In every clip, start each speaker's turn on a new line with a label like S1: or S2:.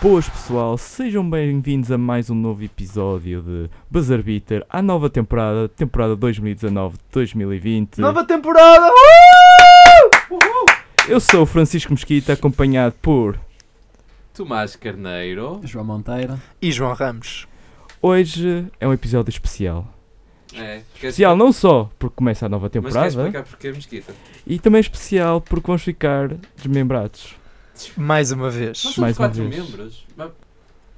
S1: Boas pessoal, sejam bem-vindos a mais um novo episódio de Buzzer Beater, à nova temporada, temporada 2019-2020.
S2: Nova temporada! Uh! Uhul!
S1: Eu sou o Francisco Mesquita, acompanhado por
S3: Tomás Carneiro.
S4: João Monteiro.
S2: E João Ramos.
S1: Hoje é um episódio especial.
S3: É,
S1: Especial não só porque começa a nova
S3: Mas queres
S1: temporada,
S3: explicar porque é mesquita?
S1: e também especial porque vamos ficar desmembrados.
S2: Mais uma vez.
S3: Nós
S1: Mais
S3: somos quatro
S1: uma vez.
S3: membros. Mas-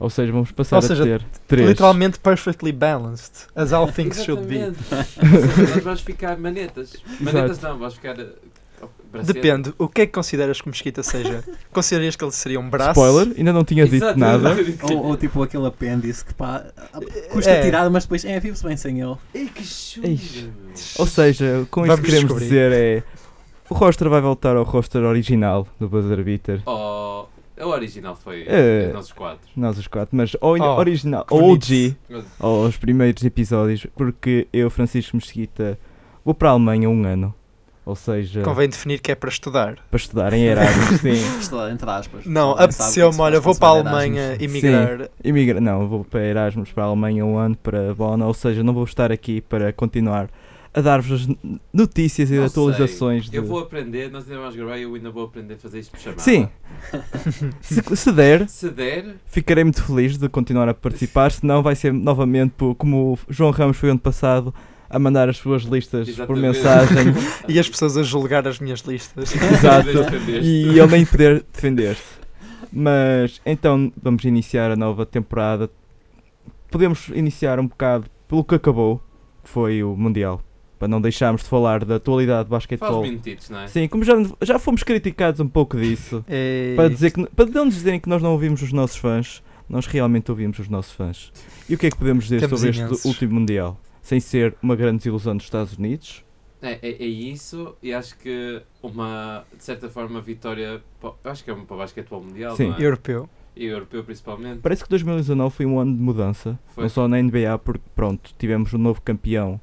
S1: Ou seja, vamos passar
S2: Ou seja,
S1: a ter três.
S2: Literalmente perfectly balanced, as all things should be.
S3: Exatamente. Ou seja, nós vamos ficar manetas. Manetas não, vamos ficar. eh, bracetas.
S2: Depende, o que é que consideras que o Mesquita seja? Consideras que ele seria um braço?
S1: Spoiler, ainda não tinha dito
S3: Exato,
S1: nada.
S3: exato.
S4: Ou, ou tipo aquele apêndice que pá, custa
S2: É.
S4: tirar, mas depois é, vive-se bem sem ele.
S3: Ei, que chuva!
S1: Ixi. Ou seja, com isto
S2: Vamos
S1: que queremos
S2: descobrir.
S1: dizer é o roster vai voltar ao roster original do Buzzer Beater.
S3: Oh, o original foi
S1: É.
S3: os nossos quatro.
S1: Nós os quatro, mas ou ainda
S2: Oh,
S1: original,
S2: que
S1: ou OG,
S2: bonito.
S3: Mas-
S1: ou os primeiros episódios, porque eu, Francisco Mesquita, vou para a Alemanha um ano. Ou seja,
S2: Convém definir que é para estudar.
S1: para estudar em Erasmus, sim.
S4: Isto, entre aspas.
S2: Não,
S4: Quem sabe é que
S2: apeteceu-me,
S4: se
S2: olha,
S4: faz
S2: vou
S4: quando se
S2: para a
S4: vai de
S2: Alemanha
S4: Erasmus.
S2: emigrar.
S1: Imigra... Não, vou para Erasmus, para a Alemanha um ano, para Bona, ou seja, não vou estar aqui para continuar a dar-vos as n- notícias e
S3: Não
S1: atualizações.
S3: sei.
S1: de-
S3: Eu vou aprender, nós ainda vamos gravar e eu ainda vou aprender a fazer isto por chamada.
S1: Sim. se, se der,
S3: Se der,
S1: ficarei muito feliz de continuar a participar, senão vai ser novamente po- como o João Ramos foi ano passado a mandar as suas listas por
S3: Exatamente.
S1: mensagem
S2: E as pessoas a julgar as minhas listas.
S1: Exato.
S3: Defendeste.
S1: e ele nem poder defender-se. Mas então vamos iniciar a nova temporada. Podemos iniciar um bocado pelo que acabou, que foi o Mundial, para não deixarmos de falar da atualidade de
S3: faz
S1: basquetebol.
S3: minutitos, não é?
S1: Sim, como já, já fomos criticados um pouco disso,
S2: E-
S1: para, dizer que, para não nos dizerem que nós não ouvimos os nossos fãs, nós realmente ouvimos os nossos fãs. E o que é que podemos dizer
S2: Temos
S1: sobre
S2: imensos.
S1: este último Mundial? Sem ser uma grande desilusão dos Estados Unidos?
S3: É, é, é isso, e acho que uma, de certa forma, vitória, pa- acho que é para o basquetebol mundial,
S1: Sim.
S3: não é?
S2: Europeu.
S3: E europeu principalmente.
S1: Parece que 2019 foi um ano de mudança,
S3: Foi.
S1: não só na NBA, porque pronto, tivemos um novo campeão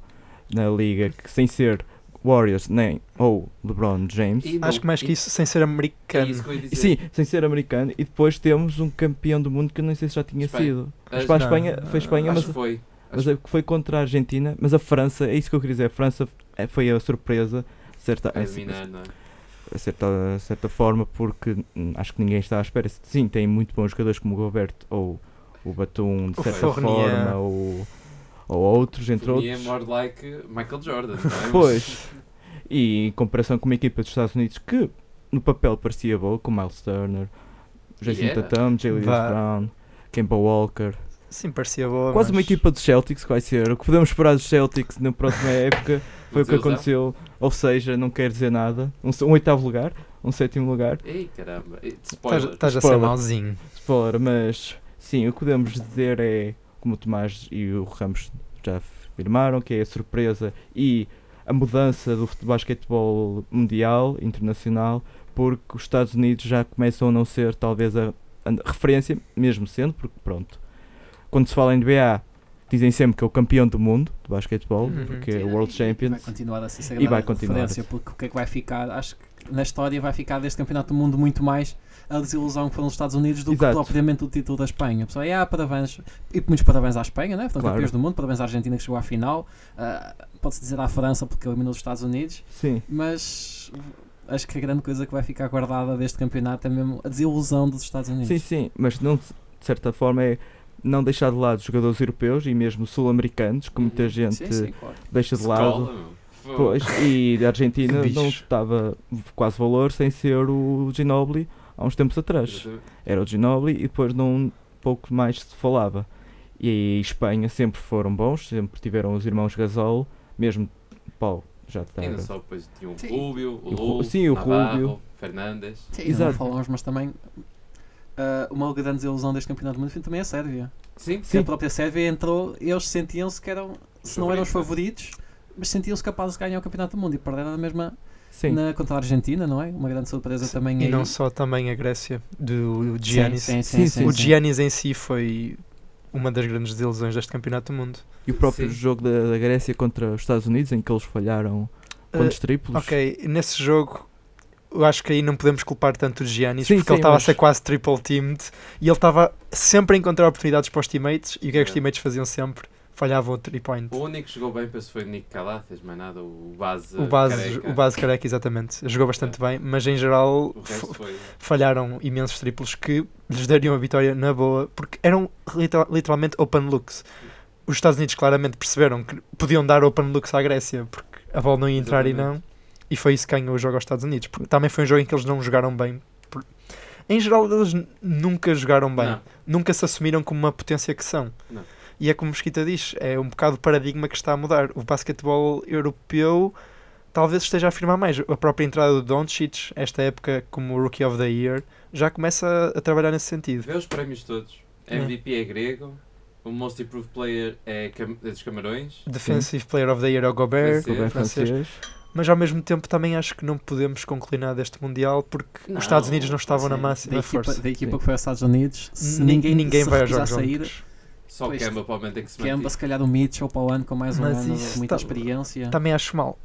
S1: na liga, que sem ser Warriors nem ou LeBron James.
S3: E não-
S2: Acho que mais que
S3: e-
S2: isso, sem ser
S3: é
S2: americano.
S3: isso que eu ia dizer.
S1: Sim, sem ser americano, e depois temos um campeão do mundo que eu não sei se já tinha
S3: Espanha.
S1: sido. Mas
S3: Acho-
S1: para a
S2: não,
S1: Espanha, foi Espanha,
S3: acho
S1: mas
S3: que foi.
S1: Mas é que foi contra a Argentina, mas a França, é isso que eu queria dizer, a França é- foi a surpresa, de certa,
S3: A
S1: a-
S3: eliminar, não é?
S1: a certa, a certa forma, porque hum, acho que ninguém está à espera. Sim, tem muito bons jogadores como o Roberto ou o Batum, de
S2: O
S1: certa
S2: Fournier.
S1: forma, ou, ou outros, entre
S3: Fournier
S1: outros.
S3: é more like Michael Jordan, não é?
S1: Pois. E em comparação com uma equipa dos Estados Unidos que no papel parecia boa, com Miles Turner, Jason
S3: era.
S1: Tatum, Jalen
S2: Vá.
S1: Brown, Kemba Walker,
S2: Sim, parecia boa.
S1: Quase uma
S2: mas-
S1: equipa dos Celtics que vai ser. O que podemos esperar dos Celtics na próxima época foi o que
S3: Desilusão.
S1: aconteceu. Ou seja, não quer dizer nada. Um, se- um oitavo lugar, um sétimo lugar.
S3: é- Ei, caramba. E-
S1: Tá,
S2: Estás-
S3: Spoiler.
S2: Estás a ser
S1: Spoiler.
S2: mauzinho.
S1: Spoiler, mas sim, o que podemos dizer é, como o Tomás e o Ramos já afirmaram, que é a surpresa e a mudança do fute- basquetebol mundial, internacional, porque os Estados Unidos já começam a não ser talvez a, a referência, mesmo sendo, porque pronto, quando se fala em NBA, dizem sempre que é o campeão do mundo de basquetebol,
S2: Uhum.
S1: porque é o World
S4: Vai
S1: Champions.
S4: continuar a ser essa
S1: E
S4: grande
S1: vai continuar
S4: referência, porque o que é que vai ficar? Acho que na história vai ficar deste campeonato do mundo muito mais a desilusão que foram os Estados Unidos do
S1: Exato.
S4: que propriamente o título da Espanha. Pessoal, ah, parabéns, e muitos parabéns à Espanha, né? Foram
S1: Claro.
S4: campeões do mundo, parabéns à Argentina que chegou à final, ah, pode-se dizer à França porque eliminou os Estados Unidos,
S1: Sim,
S4: mas acho que a grande coisa que vai ficar guardada deste campeonato é mesmo a desilusão dos Estados Unidos.
S1: sim, sim, mas não, de certa forma é não deixar de lado os jogadores europeus e mesmo sul-americanos, que muita
S3: Uhum.
S1: gente
S4: Sim, sim, claro.
S1: deixa de lado.
S3: Escola, meu. Fogo.
S1: Pois, e a Argentina
S2: Que bicho.
S1: não estava quase valor sem ser o Ginobili há uns tempos atrás. Era o Ginobili e depois não pouco mais se falava. E a Espanha sempre foram bons, sempre tiveram os irmãos Gasol, mesmo pau, Já está.
S3: Ainda só depois tinha o
S4: Sim.
S3: Rúbio,
S1: E o
S3: o
S1: Ru-
S3: Lula,
S1: sim, o
S3: Navarro,
S1: Rúbio.
S3: Fernandes.
S4: Sim,
S1: Exato.
S4: Não falamos, mas também ah, uma grande desilusão deste campeonato do mundo foi também a Sérvia.
S3: Sim,
S4: Que
S1: Sim.
S4: a própria Sérvia entrou, eles sentiam-se que eram, se não eram os
S1: né?
S4: favoritos, mas sentiam-se capazes de ganhar o campeonato do mundo e perderam na mesma
S1: Sim.
S4: na, contra a Argentina, não é? Uma grande surpresa também
S2: E
S4: aí.
S2: não só também a Grécia, do
S4: Sim,
S2: Giannis.
S4: sim,
S1: Sim,
S4: sim, sim,
S1: sim.
S2: O
S4: sim.
S2: Giannis em si foi uma das grandes desilusões deste campeonato do mundo.
S1: E o próprio
S3: Sim.
S1: jogo da, da Grécia contra os Estados Unidos, em que eles falharam quantos triplos?
S2: Ok, nesse jogo eu acho que aí não podemos culpar tanto o Giannis
S1: Sim,
S2: porque
S1: sim,
S2: ele estava
S1: mas-
S2: a ser quase triple teamed e ele estava sempre a encontrar oportunidades para os teammates e o que é que os
S3: Yeah.
S2: teammates faziam sempre? Falhavam o three point.
S3: O único que jogou bem penso foi o Nick Calathas, mais nada, o base
S2: O base,
S3: careca.
S2: o base careca, exatamente. Jogou bastante bem, mas em geral
S3: O
S2: f-
S3: resto foi...
S2: falharam imensos triplos que lhes dariam a vitória na boa, porque eram literal- literalmente open looks. Os Estados Unidos claramente perceberam que podiam dar open looks à Grécia, porque a bola não ia entrar e não.
S3: Exatamente.
S2: E foi isso que ganhou o jogo aos Estados Unidos, porque também foi um jogo em que eles não jogaram bem. por- Em geral, eles n- nunca jogaram bem,
S3: Não,
S2: nunca se assumiram como uma potência que são.
S3: Não.
S2: E é como o Mosquita diz, é um bocado o paradigma que está a mudar. O basquetebol europeu talvez esteja a afirmar mais. A própria entrada do Doncic, esta época como Rookie of the Year, já começa a trabalhar nesse sentido.
S3: vê os prémios todos.
S2: Hum.
S3: MVP é grego, o Most Improved Player é, cam é dos Camarões.
S4: Uhum.
S2: Defensive Player of the Year ao Gobert,
S3: Sim, sim.
S1: Gobert
S2: francês.
S1: francês.
S2: mas ao mesmo tempo também acho que não podemos concluir nada deste Mundial porque
S3: Não,
S2: os Estados Unidos não estavam na
S4: Sim,
S2: máxima
S4: da equipa,
S2: é força.
S4: da equipa
S1: Sim.
S4: que foi aos Estados Unidos, se
S2: Nin-
S4: ninguém, se
S2: vai aos
S4: recusar
S2: Jogos
S4: sair,
S2: Olímpicos.
S3: Só o
S4: Pois.
S3: Kemba provavelmente tem que se
S4: Kemba,
S3: manter.
S4: se calhar o é um Mitchell para o ano com mais um
S2: Mas
S4: ano
S2: isso
S4: de muita
S2: tá-
S4: experiência.
S2: Também acho mal,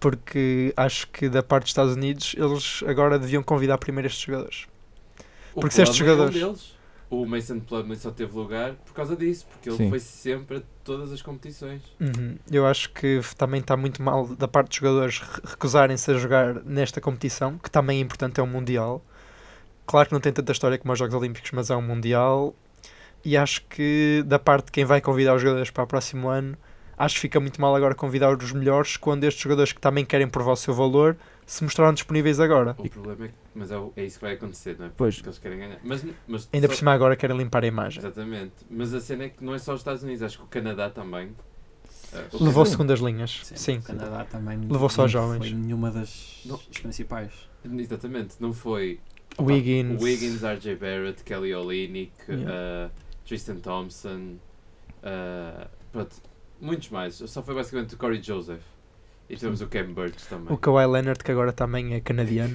S2: porque acho que da parte dos Estados Unidos eles agora deviam convidar primeiro estes jogadores.
S3: O
S2: porque se estes
S3: Plumlee é um
S2: jogadores-
S3: deles. O Mason Plumlee só teve lugar por causa disso, porque ele
S1: Sim.
S3: foi sempre a todas as competições.
S2: Uhum. Eu acho que f- também está muito mal da parte dos jogadores re- recusarem-se a jogar nesta competição, que também é importante, é um Mundial. Claro que não tem tanta história como os Jogos Olímpicos, mas é um Mundial. E acho que da parte de quem vai convidar os jogadores para o próximo ano, acho que fica muito mal agora convidar os melhores quando estes jogadores que também querem provar o seu valor se mostraram disponíveis agora.
S3: O problema é que. Mas é, o- é isso que vai acontecer, não é?
S1: Pois.
S3: Porque eles querem ganhar. Mas, mas
S2: Ainda
S3: só-
S2: por cima agora querem limpar a imagem.
S3: Exatamente. Mas a cena é que não é só os Estados Unidos, acho que o Canadá também. Ah, o
S2: Levou
S4: é
S3: Canadá-
S2: segundas linhas. Sim.
S4: O Canadá também
S2: Levou só
S4: não
S2: jovens.
S4: Foi nenhuma das,
S3: Não.
S4: das principais.
S3: Exatamente, não foi. Opa,
S2: Wiggins.
S3: Wiggins, RJ Barrett, Kelly Olynyk,
S1: Yeah.
S3: uh, Tristan Thompson, uh, pronto, muitos mais. Só foi basicamente o Corey Joseph. E temos o Cam Burks
S4: é
S3: também.
S2: O Kawhi Leonard, que agora também é canadiano.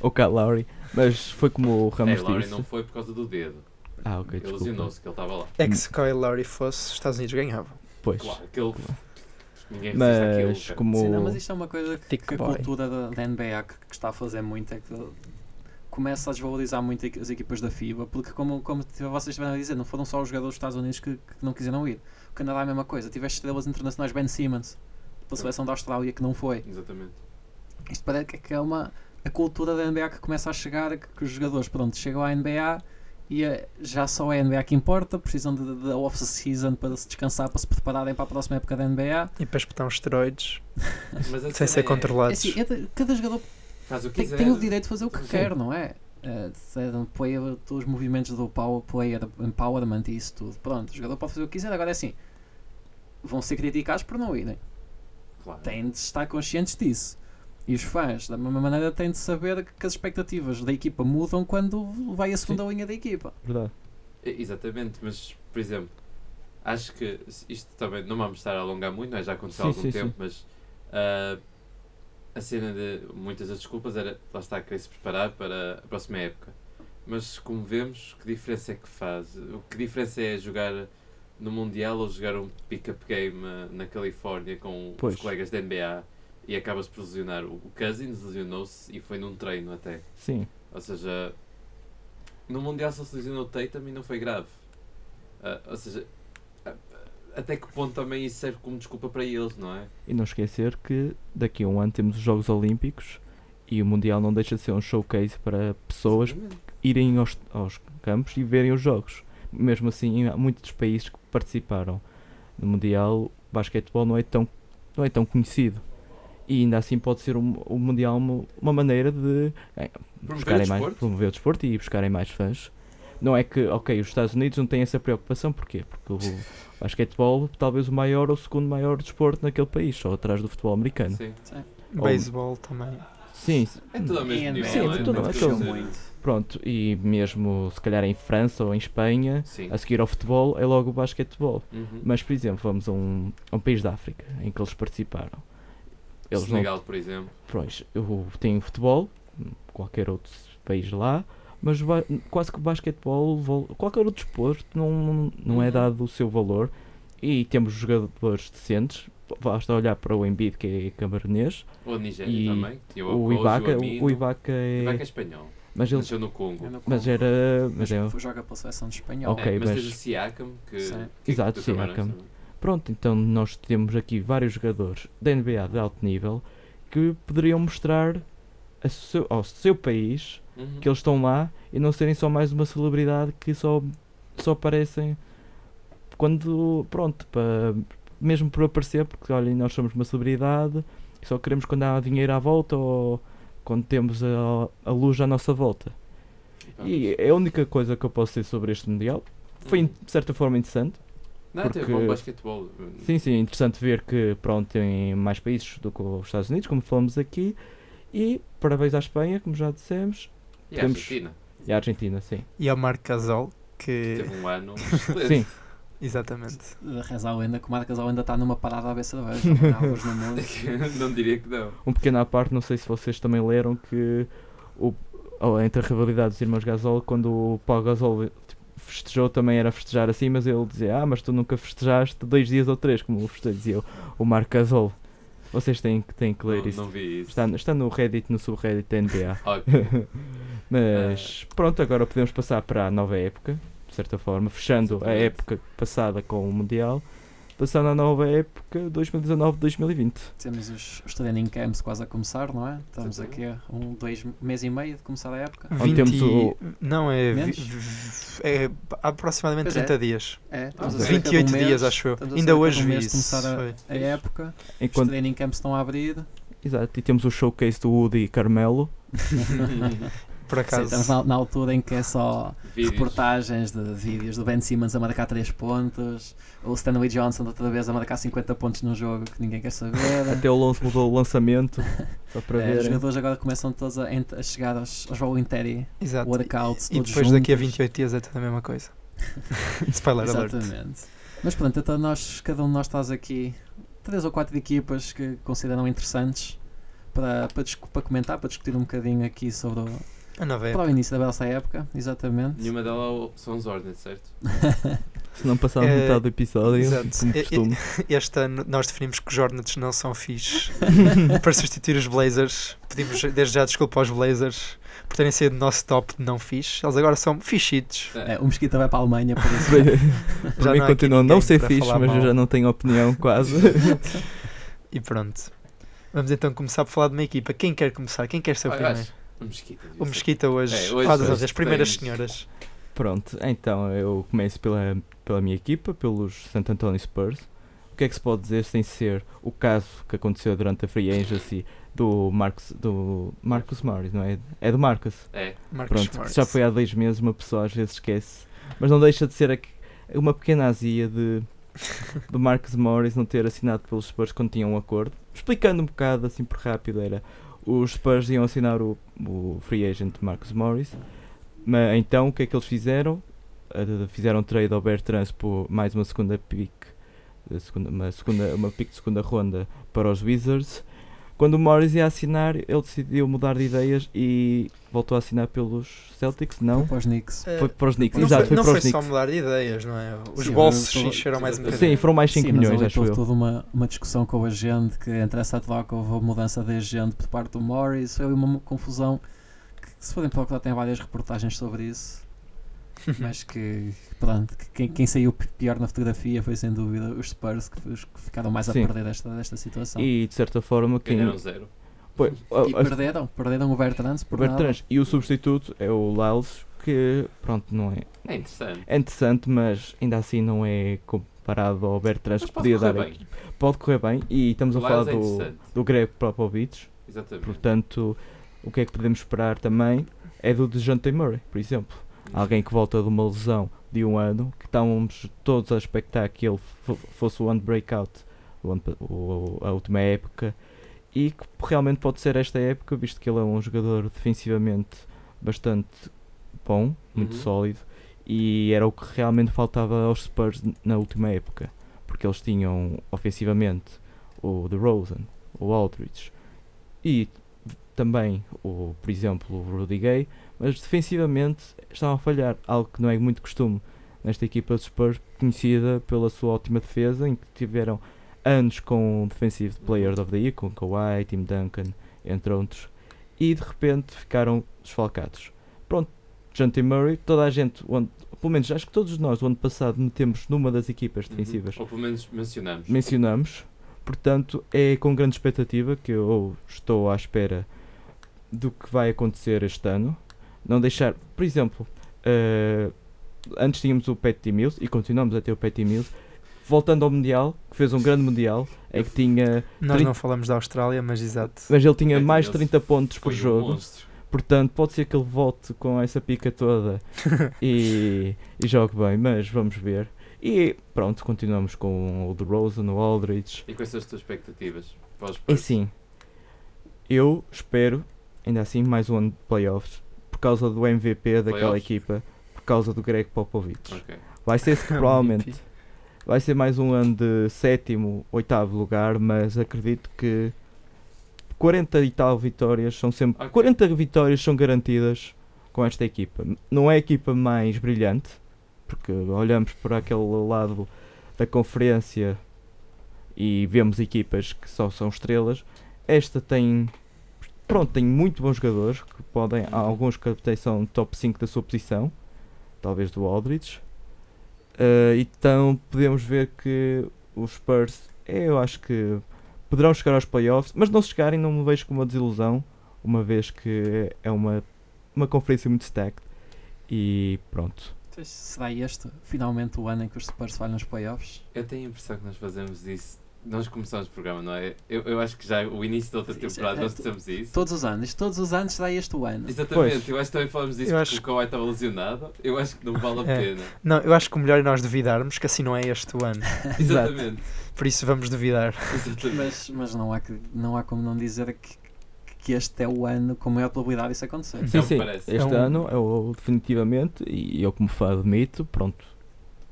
S1: Ou Cat Lowry. Mas foi como o
S3: Hey,
S1: Ramos
S3: Laurie
S1: disse.
S3: É, não foi por causa do dedo.
S1: Ah, ok,
S3: Ele
S1: desculpa.
S3: ilusionou-se que ele estava lá.
S2: É que se Kawhi Lowry fosse, os Estados Unidos ganhavam.
S1: Pois.
S3: Claro, aquele. Ninguém resiste àquilo.
S1: Mas
S3: cara.
S1: como.
S4: Sim, não, mas isto é uma coisa que,
S1: Thick
S4: que a
S1: boy.
S4: cultura da, da NBA que, que está a fazer muito é que começa a desvalorizar muito as equipas da FIBA, porque como, como t- vocês estiveram a dizer, não foram só os jogadores dos Estados Unidos que, que não quiseram ir. O Canadá é a mesma coisa. Tiveste estrelas internacionais Ben Simmons, pela seleção da Austrália, que não foi.
S3: Exatamente.
S4: Isto parece que é que é uma a cultura da NBA que começa a chegar, que, que os jogadores pronto, chegam à NBA e eh, já só é a NBA que importa, precisam de- de- da off-season para se descansar, para se prepararem para a É próxima época da NBA.
S2: E para espetar uns esteroides
S3: Mas a
S2: sem
S3: cena
S2: ser
S3: é,
S4: É
S2: controlados.
S4: assim, é de- cada jogador
S3: Faz o que
S4: tem,
S3: quiser.
S4: tem o direito de fazer o que
S3: Sim.
S4: quer, não é? Eh, se é de um player, os movimentos do power player empowerment e isso tudo. Pronto, o jogador pode fazer o que quiser. Agora é assim, vão ser criticados por não irem.
S3: Claro.
S4: têm de estar conscientes disso. E os fãs, da mesma maneira, têm de saber que as expectativas da equipa mudam quando vai a segunda linha da equipa.
S1: Verdade.
S3: E- Exatamente, mas, por exemplo, acho que se- isto também não vamos estar a alongar muito, não é? já aconteceu há
S1: Sim,
S3: algum
S1: sim,
S3: tempo, mas ah, a cena de muitas das desculpas era lá está a querer se preparar para a próxima época. Mas como vemos, que diferença é que faz? O que diferença é jogar no Mundial ou jogar um pick-up game ah, na Califórnia com
S1: Pois.
S3: os colegas da NBA e acabas por lesionar? O o Cousins lesionou-se e foi num treino até.
S1: Sim.
S3: Ou seja, no Mundial só se lesionou o Tatum e não foi grave. Ah, ou seja, a- a- até que ponto também isso serve como desculpa para eles, não é?
S1: E não esquecer que daqui a um ano temos os Jogos Olímpicos e o Mundial não deixa de ser um showcase para pessoas
S3: Exatamente.
S1: irem aos, aos campos e verem os jogos. Mesmo assim, há muitos dos países que participaram no Mundial, o basquetebol não é tão, não é tão conhecido. E ainda assim pode ser um- o Mundial uma, uma maneira de eh,
S3: Promover o
S1: buscarem mais,
S3: desporto.
S1: promover o desporto e buscarem mais fãs. Não é que, ok, os Estados Unidos não têm essa preocupação, porquê? Porque o basquetebol talvez o maior ou o segundo maior desporto naquele país, só atrás do futebol americano.
S3: Sim.
S2: Beisebol também.
S1: Sim,
S3: É tudo ao mesmo nível.
S1: Sim,
S3: não
S1: é tudo-
S3: Não
S1: é
S3: tem
S1: tudo.
S3: que ser-
S1: pronto, e mesmo se calhar em França ou em Espanha,
S3: Sim.
S1: a seguir ao futebol é logo o basquetebol.
S3: Uhum.
S1: Mas, por exemplo, vamos a um, a um país da África em que eles participaram. Eles não
S3: Senegal, por exemplo.
S1: Pois, eu tenho futebol, qualquer outro país lá, mas ba- quase que o basquetebol, vol- qualquer outro desporto não, não
S3: Uhum.
S1: é dado o seu valor e temos jogadores decentes. Basta olhar para o Embiid que é camarnês,
S3: Ou a Nigéria
S1: E
S3: também. que tinha
S1: o
S3: Okoji,
S1: Ibaka,
S3: Amino.
S1: o Ibaka
S3: Ibaka é
S1: é,
S3: espanhol.
S1: mas ele
S3: Nasceu no Congo.
S4: É,
S1: mas era, mas
S4: Mas
S1: é,
S4: joga pela seleção de espanhol.
S1: Ok.
S3: É, mas
S1: mas-
S3: tens o Siakam, que...
S4: Sim.
S3: que
S1: Exato,
S3: do Camarões
S1: Siakam.
S3: também.
S1: pronto, então nós temos aqui vários jogadores da NBA de alto nível que poderiam mostrar a seu- ao seu país
S3: Uhum.
S1: que eles estão lá e não serem só mais uma celebridade que só, só aparecem quando. Pronto, para, mesmo por aparecer, porque olhem, nós somos uma celebridade e só queremos quando há dinheiro à volta ou quando temos a, a luz à nossa volta.
S3: Ah.
S1: E é a única coisa que eu posso dizer sobre este Mundial.
S3: Hum.
S1: Foi de certa forma interessante.
S3: Uhum. Não,
S1: porque-
S3: teve um bom basquetebol.
S1: Sim, sim, é interessante ver que pronto, tem mais países do que os Estados Unidos, como falamos aqui. E parabéns à Espanha, como já dissemos,
S3: E a
S1: temos-
S3: Argentina.
S1: e à Argentina, sim.
S2: E ao Marco Casal, que.
S3: Teve um ano
S1: Sim.
S3: excelente.
S2: Exatamente.
S4: Reza a lenda que o Marcas ainda está numa parada a ver cerveja. não há alguns no mundo.
S3: não diria que não.
S1: um pequeno à parte, não sei se vocês também leram que o, oh, entre a rivalidade dos irmãos Gasol, quando o Paulo Gasol tipo, festejou, também era festejar assim, mas ele dizia, ah, mas tu nunca festejaste dois dias ou três, como festejou, dizia o Marco Gasol. Vocês têm, que- têm que ler
S3: Não,
S1: isso.
S3: não vi isso.
S1: Está, está no Reddit, no subreddit da NBA.
S3: Ok.
S1: Mas
S3: É.
S1: pronto, agora podemos passar para a nova época, de certa forma, fechando a
S3: Exatamente.
S1: época passada com o Mundial, passando à nova época 2019-2020.
S4: Temos os, os training camps quase a começar, não é? Estamos aqui
S3: Exatamente.
S4: a um, dois, mês e meio de começar a época.
S1: Onde
S2: 20...
S1: temos o-
S2: Não, é. vi-
S4: Menos?
S2: v- É aproximadamente
S4: Pois é.
S2: 30 dias.
S4: É, estamos a cerca de um
S2: 28
S4: mês-
S2: dias, acho eu.
S4: estamos a
S2: Ainda
S4: cerca de
S2: hoje
S4: um
S2: vi
S4: mês de
S2: isso.
S4: começar
S2: Foi.
S4: a época. Os
S1: Enquanto,
S4: training camps estão a abrir. Sim,
S1: exato, e temos o showcase do Woody e Carmelo,
S2: Por acaso.
S4: estamos na, na altura em que é só
S3: Vídeos.
S4: reportagens de vídeos do Ben Simmons a marcar 3 pontos, o Stanley Johnson outra vez a marcar 50 pontos num jogo que ninguém quer saber.
S2: É.
S1: Até o Lonzo mudou o lançamento. Só para
S4: É, os
S1: ver.
S4: jogadores agora começam todos a, ent- a chegar aos, aos voluntary
S2: Exato.
S4: workouts.
S2: E
S4: todos
S2: depois daqui a
S4: juntos.
S2: 28 dias é tudo a mesma coisa. Spoiler alert.
S4: Exatamente. Mas pronto, então nós, cada um de nós traz aqui três ou quatro equipas que consideram interessantes para, para, discu- para comentar, para discutir um bocadinho aqui sobre o,
S2: A nova
S4: para
S2: época.
S4: o início da nossa época, exatamente.
S3: Nenhuma delas são os Hornets, certo?
S1: Se não passar
S2: É,
S1: metade do episódio,
S2: exato.
S1: como
S2: É- é-
S1: costume.
S2: Este ano nós definimos que os Hornets não são fixe para substituir os Blazers. Pedimos desde já desculpa aos Blazers por terem sido nosso top de não fixe. Eles agora são fichitos.
S4: É, o Mosquita vai para a Alemanha, por isso.
S1: Para
S2: Já
S1: mim
S2: não há aqui
S1: continua a
S2: ninguém
S1: não ser
S2: para
S1: fixe,
S2: falar
S1: mas eu
S2: mal.
S1: já não tenho opinião quase.
S2: E pronto. Vamos então começar por falar de uma equipa. Quem quer começar? Quem quer ser é o
S3: Ah, eu
S2: primeiro?
S3: acho. O Mesquita.
S2: O Mesquita hoje,
S3: É,
S2: é,
S3: hoje-
S2: faz as
S3: hoje
S2: honras, primeiras
S3: tens-
S2: senhoras.
S1: Pronto, então eu começo pela, pela minha equipa, pelos Santo António Spurs. O que é que se pode dizer sem ser o caso que aconteceu durante a free agency do Marcos, do Marcos Morris, não é? É do Marcos.
S3: É.
S2: Marcos
S1: Pronto,
S2: Morris.
S1: já foi há dois meses, uma pessoa às vezes esquece. Mas não deixa de ser aqu- uma pequena azia de, de Marcus Morris não ter assinado pelos Spurs quando tinham um acordo. Explicando um bocado, assim por rápido, era... Os Spurs iam assinar o, o free agent de Marcus Morris. Mas então, o que é que eles fizeram? Ah, Fizeram trade ao Bertrand por mais uma segunda pick... eh, segunda- uma, segunda, uma pick de segunda ronda para os Wizards. Quando o Morris ia assinar, ele decidiu mudar de ideias e voltou a assinar pelos Celtics, não?
S4: Para os Knicks.
S2: Eh,
S1: Foi para os Knicks,
S2: não
S1: exato,
S2: foi,
S1: foi,
S2: não
S1: para
S2: foi
S1: os
S2: só
S1: Knicks.
S2: mudar de ideias, não é? Os
S4: Sim,
S2: bolsos
S4: eu tô-
S2: encheram mais um
S1: Sim,
S2: bocadinho.
S1: foram mais 5
S4: Sim, mas
S1: milhões,
S4: ali
S1: acho
S4: houve
S1: eu.
S4: toda uma, uma discussão com o agente que entre essa troca houve a mudança de agente por parte do Morris, foi ali uma mo- confusão que se forem procurar tem várias reportagens sobre isso. mas que pronto, que quem, quem saiu pi- pior na fotografia foi sem dúvida os Spurs que, os que ficaram mais
S1: Sim.
S4: a perder desta, desta situação. E,
S1: E de certa forma, quem.
S3: Ganharam um zero.
S1: Pois, a- a-
S4: perderam, perderam o Bertrand por nada.
S1: Bertrand. E o substituto é o Lyles, que, pronto, não é.
S3: É interessante.
S1: É interessante, mas ainda assim não é comparado ao Bertrand,
S3: Mas
S1: que
S3: pode
S1: podia dar.
S3: correr bem.
S1: Pode correr bem, e estamos a
S3: Lyles
S1: falar
S3: é
S1: do,
S3: interessante.
S1: do Greg Popovich,
S3: Exatamente.
S1: portanto, o que é que podemos esperar também é do DeJounte Murray, por exemplo.
S3: Uhum.
S1: alguém que volta de uma lesão de um ano, que estávamos todos a expectar que ele fo- fosse o ano de breakout, o ano pa- o- a última época, e que realmente pode ser esta época, visto que ele é um jogador defensivamente bastante bom, muito
S3: Uhum.
S1: sólido, e era o que realmente faltava aos Spurs n- na última época, porque eles tinham ofensivamente o DeRozan, o Aldridge e também, o, por exemplo, o Rudy Gay, mas defensivamente estavam a falhar, algo que não é muito costume nesta equipa dos Spurs, conhecida pela sua ótima defesa, em que tiveram anos com o Defensive Players of the Year, com Kawhi, Tim Duncan, entre outros, e de repente ficaram desfalcados. Pronto, Jonathan Murray, toda a gente, o ano- pelo menos acho que todos nós, o ano passado, metemos numa das equipas defensivas
S3: Ou pelo menos mencionamos.
S1: mencionamos. Portanto, é com grande expectativa que eu estou à espera do que vai acontecer este ano. Não deixar, por exemplo, eh, antes tínhamos o Patty Mills e continuamos a ter o Patty Mills. Voltando ao Mundial, que fez um grande Mundial, é que tinha.
S2: Nós
S1: Trin-
S2: não falamos da Austrália, mas exato.
S1: Mas ele tinha
S3: Patty
S1: mais
S3: Mills
S1: 30 pontos por
S3: Foi um
S1: jogo.
S3: monstro.
S1: Portanto, pode ser que ele volte com essa pica toda e, e jogue bem, mas vamos ver. E pronto, continuamos com o DeRozan, o Aldridge,
S3: E quais são as tuas expectativas? Para os
S1: É
S3: Spurs?
S1: sim. Eu espero, ainda assim, mais um ano de playoffs. Por causa do MVP daquela
S3: Playoffs?
S1: equipa. Por causa do Greg Popovich.
S3: Ok.
S1: Vai ser se provavelmente. Vai ser mais um ano de sétimo, oitavo lugar. Mas acredito que 40 e tal vitórias são sempre.
S3: Ok.
S1: 40 vitórias são garantidas com esta equipa. Não é a equipa mais brilhante. Porque olhamos para aquele lado da conferência e vemos equipas que só são estrelas. Esta tem. Pronto, tem muito bons jogadores que podem. Há alguns que até são top 5 da sua posição, talvez do Aldridge. Eh, então podemos ver que os Spurs, eh, eu acho que poderão chegar aos playoffs, mas não se chegarem, não me vejo com uma desilusão, uma vez que é uma, uma conferência muito stacked. E pronto.
S4: Então, Será este finalmente o ano em que os Spurs falham nos playoffs?
S3: Eu tenho a impressão que nós fazemos isso. Nós começamos o programa, não é? Eu, eu acho que já o início da outra
S4: Isso é-
S3: temporada
S4: é
S3: nós
S4: tu-
S3: dissemos isso.
S4: Todos os anos, todos os anos será este o ano.
S3: Exatamente,
S1: Pois.
S3: eu acho que também falamos disso
S2: Eu
S3: porque
S2: acho
S3: o Kawhi estava lesionado. Eu acho que não vale a
S2: É.
S3: pena.
S2: Não, eu acho que o melhor é nós duvidarmos que assim não é este o ano.
S1: Exato.
S3: Exatamente.
S2: Por isso vamos duvidar.
S3: Exatamente.
S4: Mas, mas não, há que, não há como não dizer que, que este é o ano com maior probabilidade disso acontecer.
S1: Sim,
S3: Não
S1: sim,
S3: Então parece.
S1: este
S2: É um-
S1: ano é o definitivamente, e eu como fã admito, pronto,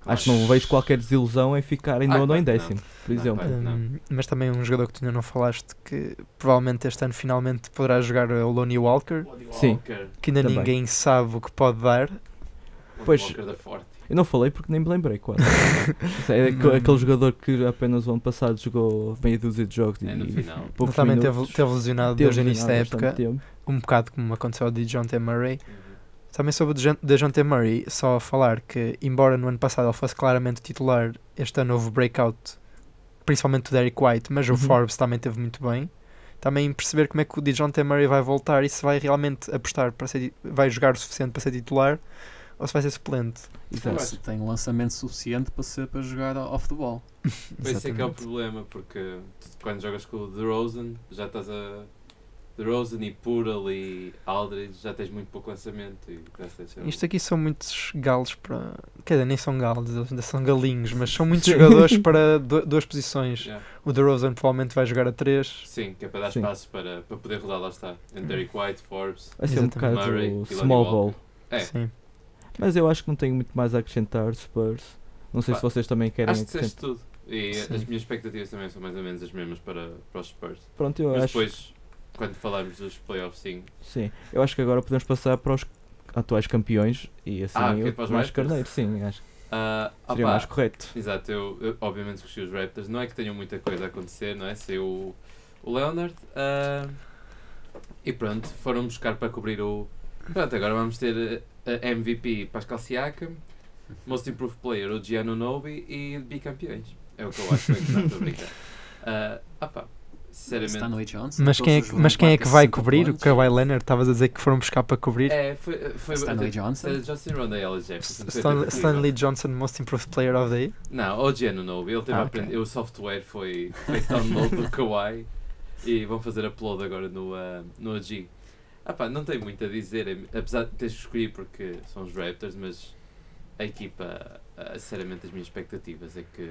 S1: acho que não vejo qualquer desilusão em ficar em
S3: Ah,
S1: nono ou em
S3: claro que
S1: décimo, por
S3: Não,
S1: exemplo.
S3: claro. não.
S2: Hum, mas também um jogador que tu ainda não falaste que provavelmente este ano finalmente poderá jogar é o Lonnie Walker,
S1: Sim.
S3: Walker,
S2: que ainda
S1: Também.
S2: ninguém sabe o que pode dar.
S3: Lonnie
S1: Pois.
S3: Walker da Forte.
S1: Eu não falei porque nem me lembrei quase. Isso é aqu-
S2: Não.
S1: aquele jogador que apenas o ano passado jogou meia dúzia de jogos
S3: É no
S1: e
S3: final.
S1: poucos
S2: Ele também teve,
S1: minutos.
S2: teve lesionado
S1: Teve
S2: desde o início da
S1: jogado bastante
S2: época,
S1: tempo.
S2: um bocado como aconteceu ao DeJounte Murray. Também sobre o Dejan- DeJounte Murray, só a falar que, embora no ano passado ele fosse claramente titular, este ano houve breakout, principalmente do Derek White, mas
S1: Uhum.
S2: o Forbes também teve muito bem. Também perceber como é que o DeJounte Murray vai voltar e se vai realmente apostar para ser, ti- vai jogar o suficiente para ser titular ou se vai ser suplente.
S1: Exato.
S4: Se tem um lançamento suficiente para, ser, para jogar off the ball.
S3: Mas esse é que é o
S2: Exatamente.
S3: problema, porque tu, quando jogas com o DeRozan, já estás a. DeRozan e Pural e Aldridge, já tens muito pouco lançamento. E graças a um
S1: é
S2: Isto aqui são muitos galos para. Quer dizer, nem são galos, eles ainda são galinhos, mas são muitos
S1: Sim.
S2: jogadores para du- duas posições.
S3: Yeah.
S2: O DeRozan provavelmente vai jogar a três
S3: Sim, que é para dar
S1: Sim.
S3: espaço para, para poder rodar, lá está. Entre Derek White, Forbes.
S1: Vai ser um
S2: Exatamente.
S1: bocado
S3: Murray e Lonnie
S1: small ball.
S3: Walker. É.
S2: Sim.
S1: Mas eu acho que não tenho muito mais a acrescentar, Spurs. Não sei
S3: Pá,
S1: se vocês também querem
S3: Acho que
S1: acrescentar.
S3: disseste tudo. E
S2: Sim.
S3: as minhas expectativas também são mais ou menos as mesmas para, para os Spurs.
S1: Pronto, eu
S3: Mas
S1: acho.
S3: depois, quando falarmos dos playoffs, sim.
S1: Sim, eu acho que agora podemos passar para os atuais campeões e assim
S3: Ah,
S1: eu
S3: ok, para os
S1: mais
S3: Raptors.
S1: carneiro, sim, acho que
S3: Ah,
S1: seria
S3: opá,
S1: mais correto.
S3: Exato, eu, eu obviamente escolhi os Raptors. Não é que tenham muita coisa a acontecer, não é? Saiu o, o Leonard ah, e pronto, foram buscar para cobrir o. Pronto, agora vamos ter ah, a MVP Pascal Siakam, Most Improved Player o Giannonobi e bicampeões. É o que eu acho, não é que não estou a brincar. Ah, opá,
S4: Está
S3: sinceramente.
S4: no Johnson.
S2: Mas, quem é, que- mas quem é que vai cobrir? O
S4: Kawhi
S2: Kawhi Leonard? Estavas a dizer que foram buscar para cobrir?
S3: É, foi. foi
S4: Stanley Johnson.
S3: Stanley Johnson Ronda e Ellis Jefferson. foi
S2: Stan-
S3: até
S2: Stanley Johnson, Most Improved Player of the Year?
S3: Não, o Genonobi, ele teve
S2: Ah,
S3: a
S2: ok.
S3: aprender. O software foi, foi download do Kawaii e vão fazer upload agora no, ah, no OG. Ah pá, não tenho muito a dizer, em- apesar de teres que escolher porque são os Raptors, mas a equipa, ah, sinceramente, as minhas expectativas é que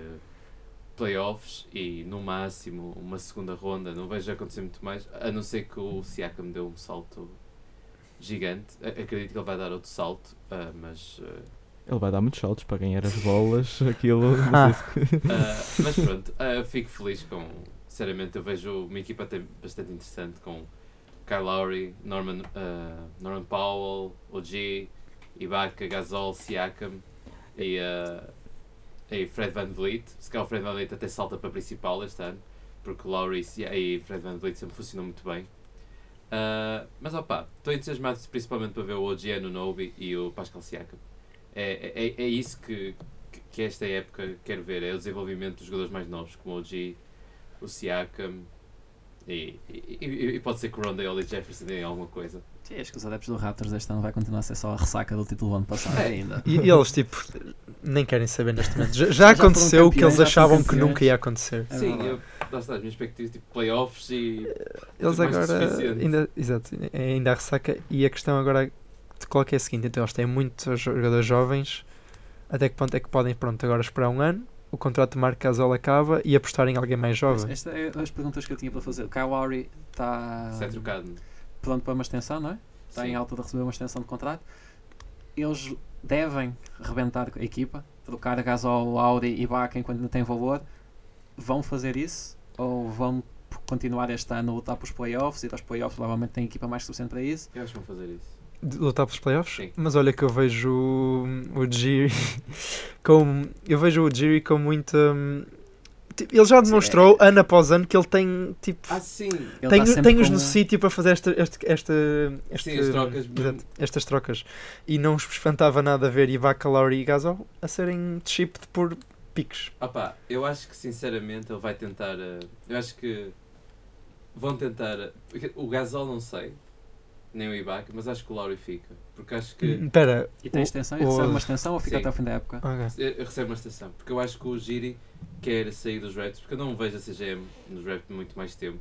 S3: playoffs e no máximo uma segunda ronda, não vejo acontecer muito mais, a não ser que o Siakam deu um salto gigante. A- Acredito que ele vai dar outro salto, ah, mas ah,
S1: Ele vai dar muitos saltos para ganhar as bolas, aquilo. não
S2: Ah.
S1: sei se-
S3: Ah, mas pronto, ah, fico feliz com. Sinceramente, eu vejo uma equipa até bastante interessante com Kyle Lowry, Norman, ah, Norman Powell, OG, Ibaka, Gasol, Siakam e, ah, e Fred Van Vliet. Se calhar o Fred Van Vliet até salta para principal este ano, porque Lowry e Si- e Fred Van Vliet sempre funcionam muito bem. Ah, mas opá, estou entusiasmado principalmente para ver o OG Anunobi e o Pascal Siakam. É, é, é isso que, que- que esta época quero ver é o desenvolvimento dos jogadores mais novos, como o G, o Siakam e, e, e- e pode ser que o Rondale e Jefferson deem alguma coisa.
S4: Sim, acho que os adeptos do Raptors deste ano vai continuar a ser só a ressaca do título do ano passado
S3: É.
S4: ainda.
S2: E, e eles, tipo, nem querem saber neste momento. Já, já
S4: Já foram
S2: aconteceu o que
S4: campeões,
S2: eles
S4: já foram
S2: achavam que
S4: campeões.
S2: nunca ia acontecer.
S4: É
S3: Sim,
S4: verdade.
S3: eu, lá está, as minhas expectativas, tipo playoffs e.
S2: Eles
S3: mais que
S2: agora.
S3: suficiente.
S2: Ainda, exato, é ainda há ressaca. E a questão agora de coloca é a seguinte: então eles têm muitos jogadores jovens. Até que ponto é que podem, pronto, agora esperar um ano? O contrato de Marco Gasol acaba e apostar em alguém mais
S4: Mas
S2: jovem.
S4: Esta é as perguntas que eu tinha para fazer. O Kyle Lowry está
S3: Se é trocado.
S4: pronto para uma extensão, não é? Está
S3: Sim.
S4: Ah, em alta de receber uma extensão de contrato. Eles devem rebentar a equipa, trocar a Gasol, Auri e Baca enquanto ainda tem valor. Vão fazer isso? Ou vão p- continuar este ano a lutar para os playoffs? Ir aos playoffs provavelmente tem equipa mais que suficiente para isso.
S3: Eu acho que vão fazer isso.
S2: de lutar pelos playoffs,
S3: é. Sim.
S2: mas olha que eu vejo o- o Jiri como eu vejo o Jiri com muita tipo, ele já demonstrou ano após ano que ele tem tipo
S3: Ah, sim!
S4: Ele
S2: tem,
S4: está sempre
S2: tem-os
S4: com
S2: no
S4: um-
S2: sítio para fazer esta, este, esta, este-
S3: Sim, as trocas, mesmo.
S2: exato, estas trocas. E não os espantava nada ver Ibaka, Lowry e Gasol a serem chipped por piques.
S3: Opá, eu acho que sinceramente ele vai tentar. eh, eu acho que vão tentar. eh, porque O Gasol não sei, nem o Ibaka, mas acho que o Lowry fica. Porque acho que.
S4: Uhum.
S2: Espera,
S4: E tem
S2: O-
S4: extensão e
S2: o-
S4: recebe uma extensão ou fica
S3: Sim.
S4: até o fim da época?
S2: ok.
S3: Eu eu recebo uma estação, porque eu acho que o Giri quer sair dos Raptors, porque eu não vejo a CGM nos Raptors muito mais tempo.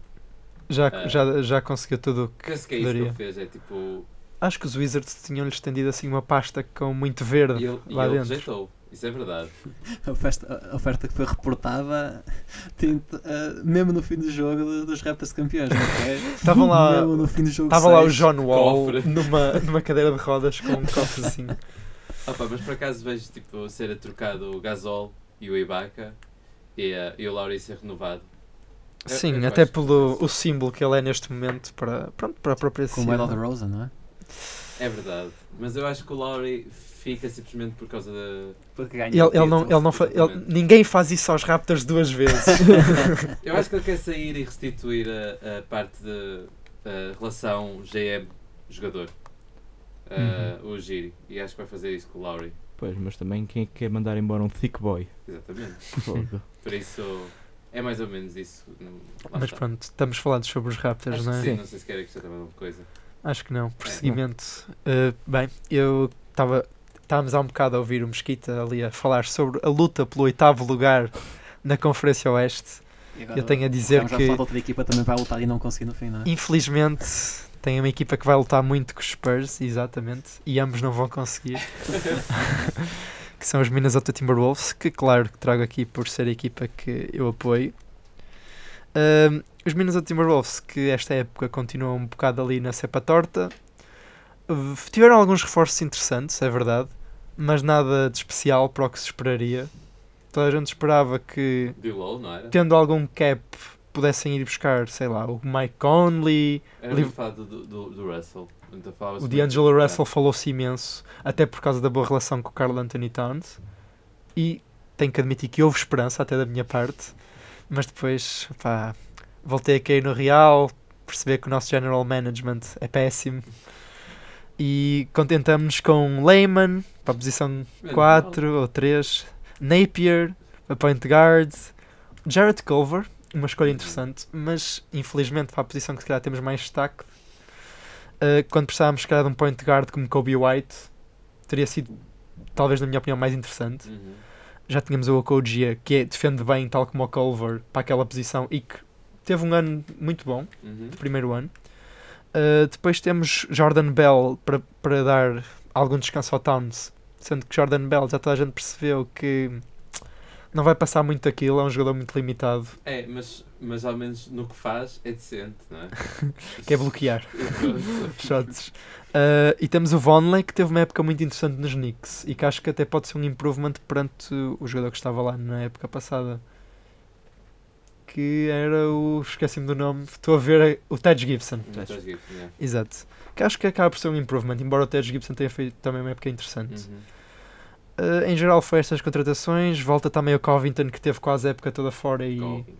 S2: já,
S3: Ah.
S2: já, já conseguiu tudo o que
S3: Penso que é isso que
S2: daria.
S3: ele fez, é tipo.
S2: Acho que os Wizards tinham-lhe estendido assim uma pasta com muito verde
S3: E ele, e
S2: Tá, lá
S3: ele
S2: dentro.
S3: rejeitou, isso é verdade.
S4: A, festa- a oferta que foi reportada, tenta- eh, mesmo no fim do jogo do- dos Raptors campeões, não é?
S2: Estavam lá.
S4: Mesmo no fim do jogo
S2: Estava lá o
S4: seis.
S2: John Wall
S3: Cofre.
S2: numa, numa cadeira de rodas com um cofrezinho.
S3: Ah pá, mas por acaso vejo tipo, ser trocado o Gasol e o Ibaka e, eh, e o Lowry ser renovado. Eu-
S2: Sim,
S3: eu
S2: até
S3: acho que
S2: pelo o símbolo que ele é neste momento para, pronto, para a própria
S4: Como era o
S2: cidade.
S4: da Rosa, não é?
S3: É verdade, mas eu acho que o Lowry fica simplesmente por causa da.
S4: Porque ganhou.
S2: Ele, ele não, ele não fa- ele,
S3: Exatamente.
S2: ninguém faz isso aos Raptors duas vezes.
S3: Eu acho que ele quer sair e restituir a, a parte de a relação GM-jogador. Ah,
S2: Uhum.
S3: O Giri. E acho que vai fazer isso com o Lowry.
S1: Pois, mas também quem é que quer mandar embora um thick boy?
S3: Exatamente.
S1: Fogo.
S3: Por isso, é mais ou menos isso. Hum, lá
S2: Mas
S3: está.
S2: pronto, estamos falados sobre os Raptors,
S3: Acho
S2: não
S3: que
S2: é?
S3: sim, É,
S1: Sim.
S3: não sei se quer acrescentar mais alguma coisa.
S2: Acho que não. Prosseguimento. Uh, bem, eu estava. Estávamos há um bocado a ouvir o Mesquita ali a falar sobre a luta pelo oitavo lugar na Conferência Oeste. Eu tenho a dizer
S4: Já
S2: que-
S4: falta outra equipa também vai lutar e não conseguir no fim, não é?
S2: Infelizmente, tem uma equipa que vai lutar muito com os Spurs, exatamente, e ambos não vão conseguir. que são os Minnesota Timberwolves, que claro que trago aqui por ser a equipa que eu apoio. Ahm, os Minnesota Timberwolves, que esta época continuam um bocado ali na cepa torta, v- tiveram alguns reforços interessantes, é verdade, mas nada de especial para o que se esperaria. Toda a gente esperava que
S3: Below, não era?
S2: tendo algum cap, pudessem ir buscar, sei lá, o Mike Conley.
S3: Era
S2: Liv-
S3: muito falado do, do, do Russell. Então, falava-se
S2: O
S3: muito-
S2: D'Angelo Russell falou-se imenso, até por causa da boa relação com o Carl Anthony Towns. E tenho que admitir que houve esperança, até da minha parte. Mas depois, pá, voltei a cair no Real, perceber que o nosso general management é péssimo. E contentamos-nos com Lehman, para a posição
S3: Menos
S2: 4 ou 3. Napier, a point guard. Jared Culver, uma escolha
S3: Uhum.
S2: interessante, mas infelizmente para a posição que se calhar temos mais destaque. uh, quando precisávamos se calhar de um point guard como Kobe White, teria sido talvez na minha opinião mais interessante.
S3: mal. Uhum.
S2: Já tínhamos o Okogia, que é- defende bem, tal como o Culver, para aquela posição e que teve um ano muito bom
S3: Uhum.
S2: de primeiro ano. Ah, Uh, depois temos Jordan Bell para, para dar algum descanso ao Towns, sendo que Jordan Bell já toda a gente percebeu que não vai passar muito daquilo, é um jogador muito limitado,
S3: É, mas, mas ao menos no que faz é decente, não é?
S2: que é bloquear
S3: Exato.
S2: shots. Uh, e temos o Vonley, que teve uma época muito interessante nos Knicks, e que acho que até pode ser um improvement perante o jogador que estava lá na época passada. Que era o. esqueci-me do nome, estou a ver o Ted Gibson.
S3: Não tens gifs, não é?
S2: Exato. Que acho que acaba por ser um improvement, embora o Ted Gibson tenha feito também uma época interessante.
S3: Uhum.
S2: Eh, em geral foi estas contratações, volta também o Covington que teve quase a época toda fora e, e
S3: Covington.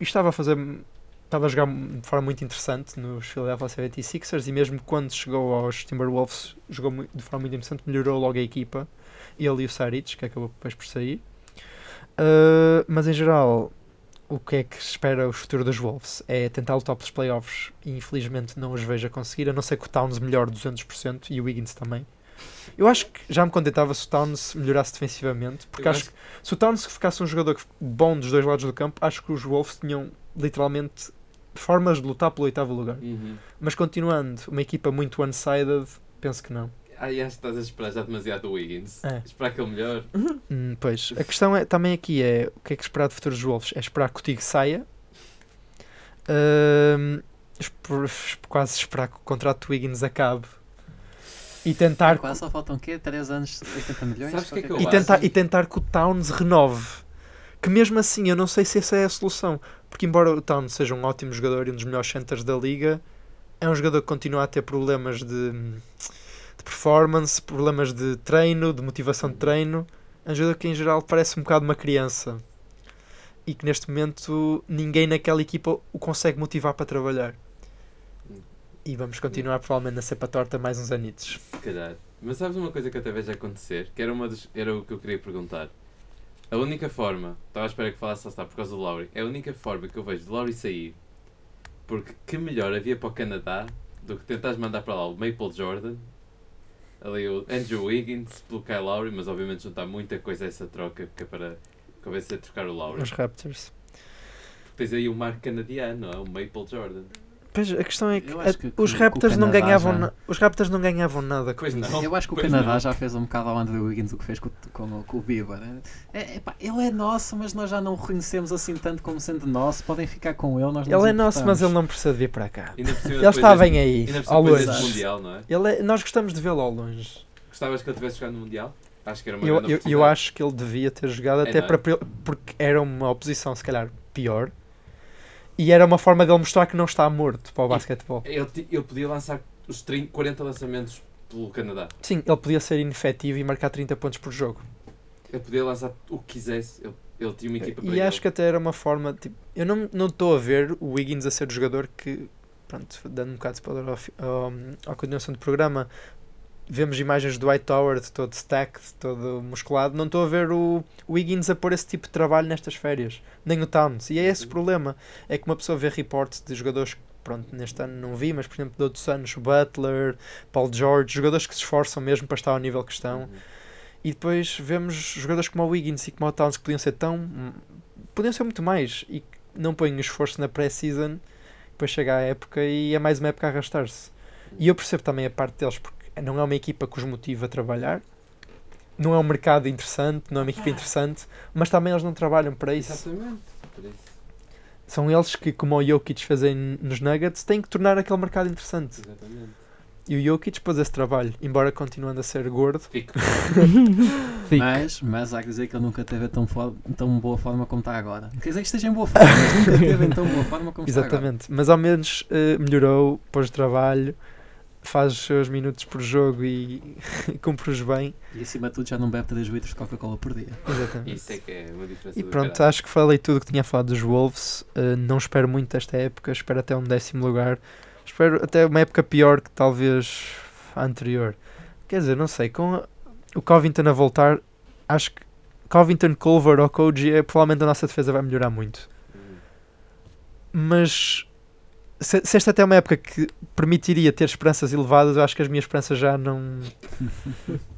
S2: estava a fazer estava a jogar de forma muito interessante nos Philadelphia 76ers e mesmo quando chegou aos Timberwolves jogou mu- de forma muito interessante, melhorou logo a equipa ele e o Saric, que acabou depois por sair Eh, mas em geral o que é que espera o futuro dos Wolves? É tentar lutar pelos playoffs e infelizmente não os vejo a conseguir, a não ser que o Towns melhore 200% e o Wiggins também. Eu acho que já me contentava se o Towns melhorasse defensivamente, porque
S3: Eu
S2: acho, que se o Towns ficasse um jogador que- bom dos dois lados do campo, acho que os Wolves tinham literalmente formas de lutar pelo oitavo lugar.
S3: Uhum.
S2: Mas continuando, uma equipa muito one-sided, penso que não.
S3: Ai, acho que estás a esperar já demasiado do Wiggins.
S2: É.
S3: Esperar que ele melhor.
S2: Hum, pois, a questão é, também aqui é o que é que esperar de futuros Wolves? É esperar que o Tig saia, Ahm, esp- esp- quase esperar que o contrato do Wiggins acabe e tentar,
S4: Quase só faltam o quê? 3 anos, 80 milhões?
S3: Sabes o que é que eu
S2: e,
S4: Qualquer
S3: acho?
S4: coisa.
S2: tentar, e tentar que o Towns renove. Que mesmo assim, eu não sei se essa é a solução, porque embora o Towns seja um ótimo jogador e um dos melhores centers da liga, é um jogador que continua a ter problemas de, de performance, problemas de treino, de motivação de treino. É um jogador que, em geral, parece um bocado uma criança e que, neste momento, ninguém naquela equipa o consegue motivar para trabalhar. E vamos continuar, provavelmente, na cepa torta mais uns anitos.
S3: Se calhar. Mas sabes uma coisa que eu até vejo acontecer? Que era, uma dos- era o que eu queria perguntar. A única forma, estava à espera que falasse só por causa do Lowry, é a única forma que eu vejo de Lowry sair, porque que melhor havia para o Canadá do que tentares mandar para lá o Maple Jordan, ali o Andrew Wiggins pelo Kyle Lowry, mas obviamente juntar muita coisa a essa troca que é para convencer a trocar o Lowry.
S2: Os Raptors.
S3: Tens aí o mar canadiano, não é? o Maple Jordan.
S2: Pois, a questão é que,
S4: Eu
S2: a-
S4: acho que com-
S2: os
S4: com o
S2: Raptors não
S4: Canadá
S2: ganhavam
S4: já-
S2: na- os Raptors não ganhavam nada com
S3: Pois
S2: isso.
S3: não.
S4: Eu acho que o
S3: Pois
S4: Canadá
S3: não.
S4: já fez um bocado ao Andrew Wiggins o que fez com, com, com o Biba. né? É, é pá, ele é nosso, mas nós já não o reconhecemos assim tanto como sendo nosso. Podem ficar com ele. Nós não nos
S2: Ele é nosso, mas
S4: importamos.
S2: ele não precisa de vir para cá.
S3: Ainda por cima
S2: Ele
S3: depois
S2: está
S3: deste-
S2: bem aí,
S3: Ainda por cima
S2: ao
S3: depois
S2: longe.
S3: deste Mundial, não é?
S2: Ele é- nós gostamos de vê-lo ao longe.
S3: Gostavas que ele tivesse jogado no Mundial? Acho que era uma
S2: Eu,
S3: grande
S2: eu, eu
S3: oportunidade.
S2: acho que ele devia ter jogado
S3: É,
S2: até
S3: não é?
S2: para pe- porque era uma oposição se calhar pior e era uma forma dele mostrar que não está morto para o basquetebol.
S3: Ele, ti- ele podia lançar os 30, 40 lançamentos pelo Canadá.
S2: Sim, ele podia ser inefetivo e marcar 30 pontos por jogo.
S3: Ele podia lançar o que quisesse. Ele, ele tinha uma equipa tipo, para
S2: E
S3: ele.
S2: acho que até era uma forma. Tipo, eu não não estou a ver o Wiggins a ser o jogador que, pronto, dando um bocado de spoiler ao, fi- ao- à continuação do programa, vemos imagens do White Tower todo stacked, todo musculado. Não estou a ver o Wiggins a pôr esse tipo de trabalho nestas férias, nem o Towns. E é esse o
S3: Uhum.
S2: problema. É que uma pessoa vê reportes de jogadores que, pronto, neste ano não vi, mas por exemplo, de outros anos, o Butler, Paul George, jogadores que se esforçam mesmo para estar ao nível que estão.
S3: Uhum.
S2: E depois vemos jogadores como o Wiggins e como o Towns que podiam ser tão. podiam ser muito mais e que não põem esforço na pré-season, depois chega a época e é mais uma época a arrastar-se. E eu percebo também a parte deles, porque não é uma equipa que os motiva a trabalhar, não é um mercado interessante, não é uma equipa interessante, mas também eles não trabalham para é isso.
S3: Exatamente. Por isso.
S2: São eles que, como o Jokic fazem nos Nuggets, têm que tornar aquele mercado interessante.
S3: Exatamente.
S2: E o Jokic pôs esse trabalho, embora continuando a ser gordo.
S3: Fico.
S1: Fico.
S4: Mas, mas há que dizer que ele nunca teve tão, fo- tão boa forma como está agora. Quer dizer que esteja em boa forma, mas nunca teve em tão boa forma como está agora.
S2: Exatamente, mas ao menos eh, melhorou, pôs trabalho, faz os seus minutos por jogo e cumpre-os bem.
S4: E acima de tudo já não bebe 3 litros de Coca-Cola por dia.
S2: Exatamente.
S3: Isso é que é uma diferença
S2: E
S3: do
S2: pronto,
S3: caralho.
S2: acho que falei tudo o que tinha falado dos Wolves. eh, não espero muito esta época, espero até um décimo lugar. Espero até uma época pior que talvez a anterior. Quer dizer, não sei, com a- o Covington a voltar, acho que Covington, Culver ou Koji, é, provavelmente a nossa defesa vai melhorar muito.
S3: Uhum.
S2: mas se, se esta até é uma época que permitiria ter esperanças elevadas, eu acho que as minhas esperanças já não.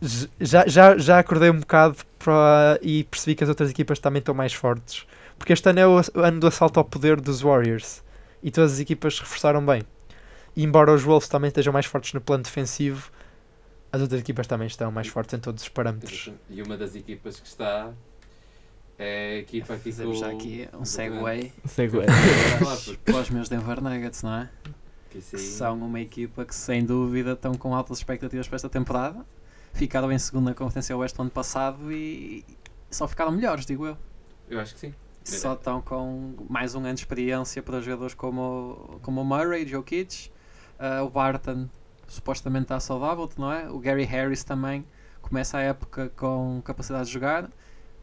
S2: J- já, já, já acordei um bocado para, e percebi que as outras equipas também estão mais fortes. Porque este ano é o ass- o ano do assalto ao poder dos Warriors e todas as equipas se reforçaram bem. E embora os Wolves também estejam mais fortes no plano defensivo, as outras equipas também estão mais fortes em todos os parâmetros.
S3: E uma das equipas que está é a equipa aqui
S4: Fizemos
S3: com-
S4: já aqui um segue
S1: Segue.
S4: É para os meus Denver Nuggets, não é?
S3: que isso
S4: Que
S3: aí-
S4: são uma equipa que sem dúvida estão com altas expectativas para esta temporada. Ficaram em segunda na Conferência Oeste o ano passado e só ficaram melhores, digo eu.
S3: Eu acho que sim.
S4: Só estão com mais um ano de experiência para jogadores como, o- como o Murray, Joe Kitts, o Barton supostamente está saudável, não é? O Gary Harris também começa a época com capacidade de jogar.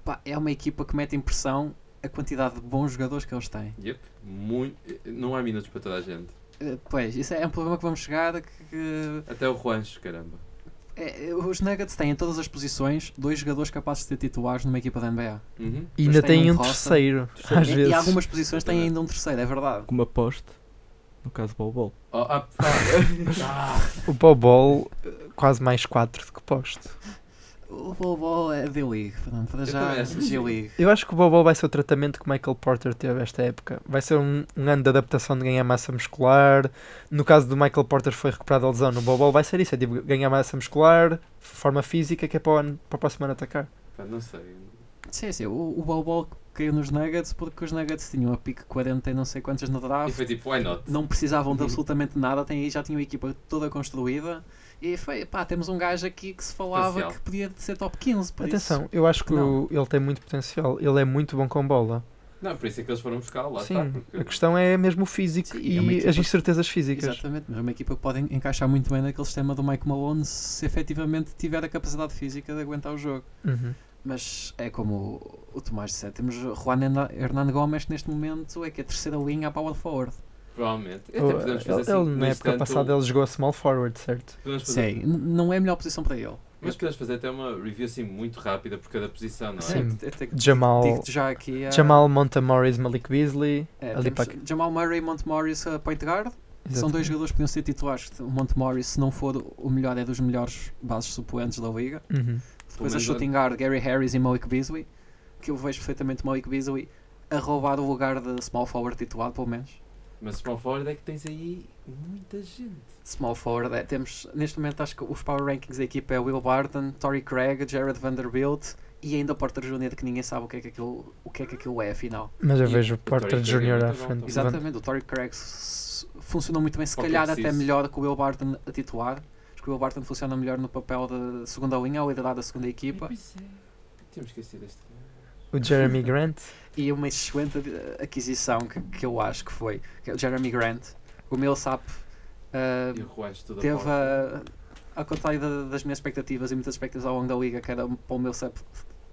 S4: Pá, é uma equipa que mete impressão a quantidade de bons jogadores que eles têm.
S3: Yep. Muito... Não há minutos para toda a gente.
S4: Eh, pois, isso é um problema que vamos chegar que- que
S3: Até o Juancho, caramba.
S4: É, os Nuggets têm em todas as posições dois jogadores capazes de ser titulares numa equipa da NBA.
S3: Uhum.
S2: E
S4: Mas
S2: ainda
S4: tem
S2: tem
S4: um
S2: um
S4: Costa.
S2: terceiro, às
S4: e,
S2: vezes.
S4: e algumas posições têm ainda um terceiro, é verdade.
S1: Como aposto, no caso Bol Bol.
S3: Oh, ah, pá.
S2: O Bobol, quase mais 4 do que posto.
S4: O Bobo é D-League, portanto, para já
S3: também
S4: é
S3: acho que
S4: G-League.
S2: Eu acho que o Bobol vai ser o tratamento que o Michael Porter teve esta época. Vai ser um, um ano de adaptação de ganhar massa muscular. No caso do Michael Porter foi recuperado a lesão, no Bobol vai ser isso, é tipo ganhar massa muscular, forma física, que é para o, ano, para o próximo ano atacar.
S3: Pá, não sei.
S4: Sim, sim, o, o Bobo caiu nos Nuggets porque os Nuggets tinham a pique 40 e não sei quantas no
S3: E
S4: draft,
S3: foi Uhum. tipo, why not?
S4: não precisavam de absolutamente nada, têm, já tinham a equipa toda construída. E foi, pá, temos um gajo aqui que se falava
S3: Potencial.
S4: que podia ser top 15. Por
S2: Atenção, eu acho que
S4: não.
S2: o- ele tem muito potencial, ele é muito bom com bola.
S3: Não, por isso é que eles foram buscar lá.
S2: Sim,
S3: está, porque...
S2: a questão é mesmo o físico
S4: Sim,
S2: e
S4: é uma equipa-
S2: as incertezas físicas.
S4: Exatamente, mas é uma equipa que pode en- encaixar muito bem naquele sistema do Mike Malone se efetivamente tiver a capacidade física de aguentar o jogo.
S2: Uhum.
S4: Mas é como o, o Tomás disse, temos Juan Hernán- Hernán Gomes que neste momento, é que é a terceira linha à power forward.
S3: Provavelmente. Até
S2: Ou-
S3: podemos fazer
S2: Oh, ele,
S3: assim.
S2: ele,
S3: no
S2: na época
S3: instante,
S2: passada ele jogou a small forward, certo?
S3: podemos fazer-
S4: Sim, n- não é a melhor posição para ele.
S3: Mas podemos fazer até uma review assim muito rápida por cada posição, não é?
S2: Sim.
S4: É, até que
S2: Jamal,
S4: digo-te já aqui a,
S2: Jamal Montamorris, Malik Beasley.
S4: é,
S2: ali
S4: temos
S2: para aqui.
S4: Jamal Murray e Monte Morris a point guard. São dois
S2: Exatamente.
S4: jogadores que podiam ser titulares. O Monte Morris, se não for o melhor, é dos melhores bases suplentes da liga.
S2: Uhum.
S4: Depois a
S3: menos
S4: shooting guard, Gary Harris e Malik Beasley, que eu vejo perfeitamente Malik Beasley a roubar o lugar de small forward titular, pelo menos.
S3: Mas small forward é que tens aí muita gente.
S4: Small forward, é, temos, neste momento acho que os power rankings da equipa é Will Barton, Torrey Craig, Jared Vanderbilt e ainda Porter Jr, que ninguém sabe o que é que aquilo, o que é, que aquilo é afinal.
S2: Mas eu
S3: E
S2: vejo
S3: o
S2: o Porter
S3: Torrey Craig é
S2: Jr. à
S3: muito bom
S2: frente.
S3: também.
S2: do Van-
S4: Exatamente, o Torrey Craig s- funcionou muito bem, se
S3: Para o que é
S4: calhar até
S3: preciso.
S4: melhor que o Will Barton a titular. Acho que o Will Barton funciona melhor no papel de segunda linha, ao liderar da segunda equipa.
S3: Pois é. Temos que esquecer deste.
S2: O Jeremy Grant.
S4: E uma excelente eh, aquisição que, que eu acho que foi que é o Jeremy Grant. O Millsap
S2: Ah,
S4: eh,
S3: E o Juancho toda
S4: teve
S3: porta.
S4: a, a contrário da- das minhas expectativas e muitas expectativas ao longo da liga, que era para o Millsap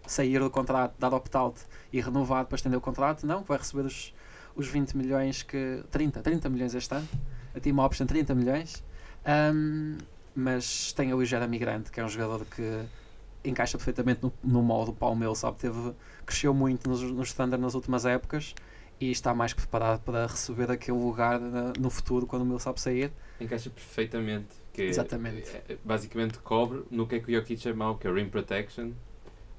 S4: sair do contrato, dar opt-out e renovar para estender o contrato. Não, que vai receber os, os 20 milhões que. 30, 30 milhões este ano. A Team Option 30 milhões. Ahm, mas tem ali o Jeremy Grant, que é um jogador que encaixa perfeitamente no, no modo para o Millsap. Teve, cresceu muito nos, nos Thunder nas últimas épocas e está mais que preparado para receber aquele lugar na- no futuro quando o Millsap sair.
S3: Encaixa perfeitamente. Que é-
S4: Exatamente.
S3: é- é- basicamente cobre no que é que o Jokic é mau, que é rim protection.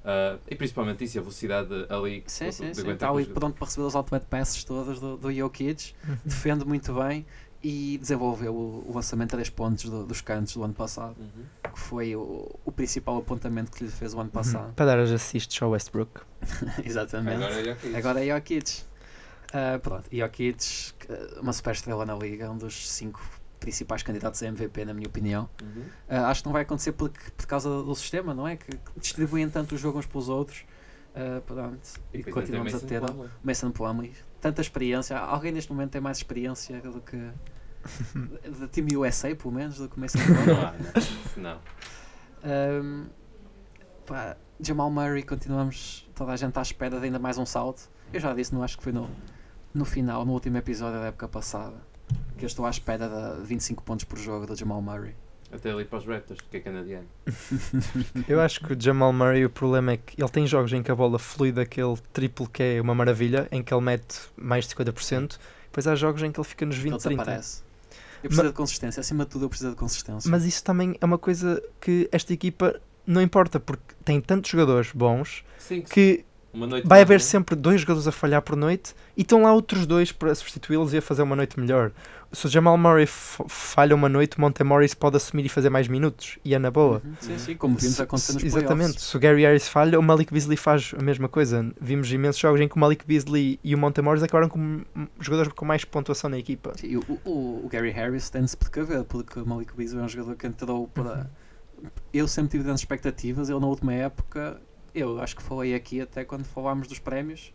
S3: ah, e principalmente isso, a velocidade ali que
S4: Sim,
S3: de-
S4: sim,
S3: de
S4: sim.
S3: aguentar
S4: Está
S3: com
S4: ali
S3: os-
S4: pronto para receber os outlet passes todos do, do Yo Kids. Defende muito bem e desenvolveu o, o lançamento a 3 pontos do- dos cantos do ano passado,
S3: Uhum.
S4: que foi o, o principal apontamento que lhe fez
S2: Uhum.
S4: o ano passado.
S2: Hum. Para dar os assists ao Westbrook.
S4: Exatamente.
S3: Agora é Jokic.
S4: Agora é Jokic. Ah, pronto, Jokic, que, ah, uma super estrela na liga, um dos cinco principais candidatos a MVP, na minha opinião.
S3: Uhum.
S4: Ah, acho que não vai acontecer porque, por causa do sistema, não é? Que, que distribuem tanto o jogo uns pelos outros. Ah, pronto, e,
S3: depois ainda
S4: continuamos a
S3: Mason
S4: ter
S3: Plumlee.
S4: Mason Plumlee. Tanta experiência. Alguém neste momento tem mais experiência do que. da time USA, pelo menos, do que Mason Plumlee.
S3: Não há, né? não. Isso não.
S4: Um, pá, Jamal Murray, continuamos toda a gente à espera de ainda mais um salto. Eu já disse, não acho que foi no, no final, no último episódio da época passada, que eu estou à espera de 25 pontos por jogo do Jamal Murray.
S3: Até ali para os Raptors, que é canadiano.
S2: Eu acho que o Jamal Murray, o problema é que ele tem jogos em que a bola flui daquele triplo que é uma maravilha, em que ele mete mais de 50%, depois há jogos em que ele fica nos
S4: Ele
S2: 20, 30%.
S4: desaparece. Eu preciso de consistência, acima de tudo eu preciso de consistência.
S2: Mas isso também é uma coisa que esta equipa não importa, porque tem tantos jogadores bons
S3: Sim,
S2: que
S3: Uma noite
S2: Vai
S3: má,
S2: haver
S4: Uhum.
S3: não?
S2: sempre dois golos a falhar por noite e estão lá outros dois para substituí-los e a fazer uma noite melhor. Se o Jamal Murray f- falha uma noite, Monte Morris pode assumir e fazer mais minutos e é na boa.
S4: Uhum, Sim, sim, como vimos
S2: Se-
S4: acontecer nos
S2: se-
S4: playoffs.
S2: Exatamente. Se o Gary Harris falha, o Malik Beasley faz a mesma coisa. Vimos imensos jogos em que o Malik Beasley e o Monte Morris acabaram como jogadores com mais pontuação na equipa.
S4: Sim, e o, o- o Gary Harris tem-se por caber, porque o Malik Beasley é um jogador que entrou para.
S2: Uhum.
S4: Eu sempre tive grandes expectativas, eu na última época, eu acho que falei aqui até quando falámos dos prémios,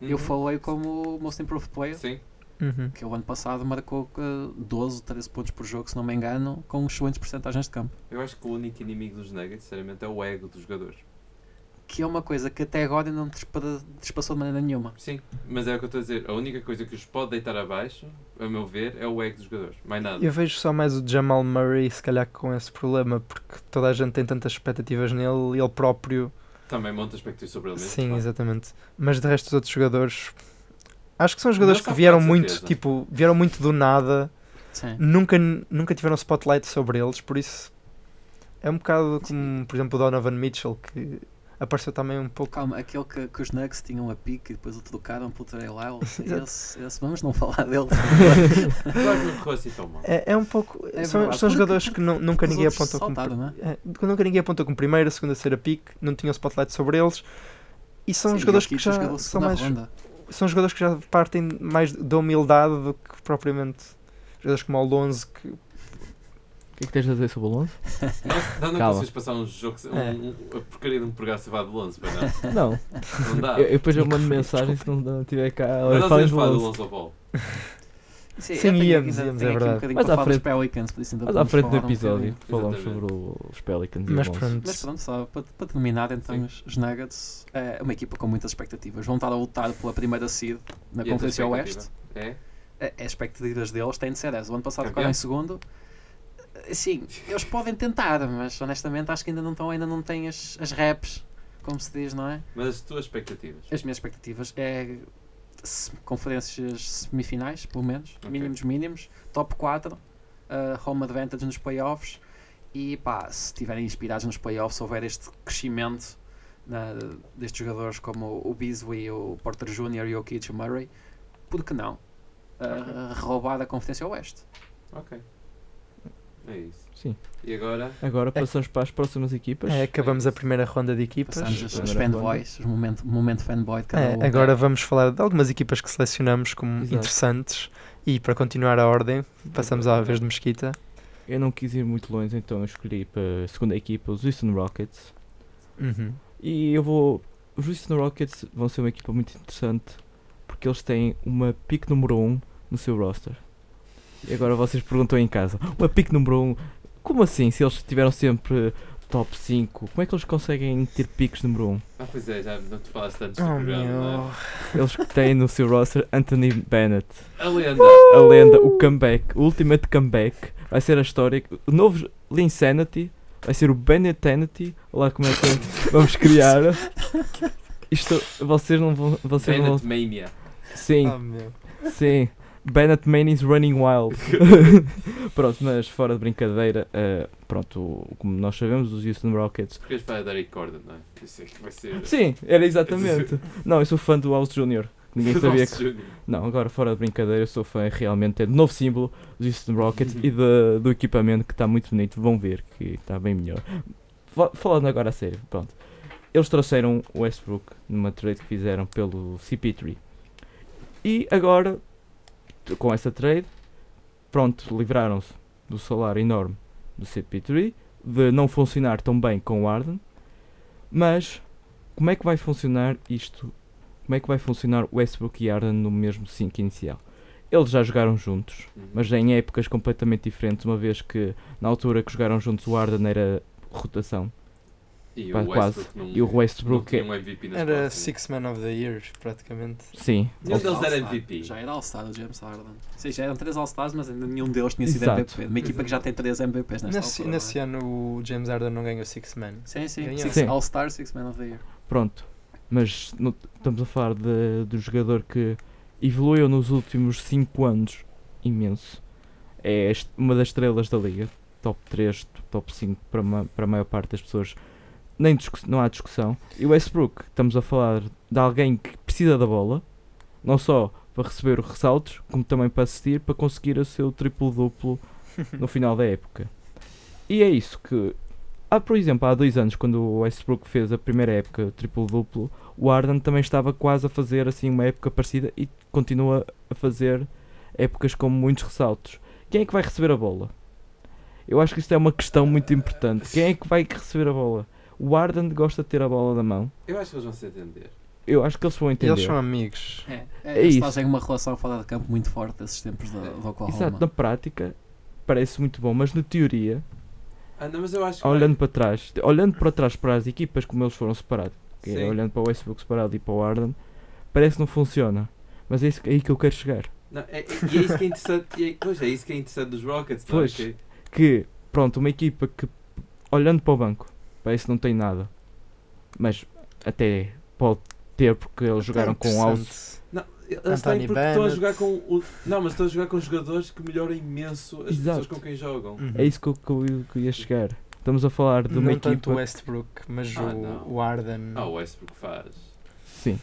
S4: eu
S3: Uhum.
S4: falei como o Most Improved Player,
S3: Sim.
S2: Uhum.
S4: que o ano passado marcou eh, 12, 13 pontos por jogo, se não me engano, com excelentes porcentagens de campo.
S3: Eu acho que o único inimigo dos Nuggets, sinceramente, é o ego dos jogadores.
S4: Que é uma coisa que até agora não despassou de maneira nenhuma.
S3: Sim, mas é o que eu estou a dizer. A única coisa que os pode deitar abaixo, a meu ver, é o ego dos jogadores. Mais nada.
S2: Eu vejo só mais o Jamal Murray, se calhar, com esse problema, porque toda a gente tem tantas expectativas nele, ele próprio.
S3: Também monta expectativas sobre ele mesmo.
S2: Sim,
S3: claro.
S2: exatamente. Mas de resto, os outros jogadores. Acho que são
S3: Não
S2: jogadores
S3: são
S2: que vieram
S3: com
S2: muito,
S3: certeza.
S2: tipo, vieram muito do nada,
S4: Sim.
S2: nunca, nunca tiveram spotlight sobre eles, por isso é um bocado como, por exemplo, o Donovan Mitchell, que apareceu também um pouco.
S4: Calma, aquele que, que os Nuggets tinham a pique e depois o trocaram pelo Trey Lyles,
S2: Exato.
S4: esse, esse, vamos não falar dele.
S3: Claro que não correu assim tão mal.
S2: É, é um pouco.
S4: É
S2: são,
S4: verdade.
S2: são
S4: Porque-
S2: jogadores que nu- nunca
S4: Os
S2: ninguém
S4: outros
S2: apontou como.
S4: saltaram, não é?
S2: É, que nunca ninguém apontou como primeira, segunda, terceira pick, não tinham spotlight sobre eles. E são
S4: Sim,
S2: jogadores que
S4: Jokic
S2: já
S4: jogou
S2: são
S4: segunda
S2: mais
S4: ronda.
S2: são jogadores que já partem mais da humildade do que propriamente jogadores como o Alonso que
S1: O que é que tens a dizer sobre o Alonso?
S3: Não, não, não
S1: Calma.
S3: consegues passar um jogo, um,
S2: É.
S3: um- a porcaria de um programa cevado de Lonzo, pois não?
S1: Não,
S3: Não dá.
S1: eu, eu depois eu
S2: Nico
S1: mando
S2: Fury,
S1: mensagem se não- não tiver cá.
S3: Ah. Mas
S1: Olha,
S3: nós
S1: falem
S3: temos
S1: do
S3: falado do
S1: Alonso.
S3: Lonzo Ball.
S4: Sim,
S2: Sim,
S4: eu tenho
S2: íamos,
S4: ainda-
S2: íamos, é
S4: tenho aqui
S2: verdade.
S4: Um bocadinho
S1: Mas
S4: para
S1: à
S4: falar
S1: frente-
S4: dos Pelicans, por isso ainda
S1: Mas à
S4: podemos
S1: frente do
S4: falar um
S1: episódio
S4: bocadinho.
S1: falamos sobre
S3: Exatamente.
S1: o- os Pelicans e o
S2: mas
S1: Alonso.
S2: pronto
S4: Mas pronto, só para, para terminar então
S3: Sim.
S4: os, os Nuggets, é uma equipa com muitas expectativas. Vão estar a lutar pela primeira seed
S3: E
S4: na
S3: a tua
S4: Conferência Oeste.
S3: expectativa? É?
S4: É- As expectativas deles têm de ser essas. O ano passado
S3: Campeão.
S4: ficaram em segundo. Sim, eles podem tentar, mas honestamente acho que ainda não estão, ainda não têm as, as reps, como se diz, não é?
S3: Mas as tuas expectativas.
S4: As minhas expectativas é se- conferências semifinais, pelo menos,
S3: Ok.
S4: mínimos mínimos, top 4, eh, home advantage nos playoffs e pá, se estiverem inspirados nos playoffs, houver este crescimento na- destes jogadores como o Beasley, o Porter Jr. e o Kitch Murray, por que não? Eh, roubar a Conferência Oeste.
S3: Ok. É isso.
S1: Sim.
S3: E agora?
S1: Agora passamos para as próximas equipas.
S2: é, acabamos a primeira ronda de equipas
S4: Passamos os, os
S1: Primeira ronda.
S4: fanboys, o momento, momento fanboy de cada
S2: É,
S4: um.
S2: agora vamos falar de algumas equipas que selecionamos como
S1: Exato.
S2: interessantes e para continuar a ordem passamos à vez de Mesquita
S1: Eu não quis ir muito longe, então eu escolhi para a segunda equipa os Houston Rockets.
S2: Uhum.
S1: E eu vou. Os Houston Rockets vão ser uma equipa muito interessante porque eles têm uma pick número 1 no seu roster. E agora vocês perguntam em casa: uma pick número 1, como assim? Se eles tiveram sempre top 5, como é que eles conseguem ter picks número 1?
S3: Ah, pois é, já não te falaste tanto do
S2: oh
S3: programa, não
S2: meu
S3: é?
S1: Eles que têm no seu roster Anthony Bennett,
S3: A lenda!
S1: a lenda, o comeback, o ultimate comeback. Vai ser a história. O novo Linsanity vai ser o Bennetanity. Olha lá como é que vamos criar. Isto, vocês não vão. Vocês não vão
S3: Bennett Mania.
S1: Sim,
S2: Oh, meu.
S1: sim. Bennett Manning is running wild. pronto, mas fora de brincadeira, eh, pronto, o- como nós sabemos, os Houston Rockets.
S3: Porque eles falam Derek Gordon, não é? Isso é que vai ser.
S1: Sim, era exatamente. Não, eu sou fã do House Jr. Ninguém sabia que.
S3: Júnior.
S1: Não, agora fora de brincadeira, eu sou fã realmente é do novo símbolo dos Houston Rockets e da- do equipamento que está muito bonito. Vão ver que está bem melhor. Fa- Falando agora a sério, pronto. Eles trouxeram o Westbrook numa trade que fizeram pelo CP3. E agora, t- com essa trade, pronto, livraram-se do salário enorme do CP3, de não funcionar tão bem com o Arden. Mas como é que vai funcionar isto como é que vai funcionar Westbrook e Harden no mesmo 5 inicial. Eles já jogaram juntos,
S3: Uhum.
S1: mas em épocas completamente diferentes, uma vez que na altura que jogaram juntos o Harden era rotação
S3: Uhum. E
S1: pá,
S3: o
S1: quase.
S3: Westbrook não,
S1: e o
S3: não
S1: Westbrook
S3: tinha
S1: é...
S3: um MVP nas
S2: era
S3: costas.
S2: Six Man of the Year praticamente
S1: Sim,
S3: Nenhum deles
S4: Já
S3: era
S4: All-Star.
S3: MVP.
S4: Já era All-Star, o James Harden. Sim, já eram três All-Stars, mas ainda nenhum deles tinha sido
S1: Exato.
S4: MVP. Uma equipa que já tem três MVPs nesta
S2: nesse,
S4: altura,
S2: nesse
S4: não
S2: ano o James Harden não ganhou Six Man
S4: é? Sim, sim.
S2: Ganhou.
S4: Six-
S1: Sim.
S4: All-Star, Six Man of the Year.
S1: pronto. Mas não- estamos a falar de, do jogador que evoluiu nos últimos 5 anos imenso. É est- uma das estrelas da liga, top 3, top 5 para, ma- para a maior parte das pessoas nem discuss- não há discussão. E o Westbrook, estamos a falar de alguém que precisa da bola, não só para receber os ressaltos, como também para assistir, para conseguir o seu triplo-duplo no final da época. E é isso que. Há, por exemplo, há dois anos, quando o Westbrook fez a primeira época triplo-duplo, o Arden também estava quase a fazer assim uma época parecida e continua a fazer épocas com muitos ressaltos. Quem é que vai receber a bola? Eu acho que isto é uma questão muito importante. Quem é que vai receber a bola? O Arden gosta de ter a bola na mão.
S3: Eu acho que eles vão se entender.
S1: Eu acho que eles vão
S2: E
S1: entender.
S2: eles são amigos.
S4: É,
S1: É
S4: é, eles
S1: isso.
S4: fazem uma relação fora de campo muito forte desses tempos do, do Oklahoma.
S1: Exato, um na prática parece muito bom, mas na teoria,
S3: Ah, não, mas eu acho que.
S1: olhando para trás, olhando para trás para as equipas como eles foram separados, que é
S3: Sim.
S1: olhando para o Westbrook separado e para o Arden, parece que não funciona. Mas é isso, é aí que eu quero chegar.
S3: Não, é, é- e é isso que é interessante. e é- pois, é isso que é interessante dos Rockets, não é?
S1: Pois.
S3: Que-
S1: que, pronto, uma equipa que, olhando para o banco, parece que não tem nada, mas até pode ter, porque eles jogaram com o Alves.
S2: É Interessante.
S3: Não, eles têm
S2: Anthony
S3: porque estão a
S2: Bennett.
S3: jogar com o- Não, mas estão a jogar com jogadores que melhoram imenso as
S1: Exato.
S3: pessoas com quem jogam.
S2: Uhum.
S1: É isso que eu, que eu- que eu ia chegar. Estamos a falar de uma
S2: não tanto o
S1: equipa.
S2: Westbrook, mas
S3: Ah,
S2: o,
S3: não.
S2: o Arden.
S3: Ah, o Westbrook faz.
S1: Sim.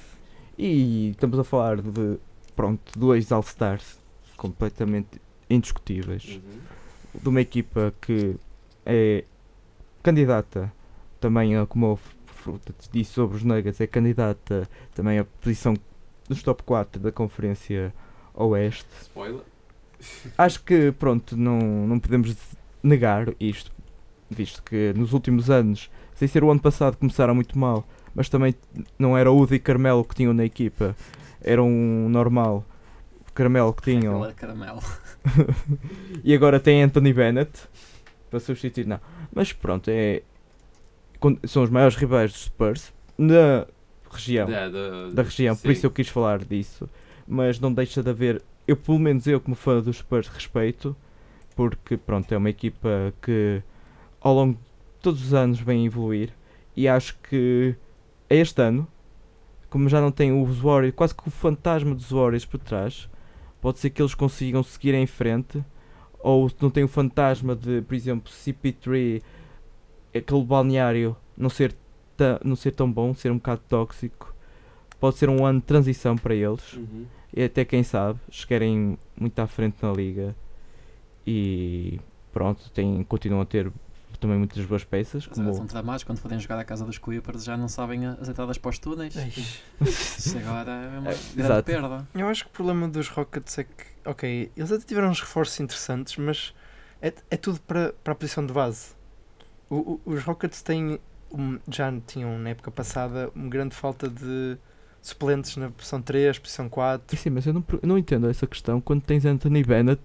S1: E estamos a falar de, pronto, dois All-Stars completamente indiscutíveis.
S3: Uhum.
S1: de uma equipa que é candidata também, a, como eu f- f- te disse sobre os Nuggets, é candidata também à posição dos top 4 da Conferência Oeste.
S3: Spoiler.
S1: Acho que, pronto, não, não podemos negar isto, visto que nos últimos anos, sem ser o ano passado, começaram muito mal, mas também não era Udo e Carmelo que tinham na equipa, era um normal Carmelo que tinham.
S4: Aquela é caramelo.
S1: E agora tem Anthony Bennett para substituir, não. Mas pronto, é. con- São os maiores rivais dos Spurs na região. Da,
S3: Da, da-
S1: região, por
S3: sim.
S1: isso eu quis falar disso. Mas não deixa de haver. Eu, pelo menos eu, como fã dos Spurs, respeito. Porque, pronto, é uma equipa que ao longo de todos os anos vem evoluir. E acho que a este ano, como já não tem o Warriors, quase que o fantasma dos Warriors por trás, pode ser que eles consigam seguir em frente. Ou se não tem o fantasma de, por exemplo, CP3, aquele balneário não ser, ta- não ser tão bom, ser um bocado tóxico. Pode ser um ano de transição para eles.
S3: Uhum.
S1: E até quem sabe, chegarem muito à frente na liga e pronto, tem, continuam a ter também muitas boas peças.
S4: Agora São
S1: Como,
S4: tramados, quando forem jogar à casa dos Clippers já não sabem a- as entradas para os túneis.
S2: Eish.
S4: Isso agora é uma
S1: É,
S4: grande
S1: exato.
S4: perda.
S2: Eu acho que o problema dos Rockets é que, ok, eles até tiveram uns reforços interessantes, mas é, é tudo para, para a posição de base. O- o- os Rockets têm, um- já tinham na época passada, uma grande falta de suplentes na posição 3, posição 4.
S1: sim, mas eu não, per- não entendo essa questão quando tens Anthony Bennett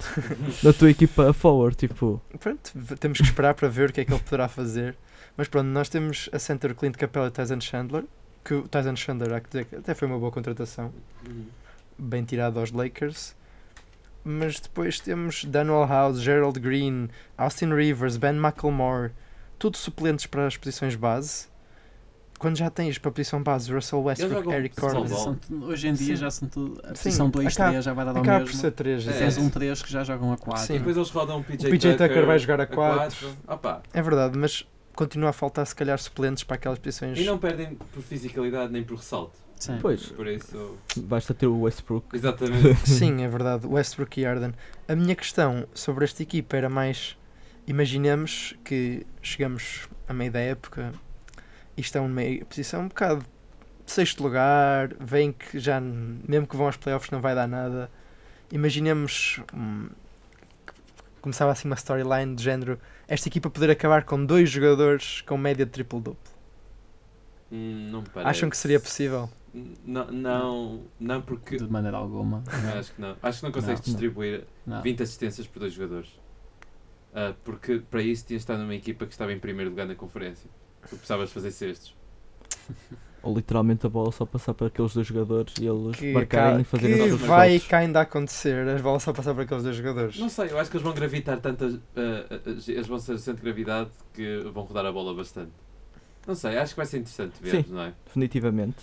S1: na tua equipa a forward, tipo,
S2: Pronto, v- temos que esperar para ver o que é que ele poderá fazer. Mas pronto, nós temos a center Clint Capela e Tyson Chandler, que o Tyson Chandler, há que dizer que até foi uma boa contratação.
S3: Uhum.
S2: bem tirado aos Lakers. Mas depois temos Daniel House, Gerald Green, Austin Rivers, Ben McLemore, tudo suplentes para as posições base. Quando já tens para a posição base Russell Westbrook,
S3: jogam
S2: Eric
S3: futebol
S4: Mas
S2: Gordon,
S3: bom.
S4: são tu- hoje em
S2: Sim.
S4: dia já são tudo. A
S2: Sim,
S4: posição 2,
S2: acaba-
S4: 3 já vai dar ao
S2: acaba por
S4: mesmo.
S2: ser 3.
S3: É.
S4: E Tens um 3 que já jogam a 4.
S2: Sim.
S3: Depois eles rodam o PJ,
S2: O PJ Tucker, vai jogar a
S3: a 4.
S2: 4.
S3: Opa,
S2: É verdade, mas continua a faltar se calhar suplentes para aquelas posições.
S3: e não perdem por fisicalidade nem por ressalto.
S4: Sim.
S1: pois,
S3: Por isso.
S1: basta ter o Westbrook.
S3: Exatamente.
S2: Sim, é verdade, Westbrook e Arden. A minha questão sobre esta equipa era mais. Imaginemos que chegamos a meio da época e estão numa posição um bocado de sexto lugar, veem que já, n- mesmo que vão aos playoffs, não vai dar nada. Imaginemos. hum, que começava assim uma storyline de género: esta equipa poder acabar com dois jogadores com média de triplo-duplo.
S3: Hum, não me parece.
S2: Acham que seria possível?
S3: N- Não, não, não porque.
S4: De maneira alguma.
S3: Acho que não. Acho que não consegues
S4: Não, não.
S3: distribuir
S4: Não.
S3: 20 assistências por dois jogadores. Ah, porque para isso tinhas de estar numa equipa que estava em primeiro lugar na conferência. Tu precisavas fazer cestos.
S1: Ou literalmente a bola só passar para aqueles dois jogadores e eles
S2: Que,
S1: marcarem
S2: ca-
S1: e fazerem
S2: que
S1: os seus
S2: vai
S1: ressaltos.
S2: cá ainda acontecer, as bolas só passar para aqueles dois jogadores.
S3: Não sei, eu acho que eles vão gravitar tanto. as- ah, ah, as- eles vão ser centro de gravidade que vão rodar a bola bastante. Não sei, acho que vai ser interessante ver, não é?
S1: Definitivamente.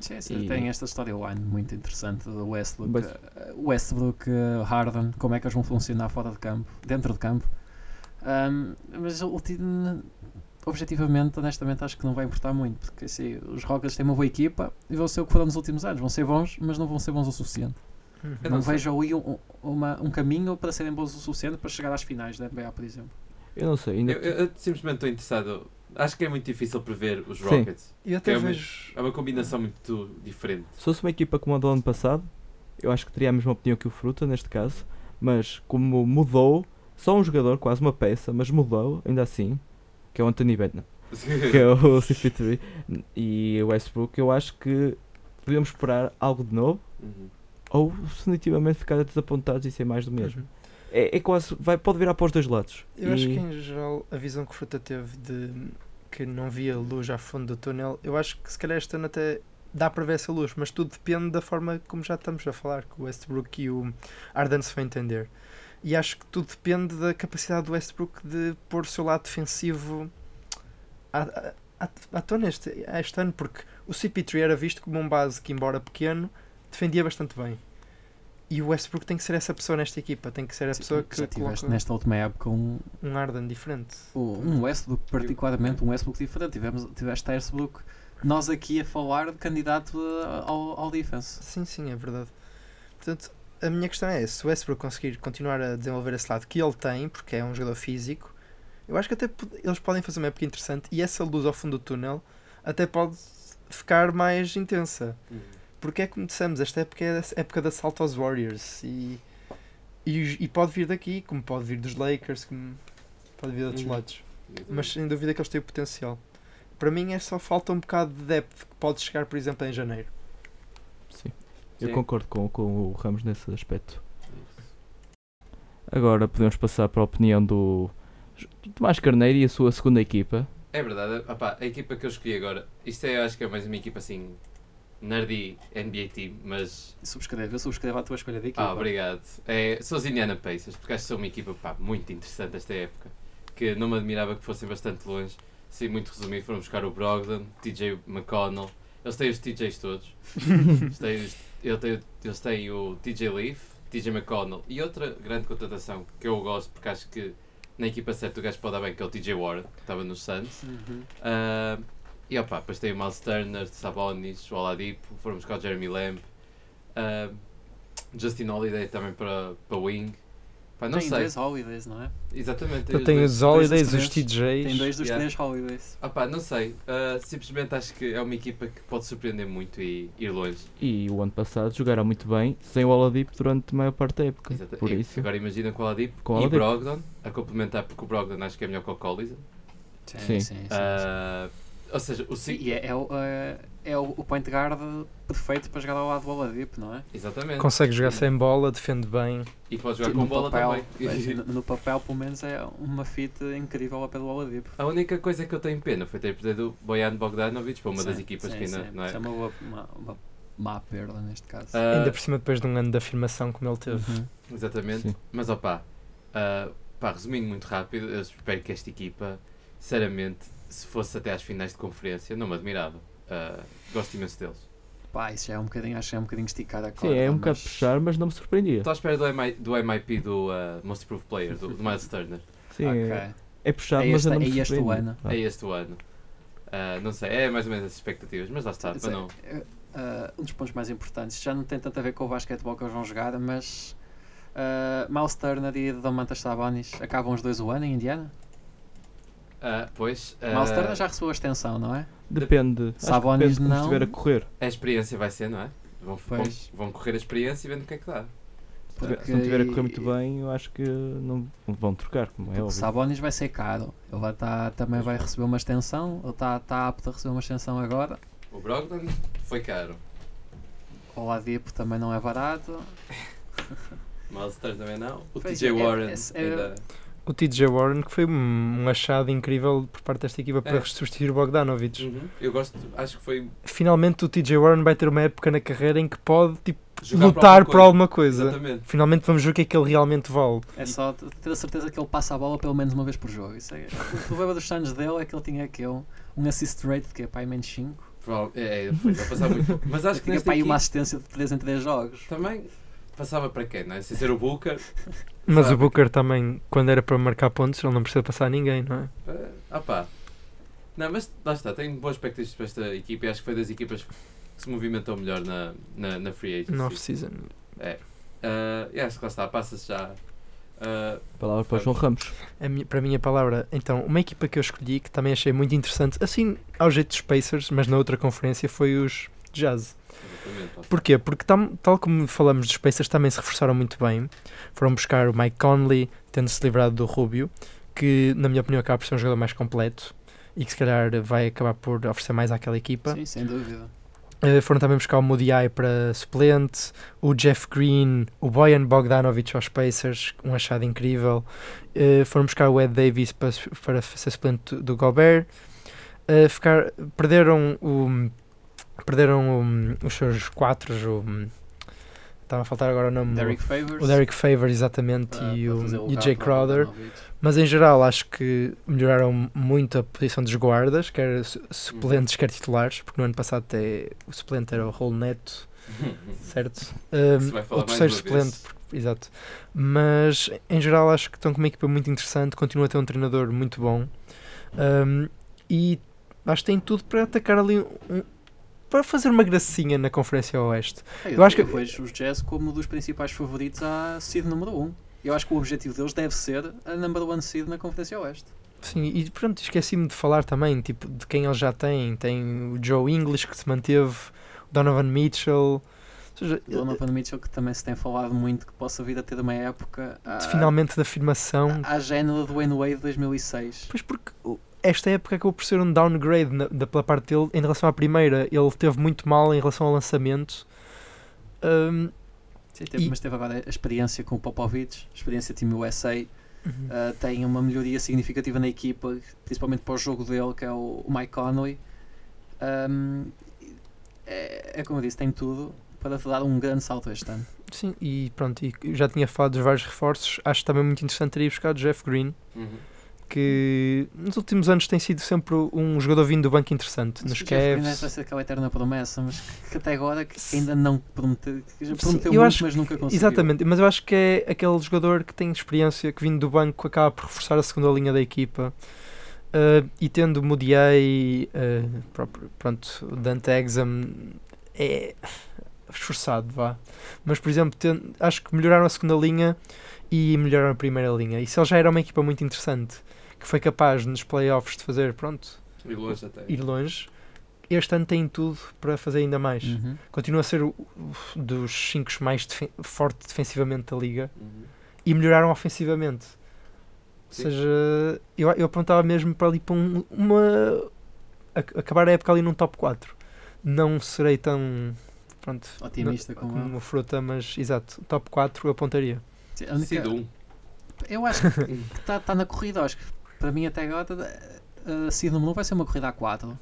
S4: Sim, sim,
S1: E- né?
S4: Tem esta storyline muito interessante do Westbrook,
S1: Mas-
S4: eh, Westbrook eh, Harden, como é Um, que eles vão funcionar fora de campo, dentro de campo. Ahm, mas o time objetivamente, honestamente, acho que não vai importar muito, porque assim, os Rockets têm uma boa equipa e vão ser o que foram nos últimos anos. Vão ser bons, mas não vão ser bons o suficiente.
S3: Eu
S4: não
S2: Uhum.
S3: não sei.
S4: vejo ali um, uma- um caminho para serem bons o suficiente para chegar às finais da NBA, por exemplo.
S1: Eu não sei, ainda.
S3: Eu, eu- eu simplesmente estou interessado. Acho que é muito difícil prever os
S1: Sim.
S3: Rockets.
S2: E até
S3: É uma-
S2: vejo.
S3: É uma combinação muito diferente.
S1: Se fosse uma equipa como a do ano passado, eu acho que teria a mesma opinião que o Fruta neste caso, mas como mudou, só um jogador, quase uma peça, mas mudou, ainda assim, que é o Anthony Bennett, que é o CP3 e o Westbrook, eu acho que podíamos esperar algo de novo,
S3: Uhum.
S1: ou definitivamente ficar desapontados e ser mais do mesmo. É, é quase, vai, pode virar para os dois lados.
S2: Eu
S1: E-
S2: acho que em geral a visão que o Fruta teve de que não via luz ao fundo do túnel, eu acho que se calhar este ano até dá para ver essa luz, mas tudo depende da forma como já estamos a falar, que o Westbrook e o Arden se vão entender. E acho que tudo depende da capacidade do Westbrook de pôr o seu lado defensivo à, à, à, à tona este, a este ano, porque o CP3 era visto como um base que, embora pequeno, defendia bastante bem. E o Westbrook tem que ser essa pessoa nesta equipa, tem que ser É a pessoa que
S4: Tipo, já tiveste
S2: coloca
S4: nesta última época um,
S2: um Arden diferente.
S4: O-
S3: Hum.
S4: um Westbrook, particularmente um Westbrook diferente. Tivemos, tiveste a Westbrook, nós aqui a falar de candidato a- ao, ao defense.
S2: Sim, sim, é verdade. Portanto, a minha questão é: se o Westbrook conseguir continuar a desenvolver esse lado que ele tem, porque é um jogador físico, eu acho que até pod- eles podem fazer uma época interessante e essa luz ao fundo do túnel até pode ficar mais intensa.
S3: Uhum.
S2: Porque é como dissemos, esta época é a época de assalto aos Warriors e, e, os- e pode vir daqui, como pode vir dos Lakers, como pode vir de outros
S3: Uhum.
S2: lados
S3: Exatamente.
S2: mas sem dúvida que eles têm o potencial. Para mim é só falta um bocado de depth que pode chegar, por exemplo, em janeiro.
S1: Sim. Eu
S3: Sim.
S1: concordo com, com o Ramos nesse aspecto. Agora podemos passar para a opinião do do Tomás Carneiro e a sua segunda equipa.
S3: É verdade, opá, a equipa que eu escolhi agora, isto é, eu acho que é mais uma equipa assim, nerdy NBA team, mas.
S4: Subscreve, eu subscrevo a tua escolha de equipa.
S3: Ah, obrigado. É, são os Indiana Pacers, porque acho que são uma equipa pá, muito interessante desta época, que não me admirava que fossem bastante longe. Sim, muito resumido, foram buscar o Brogdon, TJ McConnell, eles têm os TJs todos. eles, têm, os- eu tenho- eles têm o TJ Leaf, TJ McConnell e outra grande contratação que eu gosto, porque acho que na equipa certa o gajo pode dar bem, que é o TJ Warren, que estava nos Suns.
S4: Uhum.
S3: Ah, e opa, depois tem o Miles Turner, Sabonis, o Oladipo, foram buscar o Jeremy Lamb, ah, Justin Holiday também para, para Wing. Pá, não
S4: Tem
S3: sei,
S4: dois holidays, não é?
S3: exatamente.
S2: Eu
S3: os
S2: tenho
S3: dois.
S2: os
S4: Holidays,
S2: holidays,
S4: os
S2: os
S4: Tem
S2: TJs.
S4: dois dos
S3: Yeah.
S4: três holidays.
S3: Opa, não sei, ah, simplesmente acho que é uma equipa que pode surpreender muito e ir longe.
S1: E o ano passado jogaram muito bem sem o Oladipo durante a maior parte da época.
S3: Exata-
S1: Por
S3: e
S1: isso,
S3: Agora imagina com o Oladipo
S1: Com o
S3: e o
S1: Oladipo.
S3: Brogdon, a complementar, porque o Brogdon acho que é melhor que o Collins.
S1: Sim.
S3: Ah, ou seja, o Sig-
S4: E é, é, o- é, é o, o point guard perfeito para jogar ao lado do Oladipo, não é?
S3: Exatamente.
S2: Consegue jogar sem bola, defende bem.
S3: E pode jogar com bola
S4: Tipo, papel,
S3: também.
S4: no, no papel, pelo menos, é uma fit incrível ao pé do Oladipo.
S3: A única coisa que eu tenho pena foi ter perdido o Bojan Bogdanovic para uma das
S4: Sim,
S3: equipas
S4: sim,
S3: que ainda
S4: sim.
S3: não é.
S4: Isso é uma, boa- uma, uma má perda neste caso.
S3: Ah,
S2: Ainda por cima, depois de um ano de afirmação como ele teve.
S4: Uhum.
S3: Exatamente.
S1: Sim.
S3: Mas opá, ah, pá, resumindo muito rápido, eu espero que esta equipa, sinceramente, se fosse até às finais de conferência, não me admirava. Ah, gosto imenso deles.
S4: Pá, isso já é um bocadinho, acho que é um bocadinho esticado a
S1: sim,
S4: corda.
S1: é um bocado
S4: mas-
S1: puxar, mas não me surpreendia.
S4: Tá,
S3: Estou à espera do, MI do MIP do ah, Most Improved Player, do, do Miles Turner.
S1: Sim,
S4: Ok.
S1: é- é puxar,
S4: É
S1: mas eu
S4: este-
S1: não me
S4: é este o
S1: surpreendi.
S4: ano.
S1: Ah,
S3: É este o ano. Ah, não sei, é mais ou menos as expectativas, mas lá está,
S4: Isso
S3: para
S4: é-
S3: não.
S4: é, ah, um dos pontos mais importantes, já não tem tanto a ver com o basquetebol que eles vão jogar, mas uh, Miles Turner e Domantas Sabonis acabam os dois o ano em Indiana.
S3: Ah, pois, ah,
S4: Miles Turner já recebeu a extensão, não é?
S1: Depende. acho que
S4: Sabonis
S1: depende de como
S4: não.
S1: estiver a correr.
S3: a experiência vai ser, não é? Vão, vão,
S4: Pois.
S3: vão correr a experiência e vendo o que é que dá.
S1: Se não estiver a correr muito bem, eu acho que não vão trocar, como é
S4: Porque
S1: óbvio.
S4: Sabonis vai ser caro. Ele vai tá, também vai receber uma extensão. Ele está tá apto a receber uma extensão agora.
S3: O Brogdon foi caro.
S4: O Ladipo também não é barato.
S3: Miles Turner também não. O
S4: Pois
S3: TJ
S4: é,
S3: Warren
S4: é- é-
S3: ainda.
S2: O TJ Warren, que foi um um achado incrível por parte desta equipa para
S3: É.
S2: substituir o Bogdanovic.
S3: Uhum. Eu gosto, acho que foi
S2: Finalmente, o TJ Warren vai ter uma época na carreira em que pode tipo,
S3: jogar
S2: lutar por alguma coisa.
S3: Exatamente.
S2: Finalmente, vamos ver o que é que ele realmente vale.
S4: É só t- ter a certeza que ele passa a bola pelo menos uma vez por jogo. Isso é- o problema dos Suns dele é que ele tinha aqui um, um assist rate de que é pai menos 5.
S3: Prova- É, é, pois, vai passar muito pouco. Mas acho que
S4: Tinha
S3: nesta
S4: para aí
S3: equipe
S4: uma assistência de 3 em 3 jogos.
S3: também passava para quem, não é? Sem ser o Booker.
S2: Mas
S3: Sabe.
S2: o Booker também, quando era para marcar pontos, ele não precisa passar a ninguém, não é?
S3: eh, Ah pá. Não, mas lá está, tenho boas expectativas para esta equipa e acho que foi das equipas que se movimentou melhor na, na, na Free Agency.
S2: No off-season.
S3: Ah, e acho que lá está, passa-se já. Ah,
S1: Palavra para o João Ramos.
S2: A mi- para a minha palavra, então, uma equipa que eu escolhi que também achei muito interessante, assim ao jeito dos Pacers, mas na outra conferência, foi os Jazz.
S3: exatamente, lá está.
S2: Porquê? Porque tam- tal como falamos dos Pacers, também se reforçaram muito bem. Foram buscar o Mike Conley, tendo-se livrado do Rubio, que na minha opinião acaba por ser um jogador mais completo e que se calhar vai acabar por oferecer mais àquela equipa.
S4: Sim, sem dúvida.
S2: Eh, foram também buscar o Modiai para suplente, o Jeff Green, o Boyan Bogdanovic aos Pacers, um achado incrível. Eh, foram buscar o Ed Davis para, su- para ser suplente do- do Gobert. Eh, ficar, perderam o, perderam o- os seus quatro. o- Estava a faltar agora o nome.
S4: Derek Favors.
S2: o Derek Favor, exatamente,
S4: para-
S2: e
S4: para
S2: o,
S4: fazer
S2: e o
S4: lugar
S2: Jay
S4: para o
S2: Crowder.
S4: Bogdanovic.
S2: Mas em geral acho que melhoraram muito a posição dos guardas, quer su-
S3: Uhum.
S2: suplentes, quer titulares, porque no ano passado até o suplente era o Rolo Neto, certo?
S3: Se vai
S2: Um,
S3: falar
S2: o terceiro
S3: mais uma vez.
S2: suplente, porque- exato. Mas em geral acho que estão com uma equipa muito interessante, continua a ter um treinador muito bom um, e acho que tem tudo para atacar ali um- para fazer uma gracinha na Conferência Oeste.
S4: Eu,
S2: Eu acho
S4: acho
S2: que-
S4: que vejo os Jazz como um dos principais favoritos à seed número 1. Um. Eu acho que o objetivo deles deve ser a number one seed na Conferência Oeste.
S2: Sim, e pronto, esqueci-me de falar também tipo, de quem eles já têm. Tem o Joe English que se manteve, o Donovan Mitchell. Ou seja,
S4: O Donovan Mitchell, que também se tem falado muito, que possa vir a ter uma época à,
S2: de- finalmente da afirmação.
S4: à, à género do Wayne Wade 2006.
S2: Pois porque o- esta época acabou por ser um downgrade na- da, pela parte dele em relação à primeira. Ele teve muito mal em relação ao lançamento. Hum, Ahm,
S4: Sim, teve-
S2: E-
S4: Mas teve agora a experiência com o Popovich, a experiência time USA, Uh, tem uma melhoria significativa na equipa, principalmente para o jogo dele, que é o, o Mike Conley. Um, é, é como eu disse, tem tudo para dar um grande salto este ano.
S2: sim, e pronto, e eu já tinha falado dos vários reforços. Acho também muito interessante ter ido buscar o Jeff Green.
S3: Uhum.
S2: Que nos últimos anos tem sido sempre um jogador vindo do banco interessante. Nos
S4: Jeff Green é
S2: Cavs,
S4: vai ser aquela eterna promessa, mas que, que até agora que ainda não prometeu, que já
S2: Sim,
S4: prometeu
S2: eu
S4: muito,
S2: acho
S4: mas nunca conseguiu.
S2: Exatamente, mas eu acho que é aquele jogador que tem experiência, que vindo do banco acaba por reforçar a segunda linha da equipa. Ah, e tendo Modiei, ah, próprio, pronto, o Dante Exam é esforçado, vá. Mas, por exemplo, ten- acho que melhoraram a segunda linha e melhoraram a primeira linha. Isso já era uma equipa muito interessante, que foi capaz nos playoffs de fazer, pronto,
S3: E longe até.
S2: ir longe. Este ano tem tudo para fazer ainda mais
S4: Uhum.
S2: continua a ser o- o- dos 5 mais defen forte defensivamente da liga
S3: Uhum.
S2: e melhoraram ofensivamente. Ou
S3: Sim.
S2: seja, eu, eu apontava mesmo para ali para um- uma. a- acabar a época ali num top 4. Não serei tão. Pronto,
S4: Otimista é?
S2: não-
S4: como eu.
S2: como o Fruta, mas exato, top 4 eu apontaria.
S4: Sim, a única-
S3: Sido um.
S4: Eu acho que está na corrida, acho que para mim até agora tá, eh, a seed número 1 vai ser uma corrida a 4.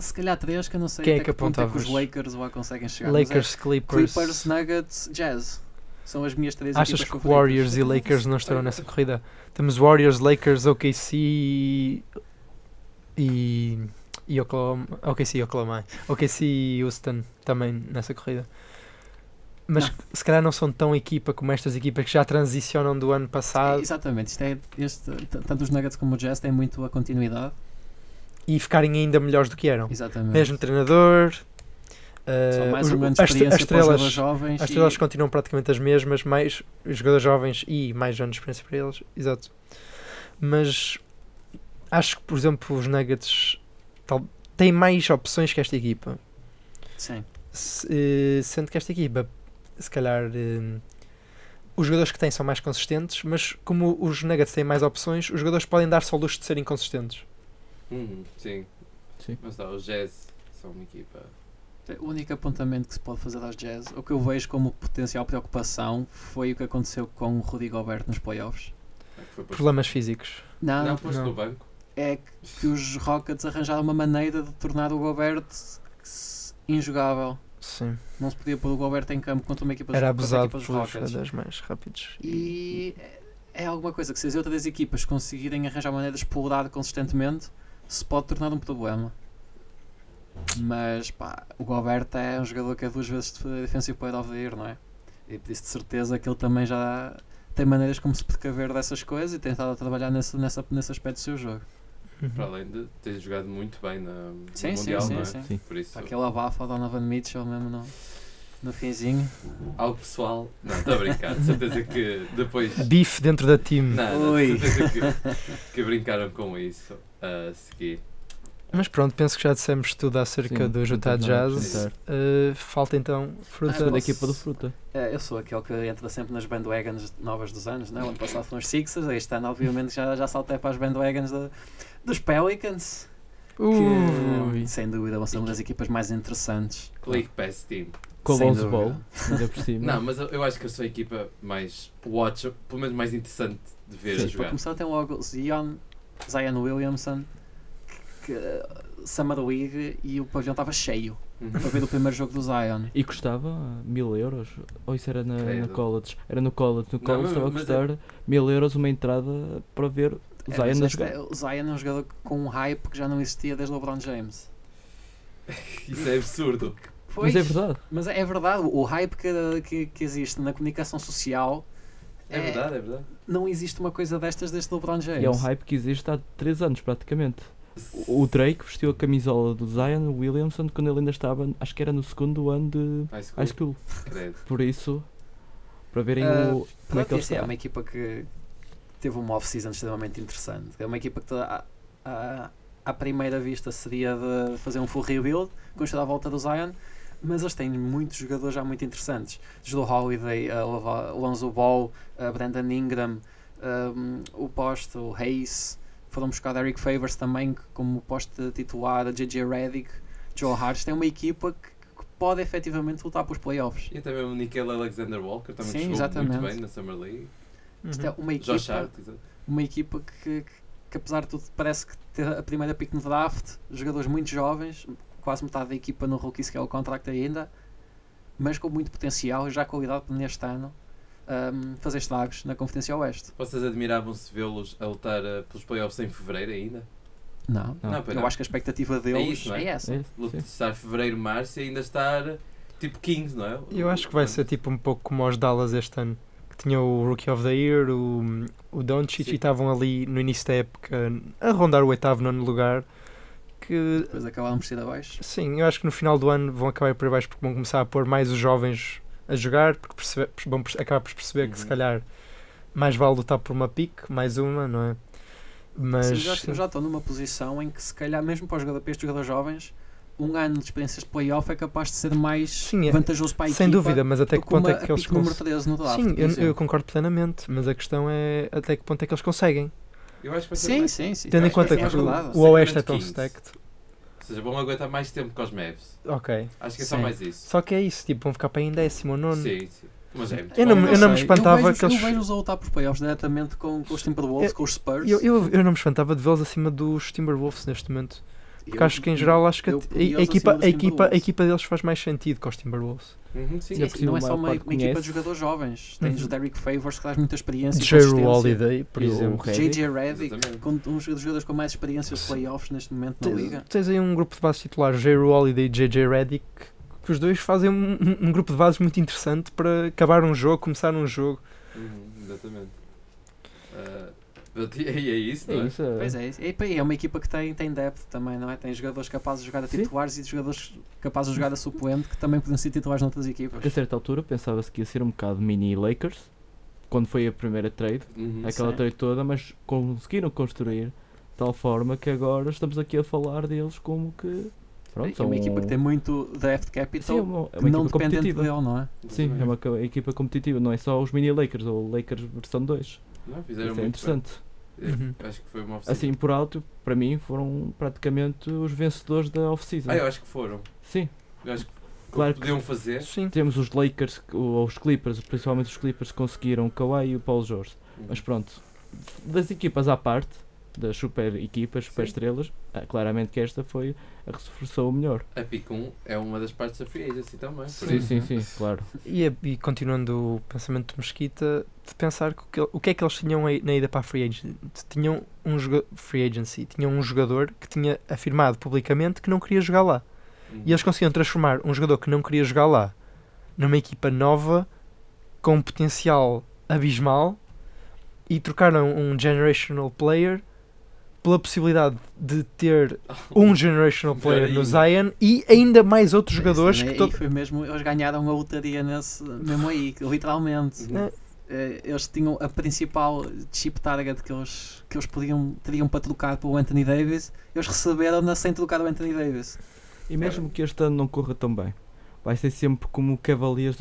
S4: se calhar 3, que eu não sei
S2: Quem é
S4: até
S2: que
S4: ponto é que os
S2: apontavas?
S4: Lakers lá conseguem chegar. mas é-
S2: Lakers, Clippers.
S4: Clippers, Nuggets, Jazz. São as minhas três
S2: Achas
S4: equipas
S2: que
S4: favoritas.
S2: Warriors e Lakers não estarão nessa corrida? Temos Warriors, Lakers, OKC e. e, e Oklahoma. OKC e Oklahoma. OKC e Houston também nessa corrida. Mas se calhar não são tão equipa como estas equipas que já transicionam do ano passado
S4: Exatamente, isto é, este, t- tanto os Nuggets como o Jazz têm muito a continuidade.
S2: e ficarem ainda melhores do que eram.
S4: Exatamente.
S2: Mesmo treinador.
S4: Só
S2: eh,
S4: mais
S2: os-
S4: uma grande
S2: as tre-
S4: experiência
S2: as
S4: para os jogadores
S2: estrelas
S4: jovens.
S2: As
S4: e-
S2: estrelas continuam praticamente as mesmas, mais os jogadores jovens e mais anos de experiência para eles, exato. Mas acho que, por exemplo, os Nuggets tal- têm mais opções que esta equipa.
S4: Sim,
S2: Se- eh, sendo que esta equipa, se calhar, eh, os jogadores que têm são mais consistentes, mas como os Nuggets têm mais opções, os jogadores podem dar só luxo de serem consistentes.
S3: Uhum, Sim.
S1: Sim.
S3: Mas tá, os Jazz são uma equipa.
S4: É, o único apontamento que se pode fazer aos Jazz, o que eu vejo como potencial preocupação, foi o que aconteceu com o Rudy Gobert nos playoffs.
S3: é que foi posto-
S2: Problemas físicos.
S4: Não,
S3: Não, posto
S2: não.
S3: no banco.
S4: é que os Rockets arranjaram uma maneira de tornar o Gobert s- injogável.
S2: Sim,
S4: Não se podia pôr o Gobert em campo contra uma equipa
S2: era
S4: contra a
S2: abusado
S4: equipa
S2: pelos
S4: dos Rockets.
S2: jogadores mais rápidos.
S4: E é alguma coisa que se as outras equipas conseguirem arranjar maneira de explorar consistentemente, se pode tornar um problema. Mas pá, o Gobert é um jogador que é duas vezes de Defensive Player of the Year, não é? E por isso de certeza que ele também já tem maneiras como se precaver dessas coisas e tem estado a trabalhar nesse, nessa, nesse aspecto do seu jogo.
S2: Uhum.
S3: para além de ter jogado muito bem na, no
S4: Sim, sim,
S3: Mundial,
S4: sim,
S3: não é?
S4: sim.
S1: Sim.
S3: Por isso,
S4: Está aquele abafo ao Donovan Mitchell mesmo é? no, no finzinho.
S3: ao pessoal, não, estou a brincar, de certeza que depois.
S2: Bife dentro da time.
S3: Não, não,
S4: Ui.
S3: de certeza que, que brincaram com isso a seguir.
S2: Mas pronto, penso que já dissemos tudo acerca
S1: Sim,
S2: do Utah
S1: não tem nada a
S2: Jazz.
S1: acrescentar.
S2: Uh, falta então
S4: Ah,
S2: fruta.
S1: Segunda
S4: posso-
S1: equipa do Fruta.
S4: É, eu sou aquele que entra sempre nas bandwagons novas dos anos, não é? O ano passado foram os Sixers, este ano, obviamente, já, já saltei para as bandwagons da- dos Pelicans, que
S2: Ui.
S4: sem dúvida vão ser uma das equipas mais interessantes.
S3: Click Pass Team.
S1: Com o
S4: Sem
S1: Lonzo
S4: dúvida.
S1: Ball, ainda por cima.
S3: Não, mas eu, eu acho que eles são a equipa mais watch, pelo menos mais interessante de ver a
S4: Sim, para
S3: jogar.
S4: começar, tem logo Zion, Zion Williamson, que, Summer League e o pavilhão estava cheio
S3: Uhum.
S4: para ver o primeiro jogo do Zion.
S1: E custava mil euros? Ou isso era na, na
S3: Credo.
S1: college? Era no college. No
S3: Não,
S1: college
S3: mas-
S1: estava a
S3: mas é-
S1: custar mil euros uma entrada para ver o
S4: É,
S1: Zion
S4: mas
S1: a
S4: este
S1: jogar.
S4: é- o Zion é um jogador com um hype que já não existia desde o LeBron James.
S3: Isso é absurdo.
S1: Mas é verdade.
S4: Mas é é verdade, o hype que, que, que existe na comunicação social
S3: É verdade, é verdade.
S4: não existe uma coisa destas desde LeBron James.
S1: E é um hype que existe há 3 anos praticamente. O o Drake vestiu a camisola do Zion Williamson quando ele ainda estava, acho que era no segundo ano de
S3: High school,
S1: high school.
S3: credo.
S1: Por isso, para verem
S4: Ah,
S1: o, como é que ele
S4: Pronto, é,
S1: está.
S4: uma equipa que teve uma off-season extremamente interessante. É uma equipa que tá- à, à- à primeira vista seria de fazer um full rebuild, construir à volta do Zion, mas eles têm muitos jogadores já muito interessantes. Joe Holiday, ah, Lava- Lonzo Ball, ah, Brandon Ingram, ahm, o poste, o Hayes, foram buscar Eric Favors também como poste titular, JJ Redick, Joe Hart. É uma equipa que, que pode efetivamente lutar para os playoffs.
S3: E também o Nickel Alexander Walker também
S4: Sim,
S3: jogou
S4: exatamente.
S3: muito bem na Summer League.
S2: Uhum.
S1: Uhum.
S4: Isto é uma equipa
S3: Josh Hart, exato.
S4: uma equipa que, que- que, apesar de tudo parece que ter a primeira pick no draft, jogadores muito jovens, quase metade da equipa no rookie scale contract ainda, mas com muito potencial e já qualidade para neste ano ahm, fazer estragos na Conferência Oeste.
S3: Vocês admiravam-se vê-los a lutar eh, pelos playoffs em fevereiro ainda?
S4: Não.
S1: Não,
S3: pois
S4: Eu acho que a expectativa deles
S3: isso, não é?
S4: essa.
S1: É,
S3: Luta
S1: sim.
S3: de estar fevereiro, março e ainda estar tipo 15, não é?
S2: Eu acho que vai ser tipo um pouco como aos Dallas este ano. Que tinha o Rookie of the Year, o, o Doncic
S3: Sim.
S2: e estavam ali no início da época a rondar o oitavo, nono lugar. Que
S4: Depois acabaram por ser abaixo.
S2: Sim, eu acho que no final do ano vão acabar por aí baixo porque vão começar a pôr mais os jovens a jogar, porque percebe- vão perce- acabar por perceber que se
S3: Uhum.
S2: calhar mais vale lutar por uma pique, mais uma, não é? Mas
S4: Sim, eu, já, eu já estou numa posição em que se calhar mesmo para os jogadores, para estes jogadores jovens, um ano de experiências de playoff é capaz de ser mais
S2: Sim, é-
S4: vantajoso para a
S2: sem
S4: equipa
S2: dúvida, mas até
S4: do
S2: que ponto
S4: uma,
S2: é que
S4: a
S2: eles
S4: pick número
S2: conseguem?
S4: 13 no draft,
S2: Sim, eu,
S4: por
S2: eu
S4: exemplo.
S2: concordo plenamente, mas a questão é até que ponto é que eles conseguem.
S3: Eu acho que vai ser
S4: Sim,
S3: mais-
S4: sim, sim.
S2: Tendo em
S3: acho que
S2: conta
S3: vai
S2: que
S3: ser
S2: o,
S3: verdade.
S2: o Oeste é
S3: Seguramente
S2: tão
S3: 15.
S2: stacked.
S3: Ou seja, vão aguentar mais tempo que os Mavs.
S2: Ok.
S3: Acho que é só
S2: Sim.
S3: mais isso.
S2: Só que é isso, tipo, vão ficar para aí em décimo ou nono.
S3: Sim, sim. Mas é muito
S2: Eu não me-
S3: bom.
S2: eu não me
S4: sei.
S2: espantava
S4: eu vejo,
S2: que eles-
S4: Eu vejo-os a lutar por playoffs diretamente com, com os Timberwolves, com os Spurs.
S2: Eu, eu, eu não me espantava de vê-los acima dos Timberwolves neste momento. Porque
S4: Eu-
S2: acho que em geral é acho que a,
S4: eu
S2: a
S4: podia-os
S2: equipa,
S4: acima dos
S2: a, equipa, a
S4: Timberwolves.
S2: equipa deles faz mais sentido que os Timberwolves.
S3: Uhum, sim.
S4: Sim,
S1: é possível,
S4: não é
S1: a
S4: só
S1: maior
S4: uma,
S1: parte
S4: uma equipa de
S1: conhece.
S4: jogadores jovens. Tens
S2: Uhum.
S4: o Derrick Favors que traz muita experiência. e
S2: Jerry
S4: consistência.
S2: Holiday, por
S1: E o
S2: exemplo.
S1: Redick.
S4: JJ Redick,
S3: Exatamente.
S4: com um dos jogadores com mais experiência de playoffs neste momento na liga.
S2: Tens, tens aí um grupo de bases titular, Jerry Holiday e JJ Redick, que os dois fazem um, um- um grupo de bases muito interessante para acabar um jogo, começar um jogo.
S3: Uhum, exatamente. Ah, but- e e é isso,
S1: É
S3: não é?
S1: isso. é.
S4: Pois é, é, é uma equipa que tem, tem depth também, não é? Tem jogadores capazes de jogar a
S1: Sim.
S4: titulares e jogadores capazes de jogar a suplente que também podem ser titulares noutras equipas.
S1: Porque a certa altura pensava-se que ia ser um bocado mini Lakers, quando foi a primeira trade,
S3: Uhum.
S1: aquela
S4: Sim.
S1: trade toda, mas conseguiram construir de tal forma que agora estamos aqui a falar deles como que. Pronto,
S4: é
S1: são
S4: uma equipa que tem muito draft
S1: Sim, é
S4: capital,
S1: uma, é uma
S4: não
S1: equipa
S4: dependente
S1: competitiva.
S4: dele, não é?
S1: Sim, é uma co- equipa competitiva, não é só os mini Lakers ou Lakers versão 2.
S3: Não, fizeram
S1: Isso é
S3: muito bem.
S1: interessante.
S2: Uhum.
S3: Eu Acho que foi uma oficina.
S1: Assim, por alto, para mim foram praticamente os vencedores da off-season.
S3: Ah, eu acho que foram.
S1: Sim,
S3: Eu acho que o que
S1: Claro que-
S3: podiam fazer.
S2: Sim.
S1: temos os Lakers, que- ou os Clippers, principalmente os Clippers que conseguiram o Kawhi e o Paul George. Mas pronto, das equipas à parte, das super equipas, super
S3: Sim.
S1: estrelas, ah, claramente que esta foi a que se reforçou o melhor.
S3: A PIC 1 é uma das partes da Free Agency também. Por
S1: Sim,
S3: isso.
S1: sim, sim, Uhum. claro.
S2: E, é- e continuando o pensamento de Mesquita, de pensar que o, que, ele- o que é que eles tinham aí na ida para a free agency. Tinham um joga- free agency, tinham um jogador que tinha afirmado publicamente que não queria jogar lá.
S3: Uhum.
S2: E eles conseguiam transformar um jogador que não queria jogar lá numa equipa nova com um potencial abismal e trocaram um generational player pela possibilidade de ter um generational player no Zion e ainda mais outros jogadores
S4: Sim,
S2: que
S4: e
S2: todo...
S4: foi mesmo, eles ganharam a lotaria nesse, mesmo aí, que literalmente.
S3: Uhum.
S1: Ah,
S2: É.
S4: Eh, Eles tinham a principal chip target que eles, que eles podiam, teriam para trocar pelo Anthony Davis, eles receberam-na sem trocar o Anthony Davis.
S1: E mesmo que este ano não corra tão bem, vai ser sempre como o Cavaliers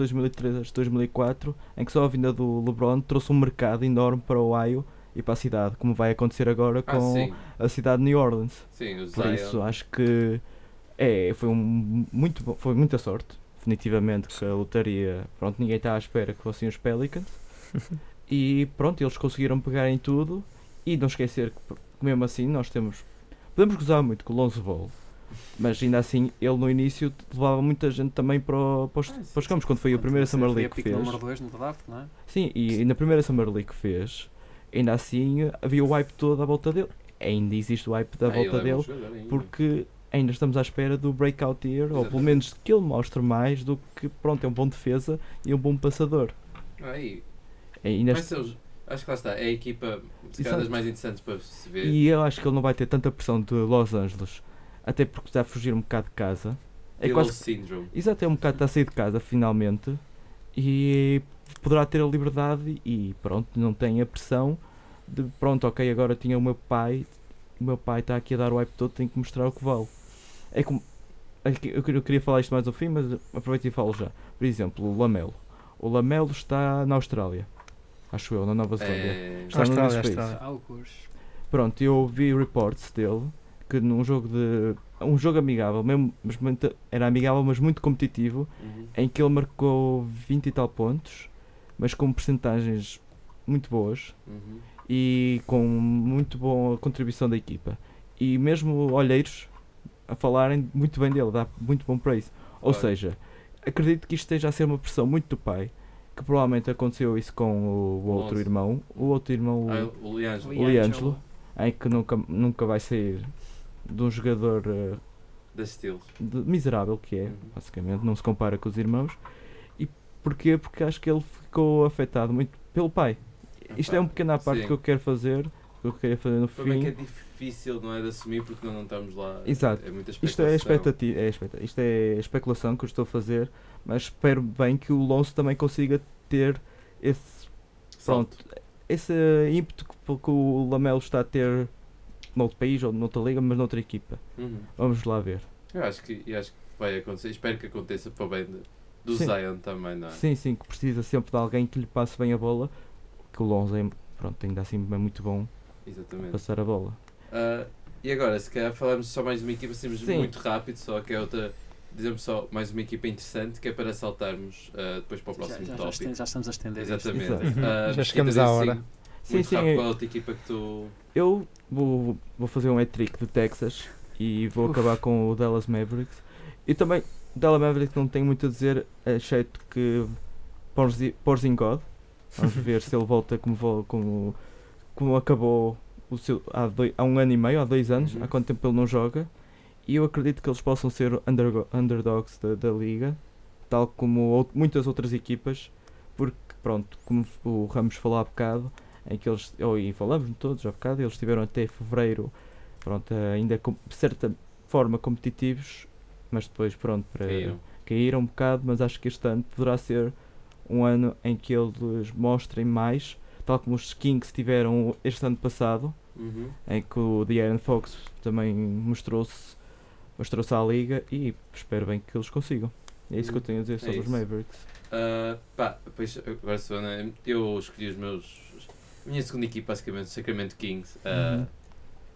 S1: 2003-2004, em que só a vinda do LeBron trouxe um mercado enorme para o Ohio e para a cidade, como vai acontecer agora
S3: Ah,
S1: com
S3: sim,
S1: a cidade de New Orleans.
S3: sim, o
S1: Por isso
S3: Zion.
S1: acho que é, foi, um, muito, bom- foi muita sorte, definitivamente, que a lotaria. Pronto, ninguém está à espera que fossem os Pelicans. e pronto, eles conseguiram pegar em tudo. E não esquecer que, pr- mesmo assim, nós temos. Podemos gozar muito com o Lonzo Ball, mas ainda assim, ele no início levava muita gente também para, o- para, os,
S3: Ah, sim,
S1: para os campos, quando foi a
S4: Portanto,
S1: primeira
S4: essa
S1: Summer
S4: foi a
S1: League que
S4: pick
S1: fez.
S4: número 2 no draft, não é?
S1: Sim, e, e na primeira Summer League que fez, ainda assim, havia o hype todo à volta dele. Ainda existe o hype da
S3: Ah, ele
S1: volta
S3: é
S1: dele
S3: bom jogador ainda.
S1: porque ainda estamos à espera do breakout year, ou pelo
S3: Exatamente.
S1: menos que ele mostre mais do que, pronto, é um bom defesa e um bom passador.
S3: Aí,
S1: E, ainda
S3: vai
S1: est-
S3: ser os- acho que lá está, é a equipa se calhar, das
S1: Exato.
S3: mais interessantes para se ver.
S1: e eu acho que ele não vai ter tanta pressão de Los Angeles, até porque está a fugir um bocado de casa. É
S3: Little
S1: quase...
S3: Syndrome.
S1: Exato, é um bocado está a sair de casa finalmente e poderá ter a liberdade e pronto, não tem a pressão de pronto, ok, agora tinha o meu pai, o meu pai está aqui a dar o hype todo, tenho que mostrar o que vale. É como. é que Eu queria eu queria falar isto mais ao fim, mas aproveito e falo já. Por exemplo, o Lamelo. O Lamelo está na Austrália. Acho eu, na Nova Zelândia.
S3: É,
S1: Está
S2: Austrália,
S1: num desses países.
S2: Austrália.
S4: Alguns.
S1: Pronto, eu vi reports dele que num jogo de. um jogo amigável, mesmo, mas muito, era amigável, mas muito competitivo,
S3: uhum.
S1: em que ele marcou 20 e tal pontos, mas com percentagens muito boas
S3: Uhum.
S1: e com muito boa contribuição da equipa. E mesmo olheiros a falarem muito bem dele, dá muito bom praise. Ou
S3: Claro.
S1: seja, acredito que isto esteja a ser uma pressão muito do pai, que provavelmente aconteceu isso com o, o outro
S3: Lonzo.
S1: irmão, o outro irmão,
S3: Ah,
S1: o-
S3: o Leandro,
S1: O Liangelo. em que nunca, nunca vai sair de um jogador eh,
S3: da Steelers.
S1: de- miserável que é,
S3: Uhum.
S1: basicamente, não se compara com os irmãos. E porquê? Porque acho que ele ficou afetado muito pelo pai. Isto é um pequeno à parte
S3: Sim.
S1: que eu quero fazer, que eu queria fazer no
S3: Também que é
S1: fim.
S3: difícil, não é, de assumir porque não, não estamos lá.
S1: Exato.
S3: É muita
S1: Isto é,
S3: expectativa.
S1: expectati- é expecta- isto é especulação que eu estou a fazer, mas espero bem que o Lonzo também consiga ter esse, pronto, esse ímpeto que, que o Lamelo está a ter noutro país ou noutra liga, mas noutra equipa.
S3: Uhum.
S1: Vamos lá ver.
S3: Eu acho que, eu acho que vai acontecer. Espero que aconteça para o bem de- do
S1: Sim.
S3: Zion também, não é?
S1: Sim, sim, que precisa sempre de alguém que lhe passe bem a bola, que o Lonzo é, pronto, ainda assim é muito bom
S3: Exatamente.
S1: passar a bola.
S3: Ah, e agora, se calhar falamos só mais de uma equipa, assim,
S1: Sim.
S3: muito rápido, só que é outra. Dizemos só mais uma equipa interessante que é para saltarmos ah, depois para o
S4: Já,
S3: próximo
S4: já, já,
S3: tópico.
S4: este- já estamos a estender. isto.
S3: Exatamente.
S1: Exato.
S3: Ah,
S2: Já
S3: Mesquita,
S2: chegamos
S3: diz
S2: à
S3: assim,
S2: hora.
S3: muito
S1: Sim, sim,
S3: rápido,
S1: eu-
S3: qual é a outra equipa que tu.
S1: Eu vou, vou fazer um hat-trick do Texas e vou
S2: Uf.
S1: acabar com o Dallas Mavericks. E também, o Dallas Mavericks não tenho muito a dizer, exceto que Porzi- Porzingod. Vamos ver se ele volta como, vo- como, como acabou o seu, há, doi- há um ano e meio, há dois anos,
S3: Uhum.
S1: há quanto tempo ele não joga. E eu acredito que eles possam ser undergo- underdogs da, da liga, tal como ou- muitas outras equipas, porque, pronto, como f- o Ramos falou há bocado, em que eles, ou, e falamos todos há bocado, eles estiveram até fevereiro, pronto, eh, ainda com- de certa forma competitivos, mas depois, pronto, para
S3: Caíram.
S1: caíram um bocado, mas acho que este ano poderá ser um ano em que eles mostrem mais, tal como os Kings tiveram este ano passado,
S3: Uhum.
S1: em que o De'Aaron Fox também mostrou-se mostrou à liga e espero bem que eles consigam. É isso que eu tenho a dizer sobre os
S3: isso.
S1: Mavericks.
S3: Ah, pá, pois agora sou, né? eu escolhi os meus. A minha segunda equipa, basicamente, os Sacramento Kings. Ah,
S1: Uhum.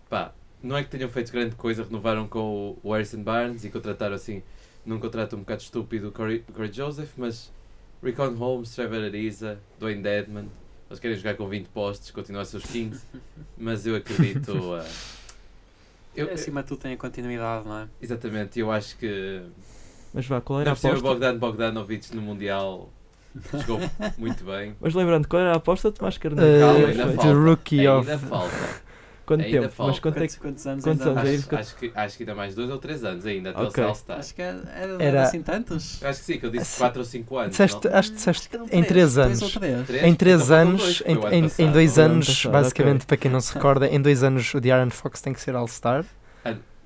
S3: Pá, não é que tenham feito grande coisa, renovaram com o Harrison Barnes e contrataram assim, num contrato um bocado estúpido, o Corey, o Corey Joseph, mas Recon Holmes, Trevor Ariza, Dwayne Dedman, eles querem jogar com 20 postes, continuar a ser os Kings, mas eu acredito. ah,
S1: É
S3: eu-
S1: assim.
S4: Acima de tudo tem a continuidade, não é?
S3: exatamente, eu acho que
S1: Mas vá, qual era a
S3: Deve ser o
S1: aposta?
S3: Bogdan Bogdanovic no Mundial. Jogou muito bem.
S1: Mas lembrando, qual era a aposta de Tomás Carneiro?
S3: Eh, Calma,
S2: Uh,
S3: ainda
S1: Foi.
S3: falta.
S2: the Rookie
S3: Ainda
S2: of
S3: falta.
S1: Quanto
S3: Ainda
S1: tempo?
S3: falta.
S1: Mas quanto é que.
S4: Quantos, quantos anos
S1: quantos
S4: ainda?
S1: anos?
S4: dá?
S1: isso
S3: Acho,
S1: que eu-
S3: acho que, acho que ainda mais dois ou três anos ainda, até o
S1: Ok.
S3: Cell estar.
S4: Acho que era, era,
S2: Era-
S4: assim tantos.
S3: Acho que sim, que eu disse
S2: Sim.
S3: 4 ou 5 anos.
S2: Disseste, acho que
S4: Acho
S2: disseste
S4: que eram
S2: em 3
S4: dois
S2: anos.
S4: ou três.
S3: Três?
S2: Em 3
S3: Então faltam
S2: anos,
S3: dois,
S2: em,
S3: foi o ano
S2: em, em
S3: passado.
S2: dois
S1: Foi o ano
S2: anos,
S1: passado,
S2: basicamente,
S1: ok.
S2: para quem não se recorda, em dois anos o De'Aaron Fox tem que ser All-Star.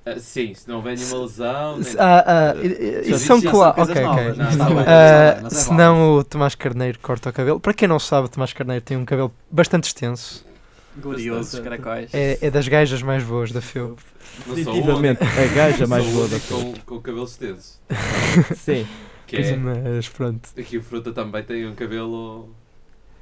S3: Ah, sim, se não vem nenhuma lesão. nem-
S2: Ah, ah,
S3: eh,
S2: e- e-
S3: já
S2: e são
S4: disse, já
S2: claro.
S3: tipo
S2: Ok,
S4: são coisas
S2: ok.
S4: novas,
S3: não,
S4: está
S3: bem,
S2: Ah,
S4: está bem, mas é
S2: senão o Tomás Carneiro corta o cabelo. Para quem não sabe, o Tomás Carneiro tem um cabelo bastante extenso.
S4: Gloriosos caracóis.
S2: É, é das gajas mais boas da FEU.
S3: não sou o único,
S1: Definitivamente, a gaja mais
S3: sou um o
S1: boa da
S3: único com, com o cabelo extenso.
S1: Sim,
S3: Que é,
S2: Mas pronto.
S3: aqui o Fruta também tem um cabelo.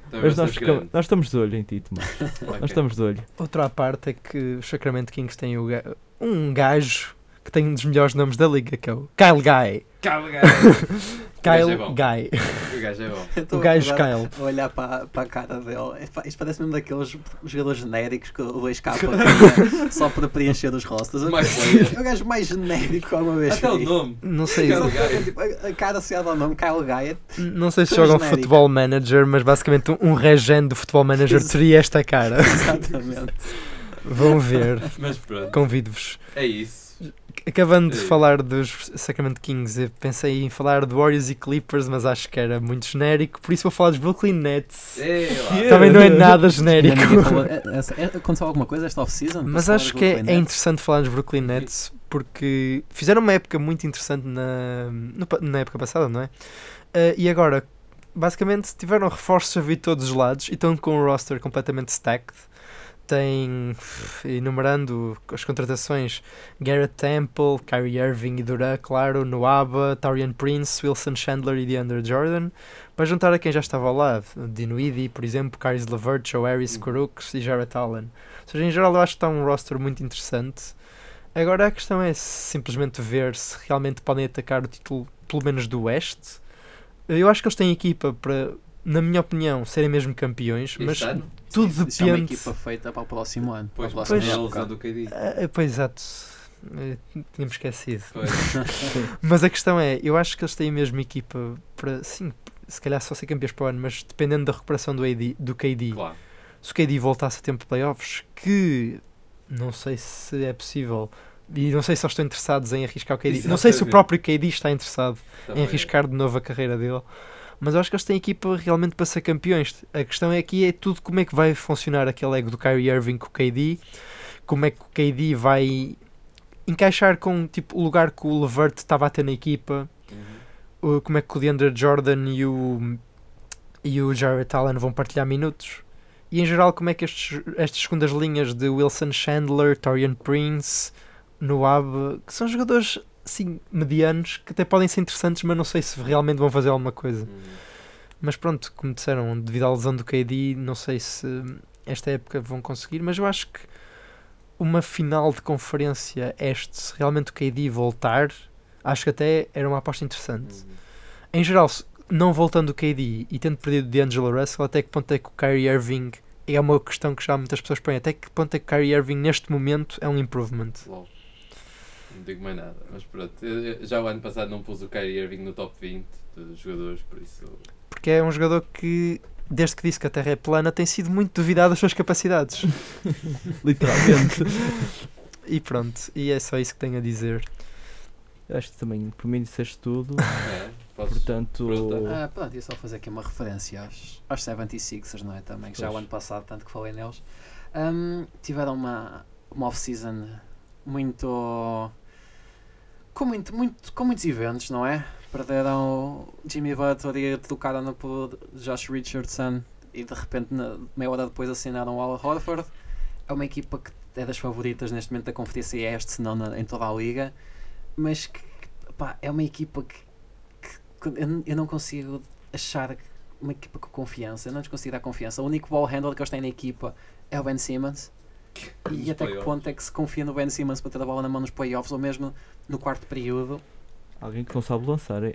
S3: Também
S1: mas nós,
S3: bastante
S1: ficamos-
S3: grande.
S1: nós estamos de olho em ti, Tomás.
S3: Ok.
S1: Nós estamos de olho.
S2: Outra à parte é que os Sacramento Kings têm o ga- um gajo que tem um dos melhores nomes da liga, que é o Kyle Guy.
S3: Calma, gajo. O gajo
S2: Kyle
S3: é bom.
S2: Guy.
S3: O gajo é bom.
S4: Eu estou
S2: O gajo
S4: agora
S2: Kyle.
S4: a olhar para, para a cara dele. Epá, Isto parece mesmo daqueles jogadores genéricos que o 2K cria só para preencher os rostros.
S3: Mais player.
S4: É o gajo mais genérico que alguma vez.
S3: Até o
S4: vi.
S3: nome.
S2: Não sei,
S3: Kyle Guy.
S4: É tipo, a- a cara associada ao nome, Kyle Guy, é
S2: não sei se
S4: Tão
S2: jogam
S4: genérico.
S2: Futebol Manager, mas basicamente um- um regen do Futebol Manager
S4: Exato.
S2: teria esta cara.
S4: exatamente.
S2: Vão ver,
S3: Mas pronto,
S2: convido-vos.
S3: é isso.
S2: Acabando de
S3: Ei.
S2: falar dos Sacramento Kings, eu pensei em falar de Warriors e Clippers, mas acho que era muito genérico, por isso vou falar dos Brooklyn Nets.
S3: Ei, lá.
S2: Também não é nada
S4: Ainda
S2: genérico.
S4: ninguém falou- é- é- é- Aconteceu alguma coisa esta off-season?
S2: Mas
S4: Falar
S2: acho
S4: do
S2: que é
S4: Brooklyn
S2: é
S4: Nets?
S2: interessante falar dos Brooklyn Nets porque fizeram uma época muito interessante na, no pa- na época passada, não é? Ah, e agora, basicamente, tiveram reforços a vir de todos os lados e estão com um roster completamente stacked. Tem, enumerando as contratações, Garrett Temple, Kyrie Irving e Duran, claro, Noaba, Tarian Prince, Wilson Chandler e DeAndre Jordan, para juntar a quem já estava ao lado, Dinwiddie, por exemplo, Caris LeVert, Joe Harris,
S3: Uhum.
S2: Kuruks e Jarrett Allen. Ou seja, em geral eu acho que está um roster muito interessante. Agora a questão é simplesmente ver se realmente podem atacar o título, pelo menos do Oeste. Eu acho que eles têm equipa para, na minha opinião, serem mesmo campeões,
S3: Este
S2: mas
S3: ano?
S2: tudo
S4: Isso- isso É uma
S2: depende.
S4: equipa feita para o próximo ano.
S3: Pois,
S4: para a
S3: pois,
S4: próxima
S3: pois. a
S4: época.
S3: lesão do KD.
S2: Ah, pois exato. Eh, Tínhamos esquecido.
S3: Pois.
S2: Mas a questão é, eu acho que eles têm mesmo equipa para, sim, se calhar só ser campeões para o ano, mas dependendo da recuperação do, AD, do KD,
S3: Claro.
S2: se o KD voltasse a tempo de playoffs, que não sei se é possível. E não sei se eles estão interessados em arriscar o KD. Não sei se o
S3: Exatamente.
S2: próprio KD está interessado
S3: também
S2: em
S3: é.
S2: arriscar de novo a carreira dele. Mas eu acho que eles têm equipa realmente para ser campeões. A questão é aqui é tudo como é que vai funcionar aquele ego do Kyrie Irving com o KD, como é que o KD vai encaixar com tipo, o lugar que o Levert estava a ter na equipa,
S3: Uhum.
S2: o- como é que o DeAndre Jordan e o, e o Jarrett Allen vão partilhar minutos. E em geral, como é que estes, estas segundas linhas de Wilson Chandler, Torian Prince, Noab, que são jogadores assim, medianos, que até podem ser interessantes, mas não sei se realmente vão fazer alguma coisa.
S3: Uhum.
S2: Mas pronto, como disseram, devido à lesão do KD, não sei se esta época vão conseguir, mas eu acho que uma final de conferência este, se realmente o KD voltar, acho que até era uma aposta interessante
S3: Uhum.
S2: em geral, se- não voltando o KD e tendo perdido o D'Angelo Russell, até que ponto é que o Kyrie Irving é uma questão que já muitas pessoas põem, até que ponto é que o Kyrie Irving neste momento é um improvement?
S3: Lol. Não digo mais nada, mas pronto. Eu- eu- Já o ano passado não pus o Kyrie Irving no top 20 dos jogadores, por isso.
S2: Porque é um jogador que, desde que disse que a Terra é plana, tem sido muito duvidado das suas capacidades.
S1: Literalmente.
S2: E pronto, e é só isso que tenho a dizer.
S1: Eu acho que também, por mim, disseste tudo.
S3: É, posso.
S1: Portanto,
S3: Pronto.
S4: Ah, pronto, ia só fazer aqui uma referência aos, aos 76ers, não é? Também, que já o
S1: Pois.
S4: ano passado, tanto que falei neles. Ahm, tiveram uma, uma off-season muito. Com, muito, muito. com muitos eventos, não é? Perderam o Jimmy Butler e trocaram-no por Josh Richardson e de repente, na- meia hora depois, assinaram o Al Horford. É uma equipa que é das favoritas neste momento da Conferência é Este, se não na- em toda a liga, mas que pá, é uma equipa que que eu n- eu não consigo achar que- uma equipa com confiança, eu não lhes consigo dar confiança. O único ball handler que eles têm na equipa é o Ben Simmons.
S3: Nos
S4: E até que
S3: playoffs.
S4: ponto é que se confia no Ben Simmons para ter a bola na mão nos playoffs ou mesmo no quarto período?
S1: alguém que não sabe lançar, é?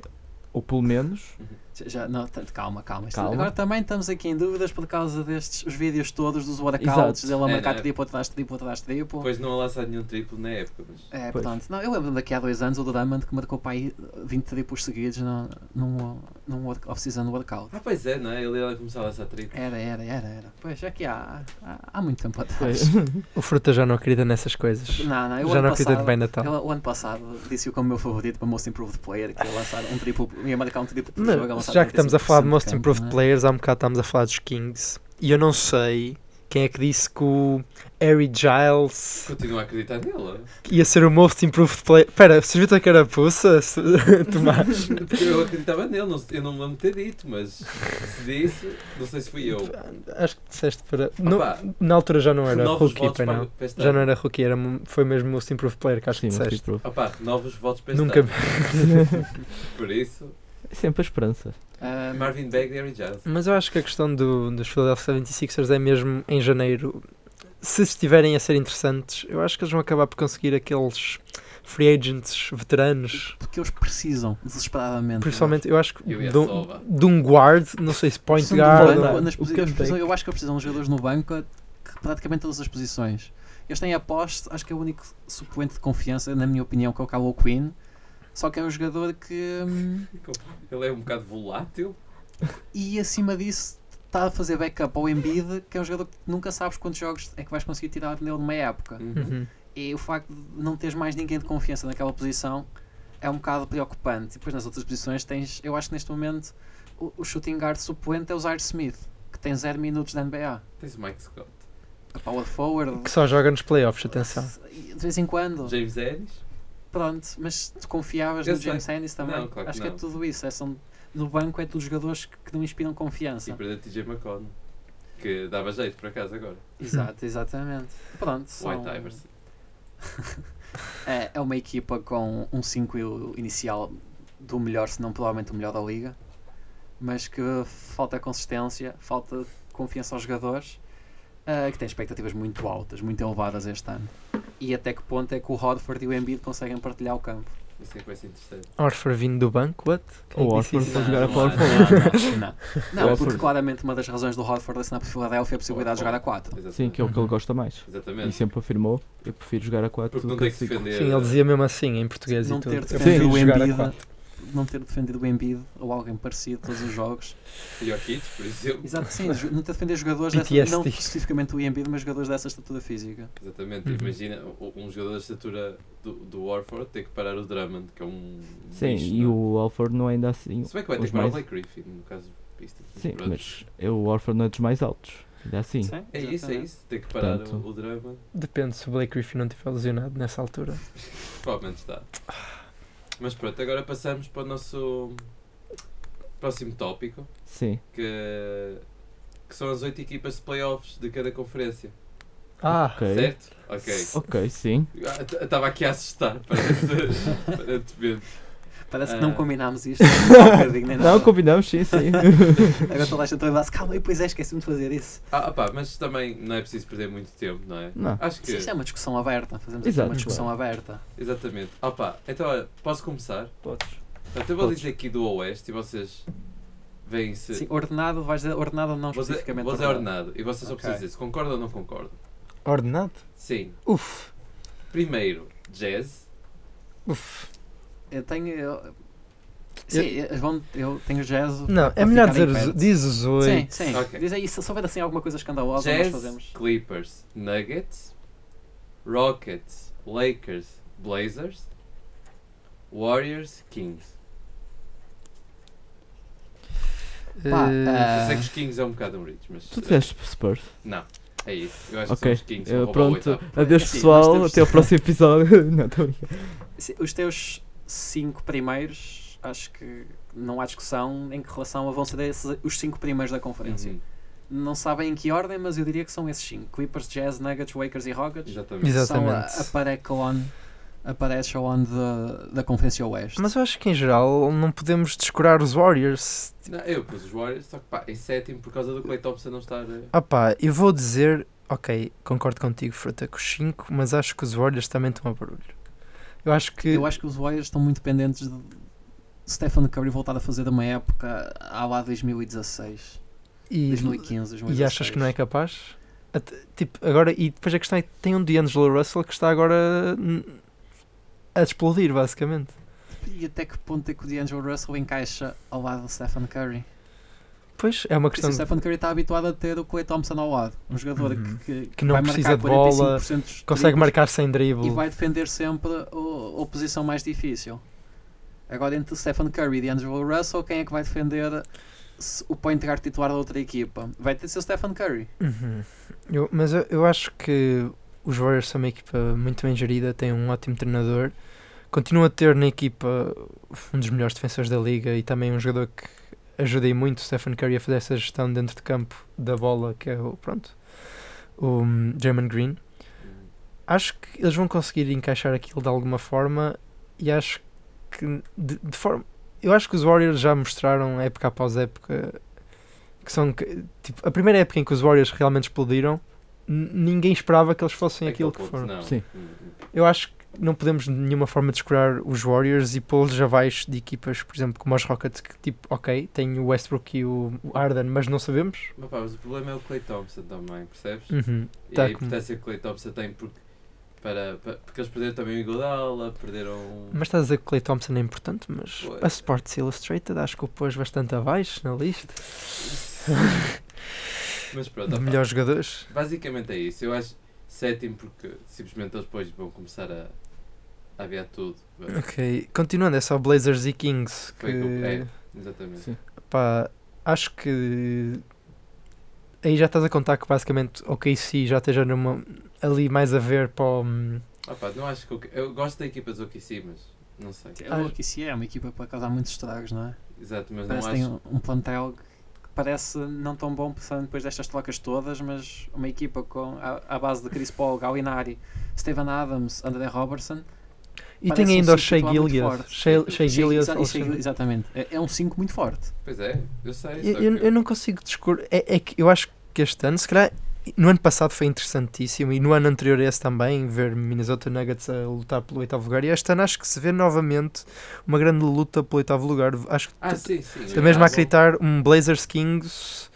S1: ou pelo menos
S4: Já- Já, não, t- calma, calma. Isto-
S1: Calma.
S4: Agora também estamos aqui em dúvidas por causa destes os vídeos todos dos
S1: Exato.
S4: workouts, dele a
S3: É,
S4: marcar
S3: né?
S4: triplo atrás de triplo atrás de triplo.
S3: Depois não há lançado nenhum triplo na época, mas.
S1: Pois.
S4: É, portanto, não, eu lembro-me daqui há dois anos o do Diamond que marcou para aí 20 triplos seguidos num, num, num work- off-season workout.
S3: Ah, pois é, não é? Ele ia começar a lançar triplo.
S4: Era, era, era, era. Pois, já que há, há, há muito tempo atrás.
S1: Pois.
S2: O Fruta já não acredita nessas coisas.
S4: Não, não, eu
S2: já
S4: ano
S2: não acredita
S4: passado,
S2: bem então. Natal.
S4: eu, o ano passado disse-o como meu favorito para Most Improved Player, que ia lançar um triplo, ia marcar um triplo por jogo, ia
S2: Não,
S4: lançar
S2: já que estamos a falar de
S4: 35%
S2: Most
S4: campo,
S2: Improved
S4: não é?
S2: Players, há um bocado estamos a falar dos Kings. E eu não sei quem é que disse que o Harry Giles
S3: Continua a acreditar nele.
S2: ia ser o Most Improved Player. Pera, serviu-te a carapuça, se- Tomás?
S3: Porque eu acreditava nele, não, eu não me lembro de ter dito, mas se disse, não sei se fui eu.
S2: Acho que disseste para. No-
S3: Opa,
S2: na altura já não era
S3: renovos
S2: rookie,
S3: votos
S2: pai,
S3: para,
S2: não.
S3: para este
S2: Já não
S3: ano.
S2: era rookie, era, mo- foi mesmo Most Improved Player que acho
S1: Sim,
S2: que
S1: mas
S2: disseste.
S1: tipo,
S3: Opa, renovos votos para este
S2: Nunca
S3: ano. Por isso,
S1: é sempre a esperança.
S4: Ah,
S3: Marvin Bagley e Harry Giles.
S2: Mas eu acho que a questão do, dos Philadelphia 76ers é mesmo em janeiro. Se estiverem a ser interessantes, eu acho que eles vão acabar por conseguir aqueles free agents veteranos.
S4: porque eles precisam, desesperadamente. é?
S2: Principalmente, eu acho que
S3: Eu ia
S2: de, um-
S3: sova.
S2: de um guard, não sei se point
S4: Precisam de
S2: guard.
S4: um
S1: guarda.
S4: banco, nas
S1: é O
S4: posi-
S1: que
S4: eles
S1: eu
S4: precisam- eu acho que eles precisam de jogadores no banco é que praticamente todas as posições. Eles têm a poste, acho que é o único suplente de confiança, na minha opinião, que é o Calo Queen. Só que é um jogador que, hum,
S3: Ele é um bocado volátil.
S4: e acima disso, está a fazer backup ao Embiid, que é um jogador que nunca sabes quantos jogos é que vais conseguir tirar dele numa época.
S2: Uhum.
S4: E o facto de não teres mais ninguém de confiança naquela posição é um bocado preocupante. E depois nas outras posições tens, eu acho que neste momento, o, o shooting guard suplente é o Zaire Smith, que tem 0 minutos na NBA.
S3: Tens o Mike Scott.
S4: a power forward
S2: Que só joga nos playoffs, atenção.
S4: de vez em quando,
S3: James Ennis.
S4: pronto, mas tu confiavas
S3: Eu
S4: no
S3: sei.
S4: James Ennis também?
S3: Não, claro que
S4: Acho que é
S3: não.
S4: tudo isso, é, são, no banco é tudo jogadores que, que não inspiram
S3: E
S4: confiança.
S3: perder TJ McConnell. Que dava jeito por acaso agora.
S2: Hum.
S4: Exato, exatamente. Pronto, são,
S3: White Iverson.
S4: é, é uma equipa com um 5 inicial do melhor, se não provavelmente o melhor da liga, mas que falta consistência, falta confiança aos jogadores, ah, que têm expectativas muito altas, muito elevadas este ano. E até que ponto é que o Horford e o Embiid conseguem partilhar o campo?
S3: Isso é que vai ser interessante.
S2: Orford vindo do banco, what? Quem
S1: Ou
S2: é que disse
S1: Horford
S2: isso?
S1: para jogar a
S3: Não,
S1: power
S3: não,
S1: forward.
S4: Não, não, não. Não,
S1: Horford.
S4: porque claramente uma das razões do Horford assinar por Filadélfia é a possibilidade de jogar a 4.
S3: Exatamente.
S1: Sim, que é o que ele gosta mais. E
S3: Exatamente.
S1: sempre afirmou, eu prefiro jogar a 4
S3: Porque
S1: do
S3: não
S1: é que a
S3: tem que
S1: 5.
S3: defender.
S2: Sim, ele dizia mesmo assim em português
S4: Não
S2: e
S4: ter
S2: tudo. Eu
S4: defendido
S2: prefiro
S4: o
S2: jogar a
S4: Embiid.
S2: quatro.
S4: Não ter defendido o Embiid ou alguém parecido todos os jogos.
S3: Jokic, por exemplo.
S4: Exato, sim, jo- não ter defender jogadores,
S2: PTSD.
S4: dessa, não especificamente o Embiid, mas jogadores dessa estatura física.
S3: Exatamente.
S2: Uhum.
S3: Imagina o- um jogador da estatura do, do Warford ter que parar o Drummond, que é um.
S1: Sim,
S3: bicho,
S1: e
S3: não é?
S1: o Alford não é ainda assim.
S3: Se bem que vai ter
S1: os
S3: que parar o
S1: mais-
S3: Blake Griffin, no caso do Pistons.
S1: Sim,
S3: Pronto.
S1: mas é o Alford não é dos mais altos. Ainda assim.
S3: É isso, é
S4: exatamente.
S3: isso. Ter que parar
S1: Portanto-
S3: o, o Drummond.
S2: Depende se o Blake Griffin não estiver lesionado nessa altura.
S3: Provavelmente está. Mas pronto, agora passamos para o nosso próximo tópico,
S1: Sim.
S3: que, que são as oito equipas de playoffs de cada conferência.
S2: Ah, Oh,
S1: Ok.
S3: Certo? Ok. Ah,
S1: Ok, sim.
S3: Estava aqui a assustar, parece. parece mesmo.
S4: Parece que não
S3: Ah.
S4: combinámos isto. um bocadinho, nem
S1: Não,
S4: nada.
S1: combinamos, sim, sim.
S4: Agora toda a gente vai lá, calma aí, pois é, esqueci-me de fazer isso.
S3: Ah, pá, mas também não é preciso perder muito tempo, não é?
S1: Não.
S3: Acho que.
S4: Sim, isto é uma discussão aberta, fazemos aqui
S1: Exato.
S4: uma discussão aberta.
S3: Exatamente. Ah, pá, então olha, posso começar?
S1: Podes.
S3: Portanto, eu vou
S1: Podes.
S3: dizer aqui do Oeste e vocês veem se.
S4: Sim, ordenado, vais dizer ordenado ou não
S3: vou dizer
S4: especificamente?
S3: vou dizer ordenado e vocês só
S4: Ok.
S3: precisam dizer se concordam ou não concordam.
S2: ordenado?
S3: Sim.
S2: Uf,
S3: Primeiro, Jazz.
S2: uf.
S4: Eu tenho. Eu, sim, eu, vão- eu tenho jazz.
S2: Não, é
S4: para
S2: melhor
S4: ficar
S2: dizer
S4: em
S2: os-
S4: pé.
S2: diz os
S4: Sim,
S2: oito.
S4: sim.
S3: Ok.
S4: Diz aí, se se houver assim alguma coisa escandalosa, nós
S3: Jazz,
S4: fazemos.
S3: Clippers, Nuggets, Rockets, Lakers, Blazers, Warriors, Kings.
S4: Pá,
S2: Eh,
S3: Eu sei
S4: ah,
S3: que os Kings é um bocado um rich, mas.
S1: Tu disseste Spurs.
S3: Não, é isso. Eu acho
S1: Ok.
S3: que são os Kings que
S1: eh,
S3: vão roubar o
S1: pronto.
S3: oitavo.
S1: Adeus,
S4: Sim, nós
S1: pessoal.
S4: temos-
S1: Até ao próximo episódio. não, estou
S4: se- os teus cinco primeiros, acho que não há discussão em que relação a vão ser esses, os cinco primeiros da conferência.
S3: Uhum,
S4: Não sabem em que ordem, mas eu diria que são esses cinco: Clippers, Jazz, Nuggets, Wakers e Rockets.
S3: Exatamente.
S2: Exato.
S4: São a,
S2: Exatamente.
S4: a parecalon, a parecalon da, da Conferência Oeste.
S2: Mas eu acho que em geral não podemos descurar os Warriors.
S3: Não, eu pus os Warriors, só que pá, em sétimo por causa do Clay Thompson não estar. eh,
S2: Ah pá, eu vou dizer, ok, concordo contigo, Fruta, com os 5, mas acho que os Warriors também estão a barulho. Eu acho que.
S4: Eu acho que os Warriors estão muito dependentes de- Stephen Curry voltar a fazer de uma época à lá 2016,
S2: E,
S4: 2015, 2016.
S2: e achas que não é capaz? Até- tipo, agora, e depois a questão é que tem um D'Angelo Russell que está agora hum, a explodir, basicamente.
S4: E até que ponto é que o D'Angelo Russell encaixa ao lado do Stephen Curry?
S2: Pois, é uma
S4: Porque
S2: questão
S4: o Stephen Curry está habituado a ter o Clay Thompson ao lado, um jogador
S1: Uhum.
S4: que, que,
S2: Que não
S4: vai
S2: precisa
S4: marcar
S2: de bola,
S4: 45% dos
S2: que consegue
S4: triplos
S2: marcar sem
S4: e
S2: drible.
S4: vai defender sempre o- a oposição mais difícil. Agora, entre Stephen Curry e D'Angelo Russell, quem é que vai defender se- o point guard titular da outra equipa? Vai ter de ser o Stephen Curry.
S2: Uhum. Eu- mas eu, eu acho que os Warriors são uma equipa muito bem gerida, têm um ótimo treinador. Continua a ter na equipa um dos melhores defensores da liga e também um jogador que ajuda e muito o Stephen Curry a fazer essa gestão dentro de campo da bola, que é o, pronto, o hum, Draymond Green. Acho que eles vão conseguir encaixar aquilo de alguma forma e acho que de, de forma. Eu acho que os Warriors já mostraram época após época que são que- tipo, a primeira época em que os Warriors realmente explodiram, n- ninguém esperava que eles fossem aquilo que
S3: É Aquele
S2: foram.
S3: ponto, não.
S1: Sim.
S3: Hum,
S2: Eu acho que não podemos de nenhuma forma descurar os Warriors e pô-los abaixo de equipas, por exemplo, como os Rockets, que tipo, ok, tem o Westbrook e o o Harden, mas não sabemos.
S3: Mas, pá, mas o problema é o Clay Thompson também,
S1: Hum.
S3: percebes?
S2: Uhum.
S3: E
S2: Tá
S3: a
S2: como-
S3: importância que o Clay Thompson tem porque, para, para- porque eles perderam também o Iguodala, perderam. um-
S2: Mas estás a dizer que Clay Thompson é importante, mas
S3: Pois.
S2: a Sports Illustrated acho que o pôs bastante abaixo na lista
S3: Mas pronto,
S2: de
S3: opá,
S2: melhores jogadores.
S3: basicamente é isso. Eu acho sétimo porque simplesmente eles depois vão começar a, a aviar tudo.
S2: Ok, continuando, é só Blazers e Kings
S3: Foi que eu-
S2: que
S3: é. Exatamente.
S1: Sim.
S2: pá, acho que aí já estás a contar que basicamente o KC já esteja numa, ali mais a ver para o, hum,
S3: Opá, não acho que eu, eu gosto da equipa do OKC, mas não sei.
S2: Ah.
S4: É louco, isso é uma equipa para causar muitos estragos, não é?
S3: Exato, mas não
S4: Parece
S3: acho.
S4: que tem um- um plantel que parece não tão bom pensando depois destas trocas todas, mas uma equipa com a, à base de Chris Paul, Gallinari, Steven Adams, André Robertson.
S2: E
S4: Parece
S2: tem
S4: um
S2: ainda o
S4: sítio
S2: Shea
S4: atualmente
S2: Gillias.
S4: forte.
S2: Shea Shea
S4: Chega-
S2: Gillias.
S4: exa-
S2: ou
S4: chega-
S2: Shea-
S4: exatamente. É- É um 5 muito forte.
S3: Pois é, eu sei.
S2: Eu,
S3: só
S2: eu-
S3: que-
S2: eu não consigo descobrir. É, é que eu acho que este ano, se calhar, no ano passado foi interessantíssimo e no ano anterior a esse também, ver Minnesota Nuggets a lutar pelo oitavo lugar. E este ano acho que se vê novamente uma grande luta pelo oitavo lugar. Acho que
S3: Ah,
S2: t-
S3: sim, sim.
S2: Estou mesmo a
S3: Ah,
S2: acreditar um Blazers Kings,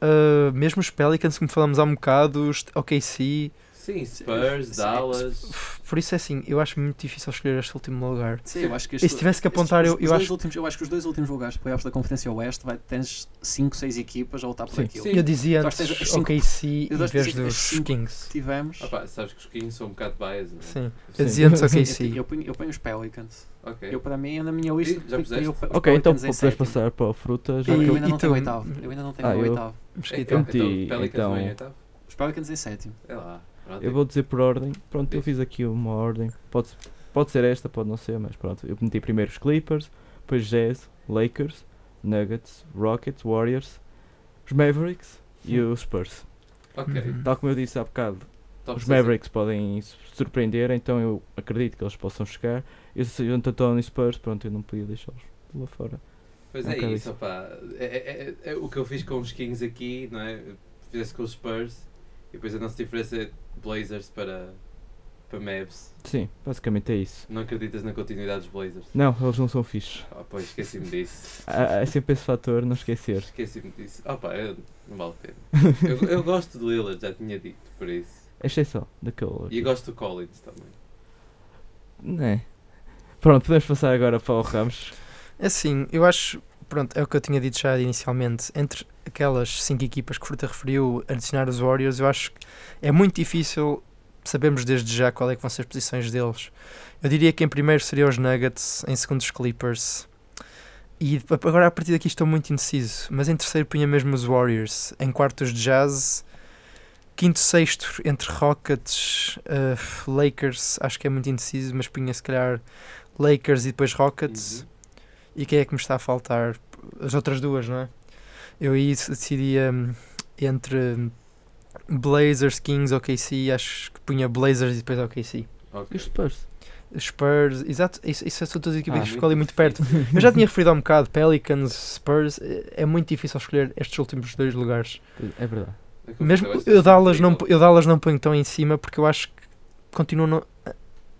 S2: ah, mesmo os Pelicans, como falamos há um bocado, os OKC.
S3: Sim, Spurs,
S4: Sim.
S3: Dallas.
S2: Por isso é assim, eu acho muito difícil escolher este último lugar.
S4: Sim, eu acho que
S2: E se tivesse que apontar, eu-
S4: os- os
S2: eu
S4: dois
S2: acho-
S4: últimos- eu acho que os dois últimos lugares de playoffs da Conferência Oeste vai, tens 5, 6 equipas a lutar por
S1: Sim.
S4: aquilo.
S3: Sim.
S2: Eu dizia
S4: Eu acho que
S2: antes
S4: as cinco-
S2: OKC
S4: eu
S2: em
S4: acho que
S2: vez
S4: as
S2: dos
S4: cinco-
S2: Kings.
S4: Tivemos.
S3: Opá, sabes que os Kings são um bocado bias, não é?
S2: Sim.
S1: Sim.
S2: Eu dizia antes
S1: Sim.
S4: Eu,
S2: OKC.
S4: eu, ponho, eu ponho os Pelicans.
S3: Ok.
S4: Eu, para mim, na minha lista.
S3: Ih, já puseste?
S4: eu- os
S1: Ok, então
S4: Pelicans em
S1: podes
S4: sétimo.
S1: passar para a fruta. Já
S4: Eu,
S2: E-
S1: que eu...
S4: eu ainda
S2: e
S4: não tenho
S2: tu?
S4: oitavo. Eu ainda não tenho
S1: Ah,
S4: o
S1: eu-
S4: oitavo.
S2: Mosquito.
S3: então,
S1: Meti,
S3: Pelicans
S1: então-
S3: vão em oitavo?
S4: Os Pelicans em sétimo.
S3: É lá. Pronto.
S1: eu vou dizer por ordem. Pronto, eu
S3: Diz.
S1: fiz aqui uma ordem. Pode, pode ser esta, pode não ser, mas pronto. Eu meti primeiro os Clippers, depois Jazz, Lakers, Nuggets, Rockets, Warriors, os Mavericks e os Spurs.
S3: Ok.
S2: Uhum.
S1: Tal como eu disse há bocado,
S3: Top
S1: Os
S3: 16.
S1: Mavericks podem su- surpreender, então eu acredito que eles possam chegar. Eu sei o António Spurs, pronto, eu não podia deixá-los lá fora.
S3: Pois
S1: É um
S3: é,
S1: bocado
S3: isso,
S1: isso.
S3: opá. É, é- é- é o que eu fiz com os Kings aqui, não é? Fizesse com os Spurs e depois a nossa diferença é Blazers para, para Mavs.
S1: Sim, basicamente é isso.
S3: Não acreditas na continuidade dos Blazers?
S1: Não, eles não são fixos.
S3: Ah, pois, esqueci-me disso.
S1: Há, há sempre esse fator, não esquecer.
S3: Esqueci-me disso. Ah, pá, eu- não vale a pena. Eu, eu gosto de Lillard, já tinha dito, por isso.
S1: Exceção daquele.
S3: E eu
S1: outro.
S3: gosto do Collins também.
S1: Né. Pronto, podemos passar agora para o Ramos.
S2: Assim, eu acho. Pronto, é o que eu tinha dito já inicialmente. Entre aquelas cinco equipas que Fruta referiu, adicionar os Warriors, eu acho que é muito difícil sabermos desde já qual é que vão ser as posições deles. Eu diria que em primeiro seria os Nuggets, em segundo os Clippers. E de- agora a partir daqui estou muito indeciso, mas em terceiro punha mesmo os Warriors, em quarto os Jazz, quinto, sexto entre Rockets, eh, Lakers, acho que é muito indeciso, mas punha se calhar Lakers e depois Rockets.
S3: Uhum.
S2: E quem é que me está a faltar? As outras duas, não é? Eu aí se- decidia hum, entre hum, Blazers, Kings, OKC, acho que punha Blazers e depois OKC.
S3: Uhum. Ok.
S1: E os Spurs?
S2: Spurs, exato, isso, isso é são todas as equipas
S1: Ah,
S2: que
S3: muito
S2: ficou ali muito perto. Eu já tinha referido há um bocado, Pelicans, Spurs, é- é muito difícil escolher estes últimos dois lugares.
S1: É verdade.
S3: É que
S2: Mesmo
S3: gosto
S2: eu Dallas não,
S3: incrível.
S2: eu Dallas não ponho tão em cima porque eu acho que continuam a,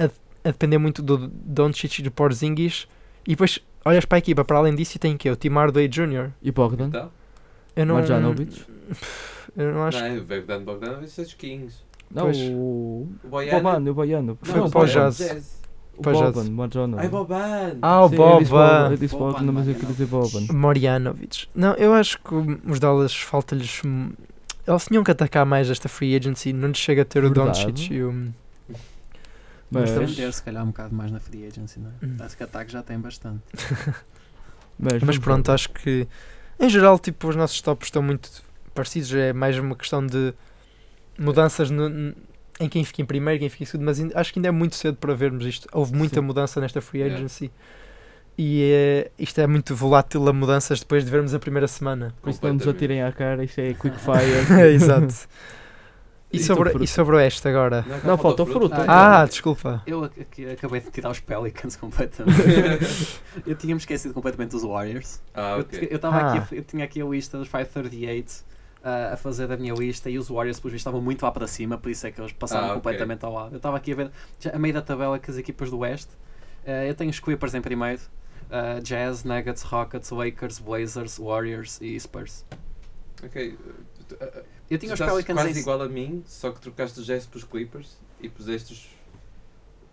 S2: a- a depender muito do Doncic e do Porzingis e depois olhas para a equipa, para além disso, e tem que é O Tim Hardaway Jr.
S1: E Bogdan?
S3: Então,
S2: Eu não,
S1: Marjanovic?
S2: Eu não acho.
S3: não, é? o Bogdan Bogdanovic é dos Kings.
S1: Não,
S2: Pois.
S1: o.
S3: O
S1: O
S3: Bojan.
S1: Boban, o Baiano.
S3: Não,
S2: Foi
S3: o
S2: para o
S3: Bojan
S2: Jazz.
S1: O
S2: Para o Jazz.
S1: Boban, Marjanovic.
S3: Ai, Boban!
S2: Ah, o
S1: Sim, eu disse Boban,
S2: Boba
S1: Eu disse
S4: Boban,
S1: Boban, mas eu
S4: Marjanovic.
S1: queria dizer Boban.
S2: Morianovic. Não, eu acho que os Dallas falta-lhes. hum, Eles tinham que atacar mais esta free agency. Não lhes chega a ter
S1: Verdade. Hum.
S2: o Doncic e o.
S1: Mas-
S4: Defender, se calhar, um bocado mais na free agency, não
S2: Hum.
S4: é? Acho que ataque já tem bastante.
S2: Mas
S1: vamos
S2: pronto, acho que em geral, tipo, os nossos tops estão muito parecidos. É mais uma questão de mudanças no- n- em quem fica em primeiro, quem fica em segundo. Mas ainda- acho que ainda é muito cedo para vermos isto. Houve muita
S1: Sim.
S2: mudança nesta free
S3: Yeah.
S2: agency. E é, isto é muito volátil a mudanças depois de vermos a primeira semana.
S1: Isso não nos
S3: Completamente.
S1: atirem à cara, isso é quick fire.
S2: Exato. E
S1: Sim,
S4: Então,
S2: sobre,
S1: fruta.
S2: e sobre o Oeste agora?
S3: Não, é
S1: Não, faltou fruta.
S2: Ah, desculpa.
S4: Eu ac- ac- acabei de tirar os Pelicans completamente. eu tinha-me esquecido completamente dos Warriors.
S3: Ah,
S4: Eu-
S3: ok.
S4: Eu, tava
S2: Ah.
S4: aqui, a- eu tinha aqui a lista dos 538 ah, a fazer da minha lista e os Warriors, pelos vistos, estavam muito lá para cima, por isso é que eles passaram
S3: Ah, ok.
S4: completamente ao lado. Eu estava aqui a ver já a meio da tabela que as equipas do Oeste. ah, eu tenho os Clippers em primeiro, ah, Jazz, Nuggets, Rockets, Lakers, Blazers, Warriors e Spurs.
S3: Ok.
S4: Eu tinha
S3: Tu
S4: os
S3: estás
S4: Pelicans
S3: quase
S4: em
S3: igual a mim, só que trocaste o Jazz pelos Clippers e puseste os,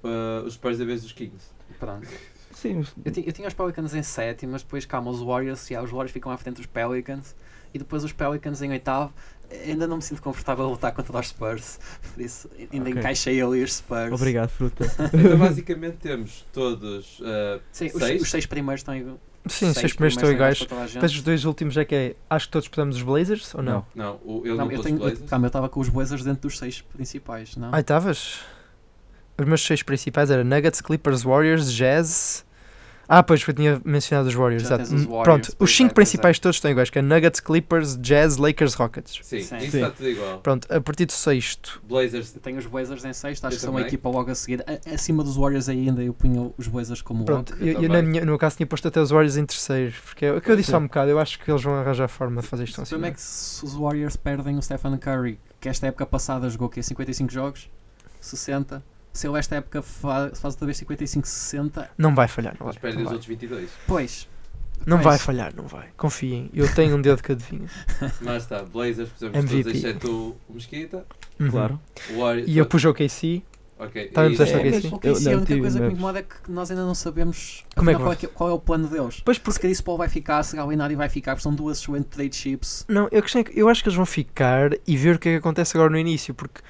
S3: ah, os Spurs em vez dos Kings.
S4: Pronto.
S1: Sim,
S4: Eu, ti- eu tinha os Pelicans em sétimo, mas depois calma, os Warriors, e há os Warriors ficam à frente dos Pelicans, e depois os Pelicans em oitavo. Ainda não me sinto confortável a lutar contra os Spurs, por isso ainda
S1: Ok.
S4: encaixei ali os Spurs.
S1: obrigado, fruta.
S3: Então basicamente temos todos ah,
S4: Sim, os-
S3: Seis?
S4: Os, seis primeiros estão iguais.
S2: Sim, seis primeiros estão iguais. Depois
S4: iguais.
S2: os dois últimos é que é. Acho que todos podemos os Blazers ou não?
S1: Não.
S3: Não, o- eu não,
S4: Não, eu
S3: pus
S4: tenho, eu,
S3: Blazers.
S4: calma, eu estava com os Blazers dentro dos seis principais, não?
S2: Ah, estavas? Os meus seis principais eram Nuggets, Clippers, Warriors, Jazz. Ah, pois, eu tinha mencionado os Warriors.
S4: Já
S2: exato.
S4: tens os
S2: Hum,
S4: Warriors,
S2: Pronto,
S4: pois
S2: os
S4: é,
S2: cinco
S4: pois é.
S2: principais todos estão iguais, que é Nuggets, Clippers, Jazz, Lakers, Rockets.
S3: Sim,
S4: Sim.
S3: isso
S1: Sim.
S3: está tudo igual.
S2: Pronto, a partir do sexto.
S3: Blazers.
S4: Eu tenho os Blazers em sexto, acho
S3: Eu
S4: que são a
S3: também.
S4: equipa logo a seguir. A- acima dos Warriors ainda eu punho os Blazers como
S2: Pronto,
S4: logo.
S3: eu
S2: eu, eu na
S3: também.
S2: minha, no meu caso tinha posto até os Warriors em terceiro, porque é o que eu disse há um bocado, eu acho que eles vão arranjar forma de fazer isto
S4: O
S2: assim.
S4: problema é que se os Warriors perdem o Stephen Curry, que esta época passada jogou que 55 jogos, 60. Se ele esta época fa- faz outra vez 55, 60,
S2: Não vai falhar, não
S3: Mas
S2: vai.
S3: perdem
S2: Não
S3: os
S2: vai.
S3: outros 22.
S4: pois.
S2: Não
S4: pois.
S2: vai falhar, não vai. Confiem, eu tenho um dedo que adivinha.
S3: Mas está, Blazers pusemos todos,
S2: MVP.
S3: exceto o Mesquita.
S2: Uhum.
S1: Claro.
S3: Warriors.
S2: E eu pus o KC.
S3: Ok.
S2: também
S3: e-
S2: puseste
S3: é,
S2: alguém?
S4: mas
S2: sim.
S4: o que
S1: assim.
S4: é
S1: Eu
S4: isso?
S1: não
S4: a única
S1: tive
S4: coisa que me
S1: nervos.
S4: incomoda é que nós ainda não sabemos
S2: Como é
S4: afinal,
S2: que
S4: qual, é que- qual é o plano deles.
S2: Pois
S4: Porque isso Paul vai ficar, se Galinari vai ficar, porque são duas excelentes trade chips.
S2: Não, eu, questão é que eu acho que eles vão ficar e ver o que é que acontece agora no início, porque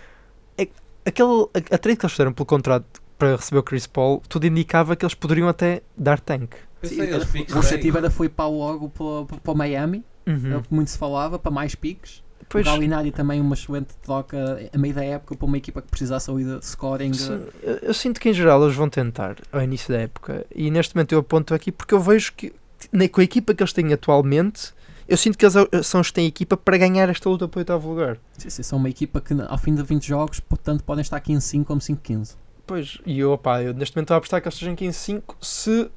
S2: é, que aquele, a, a trade que eles fizeram pelo contrato para receber o Chris Paul, tudo indicava que eles poderiam até dar tank.
S3: Eu sei, eles
S4: O
S3: ficam.
S4: objetivo era foi para logo para, para- para Miami,
S2: Uhum.
S4: era É o que muito se falava, para mais piques.
S2: Pois,
S4: O Galinari também uma excelente troca a meio da época para uma equipa que precisasse ali de scoring.
S2: sim, eu, eu sinto que em geral eles vão tentar ao início da época, e neste momento eu aponto aqui porque eu vejo que na, com a equipa que eles têm atualmente, eu sinto que eles a- são os que têm equipa para ganhar esta luta para o oitavo lugar.
S4: eh, Sim, sim, são uma equipa que ao fim de 20 jogos, portanto, podem estar 15-5 como 5-15.
S2: Pois, e eu, opá, eu neste momento estou a apostar que eles estejam 15-5 se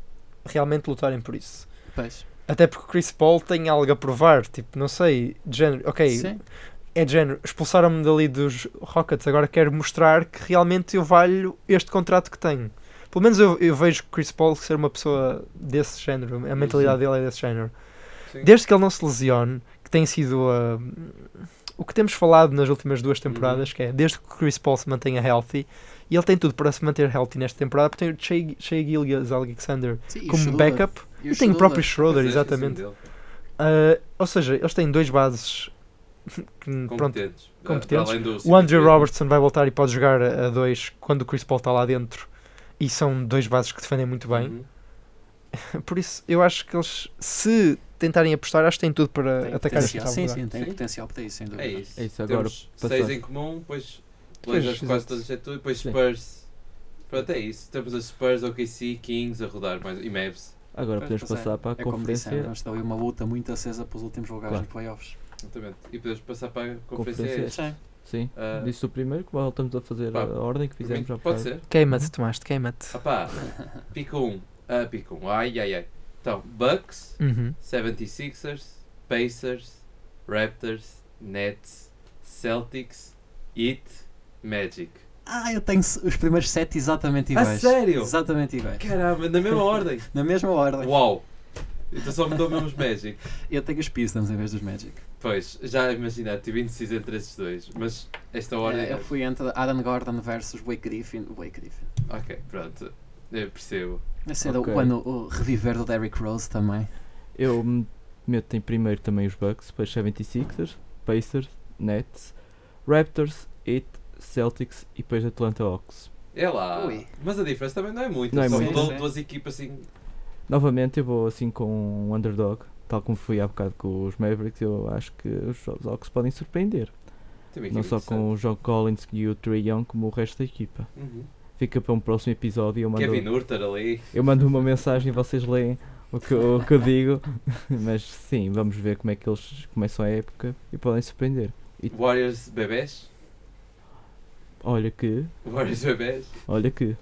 S2: realmente lutarem por isso.
S4: Pois.
S2: Até porque o Chris Paul tem algo a provar, tipo, não sei, de género, ok,
S4: Sim.
S2: é de género, expulsaram-me dali dos Rockets, agora quero mostrar que realmente eu valho este contrato que tenho. Pelo menos eu, eu vejo o Chris Paul ser uma pessoa desse género, a mentalidade dele é desse género.
S3: Sim.
S2: Desde que ele não se lesione, que tem sido a- o que temos falado nas últimas duas
S4: Uhum.
S2: temporadas, que é desde que o Chris Paul se mantenha healthy, e ele tem tudo para se manter healthy nesta temporada, porque tem o Shea, Shea Gilgas Alexander
S4: Sim, e o
S2: como
S4: Schroeder.
S2: backup,
S4: E
S2: e tem o próprio
S3: Mas
S2: Schroeder,
S3: é,
S2: exatamente.
S3: esqueci-me dele.
S2: Ah, ou seja, eles têm dois bases. que, pronto,
S3: Competentes. Ah, para
S2: competentes.
S3: além do
S2: o Andrew
S3: Sixers.
S2: Robertson vai voltar e pode jogar a a dois quando o Chris Paul está lá dentro. E são dois bases que defendem muito bem.
S3: Uhum.
S2: Por isso, eu acho que eles, se tentarem apostar, acho que têm tudo para
S4: Tem
S2: atacar este
S4: potencial, Sim,
S2: sim,
S4: sim, tem
S3: Sim.
S4: potencial para isso, sem dúvida.
S3: É isso.
S1: É isso, agora
S3: Temos seis
S1: passar.
S3: em comum, depois Blazers
S2: Pois,
S3: quase
S2: exato.
S3: todos exceto tu, e depois
S1: Sim.
S3: Spurs. Pronto, é isso. Temos as Spurs, OKC, Kings a rodar mais, e Mavs.
S1: Agora
S4: Pois,
S1: podemos
S4: pois é.
S1: passar para a
S4: É como disseram,
S1: conferência.
S4: nós ali uma luta muito acesa pelos últimos lugares
S1: Claro.
S4: no playoffs.
S3: Exatamente. E podemos passar para a conferência.
S1: Conferência.
S3: este.
S4: Sim.
S1: Sim.
S3: Ah,
S1: Disse o primeiro, que voltamos a fazer
S3: pá,
S1: a ordem que
S3: por mim,
S1: fizemos há
S3: Pode
S1: bocado.
S3: ser?
S2: Queima-te, Tomás, queima-te.
S3: Ah pá, pica 1. Ah, pica 1. Ai, ai, ai. Então, Bucks,
S2: Uhum.
S3: 76ers, Pacers, Raptors, Nets, Celtics, Heat, Magic.
S4: Ah, eu tenho os primeiros sete exatamente
S3: A
S4: iguais.
S3: sério?
S4: Exatamente iguais.
S3: Caramba, na mesma ordem.
S4: Na mesma ordem.
S3: Uau. Então só mudou mesmo os Magic.
S4: Eu tenho os Pistons em vez dos Magic.
S3: Pois, já imaginar, tive indeciso entre esses dois, mas esta é ordem.
S4: Eh, Eu fui entre Adam Gordon versus Blake Griffin. Blake Griffin.
S3: Ok, pronto. Eu percebo.
S4: A ser
S1: Ok.
S4: o, ano, o reviver do Derrick Rose também.
S1: Eu m- meto em primeiro também os Bucks, depois 76ers, Pacers, Nets, Raptors, Heat, Celtics e depois Atlanta Hawks.
S3: É lá.
S4: Ui.
S3: Mas a diferença também não é muito.
S1: Não é
S3: só
S1: muito.
S3: mudou
S4: Sim, sim.
S3: duas equipas assim.
S1: Novamente eu vou assim com um underdog, tal como fui há bocado com os Mavericks, eu acho que os os Hawks podem surpreender.
S3: Tem uma
S1: Não
S3: equipa
S1: só com o John Collins e o Trey Young, como o resto da equipa.
S3: interessante. Uhum.
S1: Fica para um próximo episódio e eu mando,
S3: Kevin Hurter ali.
S1: eu mando uma mensagem e vocês leem o que, eu- o que eu digo. Mas sim, vamos ver como é que eles começam a época e podem surpreender.
S3: Warriors bebés.
S1: Olha que,
S3: Warriors bebés.
S1: olha que.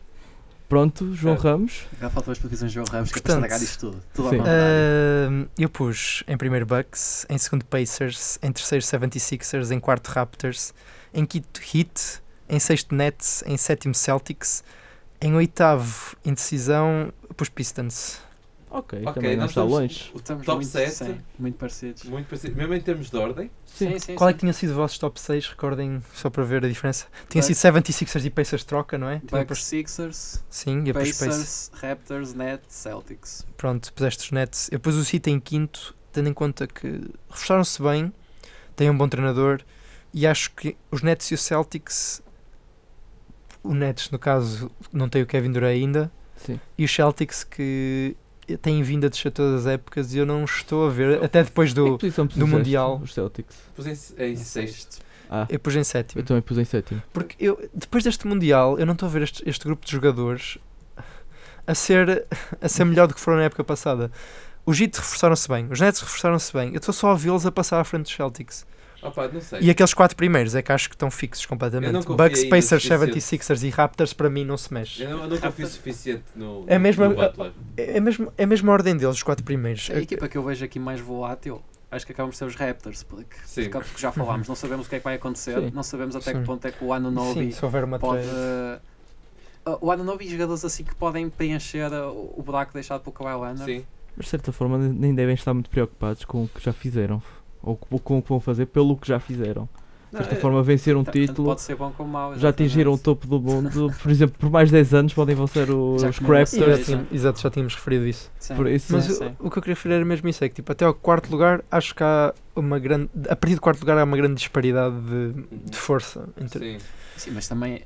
S1: Pronto, João
S3: Ah.
S1: Ramos.
S4: Já faltam as previsões de João Ramos que é para
S2: Portanto,
S4: estragar isto tudo. Tudo
S1: sim.
S4: à vontade.
S2: Ahm, eu pus em primeiro Bucks, em segundo Pacers, em terceiro 76ers, em quarto Raptors, em quinto Heat, em sexto Nets, em sétimo Celtics, em oitavo Indecisão, pus Pistons.
S1: Ok,
S3: Ok, então
S1: também não
S3: nós
S1: está
S3: estamos-
S2: Eh,
S1: longe.
S3: O
S4: Estamos
S3: top
S4: muito,
S3: 7.
S4: sim, muito parecidos.
S3: Muito parecido. Mesmo em termos de ordem.
S1: Sim.
S4: sim,
S2: Qual é
S4: sim.
S2: que tinha sido os vossos top 6? Recordem só para ver a diferença. Tinha
S4: Bucks.
S2: sido 76ers e Pacers troca, não é? Tinha
S4: Bucks,
S2: pus-
S4: Sixers,
S2: Sim, eu pus Pacers.
S4: Pacers, Raptors, Nets, Celtics.
S2: Pronto, puseste os Nets. Eu pus o Heat em quinto, tendo em conta que reforçaram-se bem, têm um bom treinador e acho que os Nets e o Celtics. O Nets, no caso, não tem o Kevin Durant ainda
S1: Sim.
S2: e os Celtics que têm vindo a descer todas as épocas e eu não estou a ver, até depois
S1: Em
S2: do.
S1: que posição puseste
S2: Mundial.
S1: Os Celtics.
S3: Pus em, em sexto.
S1: Ah,
S2: Eu pus em
S1: eu
S2: sétimo.
S1: também pus em sétimo.
S2: Porque eu, depois deste Mundial, eu não estou a ver este, este grupo de jogadores a ser, a ser melhor do que foram na época passada. Os Heat reforçaram-se bem, os Nets reforçaram-se bem. Eu estou só a vê-los a passar à frente dos Celtics.
S3: Opa, não sei.
S2: E aqueles quatro primeiros é que acho que estão fixos
S3: Eu não
S2: completamente.
S3: confio
S2: Bucks,
S3: ainda
S2: Pacers,
S3: suficiente. É.
S2: 76ers e Raptors para mim não se mexe.
S3: Eu não, eu não confio o suficiente no,
S2: É mesmo-
S3: no Butler.
S2: É a mesma, é a mesma ordem deles, os quatro primeiros.
S4: A equipa que eu vejo aqui mais volátil, acho que acabam por ser os Raptors, porque,
S3: Sim.
S4: porque já falámos, não sabemos o que é que vai acontecer,
S1: Sim.
S4: não sabemos até
S2: Sim.
S4: que ponto é que o Anunobi
S2: Sim, se houver uma
S4: pode.
S2: trade.
S4: Ah, o Anunobi e jogadores assim que podem preencher ah, o buraco deixado pelo Kawhi Leonard.
S3: Sim.
S1: Mas de certa forma ne- nem devem estar muito preocupados com o que já fizeram. Ou co- com o que vão fazer pelo que já fizeram. De certa
S3: é,
S1: forma, vencer um
S4: T- tanto
S1: título.
S4: tá, pode ser bom como mau.
S1: Já atingiram o
S4: exatamente.
S1: topo do mundo. Por exemplo, por mais 10 anos podem vencer os
S4: Já
S1: Raptors.
S4: comeram
S2: Sim, já
S4: Sim.
S2: tínhamos- Exato, já tínhamos referido isso.
S4: Sim,
S1: Por isso-
S2: Mas
S4: sim,
S2: o-
S4: sim.
S2: o que eu queria referir era mesmo isso, é que tipo, até ao quarto lugar acho que há uma grande. A partir do quarto lugar há uma grande disparidade de, de força. Entre,
S3: Sim.
S4: Sim, mas também eh,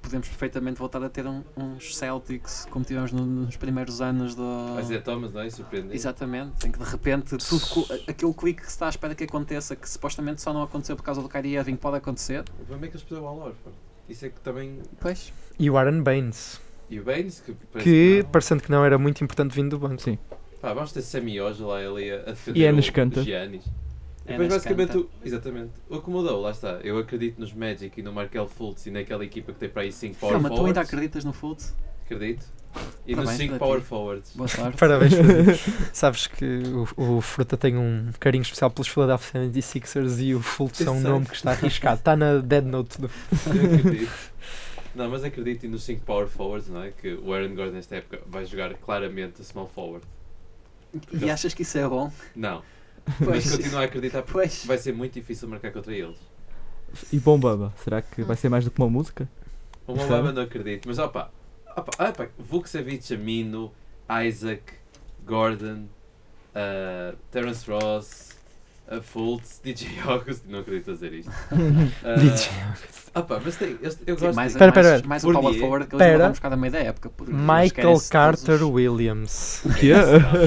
S4: podemos perfeitamente voltar a ter um- uns Celtics como tivemos no- nos primeiros anos do.
S3: Mas é Thomas, não é? Surpreendente.
S4: Exatamente, em que de repente tudo, co- aquele clique que se está à espera que aconteça, que supostamente só não aconteceu por causa do Kyrie Irving, pode acontecer.
S3: O problema é que eles perderam ao Orford. Isso é que também.
S4: Pois.
S2: e o Aaron Baines,
S3: E o Baines, que parece
S2: que
S3: não.
S2: parecendo que não era muito importante vindo do banco.
S1: Sim.
S3: Pá, vamos ter Sammy Ojo lá ali a, a defender
S1: E é nos
S3: o
S1: canta.
S3: o Giannis. E depois basicamente, o, exatamente, o acomodou, lá está. Eu acredito nos Magic e no Markel Fultz e naquela equipa que tem para aí 5 power
S4: Calma, tu ainda
S3: forwards.
S4: acreditas no Foot?
S3: Acredito. E
S4: Parabéns,
S3: nos 5
S4: Felipe.
S3: power forwards.
S4: Boa sorte.
S2: Parabéns, Felipe. Sabes que o, o Fruta tem um carinho especial pelos Philadelphia 76ers e o Fultz é um
S3: Exato.
S2: nome que está arriscado. Está na Dead Note do
S3: Eu acredito. Não, mas acredito e nos 5 power forwards, não é? Que o Aaron Gordon nesta época vai jogar claramente a small forward.
S4: E achas que isso é bom?
S3: Não.
S4: Pois.
S3: Mas continuo a acreditar porque
S4: Pois.
S3: vai ser muito difícil marcar contra eles.
S1: E Bombaba, será que vai ser mais do que uma música?
S3: O Mobamba não acredito, mas opa, opa, opa Vukcevic, Amino, Isaac, Gordon, ah, Terence Ross, ah, Fultz, DJ August, não acredito a dizer isto. Ah,
S2: DJ.
S3: opa, mas tem, eu, eu
S4: Sim,
S3: gosto
S4: mais,
S3: de-
S2: Espera,
S4: mais,
S2: espera.
S4: mais um power
S3: Fournier.
S4: forward que eles
S2: Espera.
S4: não vão buscar da meia da época. porque eles
S2: Michael
S4: querem-se
S2: Carter
S4: todos
S2: Williams.
S1: O quê?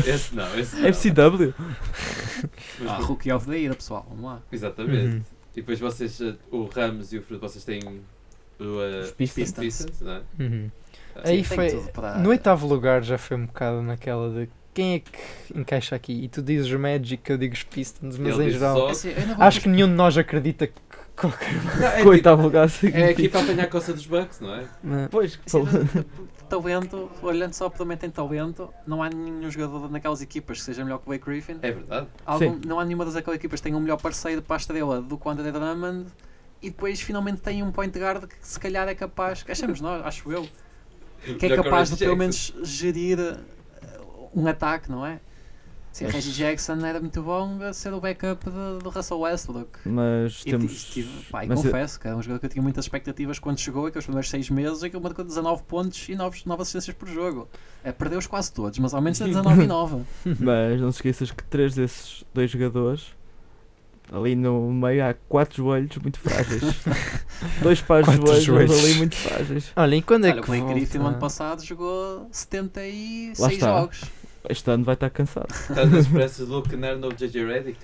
S3: Esse não, esse não. Esse não.
S1: FCW?
S3: Mas
S4: Os... É Ah,
S3: por-
S4: rookie of the year, pessoal. Vamos lá.
S3: Exatamente.
S2: Uhum.
S3: E depois vocês, ah, o Ramos e o Fruto, vocês têm o, ah,
S1: Os Pistons.
S4: tá?
S3: não é?
S2: Uhum.
S3: Ah,
S2: Aí
S4: Sim, tem
S2: foi-
S4: tudo para-
S2: No oitavo lugar já foi um bocado naquela de quem é que encaixa aqui? E tu dizes os Magic, eu digo os Pistons, mas
S3: Ele
S2: em
S3: disse
S2: geral.
S3: só-
S4: Assim, eu não vou-
S2: Acho que nenhum de nós acredita que qualquer.
S3: Não, é
S1: Com o oitavo
S3: tipo-
S1: lugar
S3: É aqui
S1: significa.
S3: para apanhar a coça dos Bucks, não é?
S2: Não.
S1: Pois,
S4: Sim, mas, Talento, olhando só para também tem talento, não há nenhum jogador naquelas equipas que seja melhor que o Blake Griffin.
S3: É verdade.
S4: Algum- não há nenhuma das aquelas equipas que tenha um melhor parceiro para a estrela do que o André é Drummond. e depois finalmente tem um point guard que se calhar é capaz, que achamos nós, acho eu, que é
S3: Melhor
S4: capaz de
S3: Reggie
S4: pelo
S3: Jackson.
S4: menos gerir uh, um ataque, não é? Sim, Reggie Jackson era muito bom a ser o backup de, de Russell Westbrook.
S1: Mas
S4: E
S1: temos.
S4: tive- pá, e
S1: mas,
S4: confesso que era um jogador que eu tinha muitas expectativas quando chegou, e que os primeiros 6 meses e que ele marcou 19 pontos e 9, assistências por jogo. É, Perdeu-os quase todos, mas ao menos é 19 e 9.
S1: mas não se esqueças que três desses dois jogadores ali no meio há quatro joelhos muito frágeis. dois pares de
S2: Quatro
S1: joelhos,
S2: joelhos.
S1: ali muito frágeis.
S2: Olha, e quando é
S4: Olha, o
S2: que
S4: Blake Griffin no ano
S2: volta?
S4: passado jogou
S1: Lá
S4: 76
S1: está.
S4: jogos.
S1: Este ano vai estar cansado.
S3: Estás nas pressas do Canar no JJ Redick?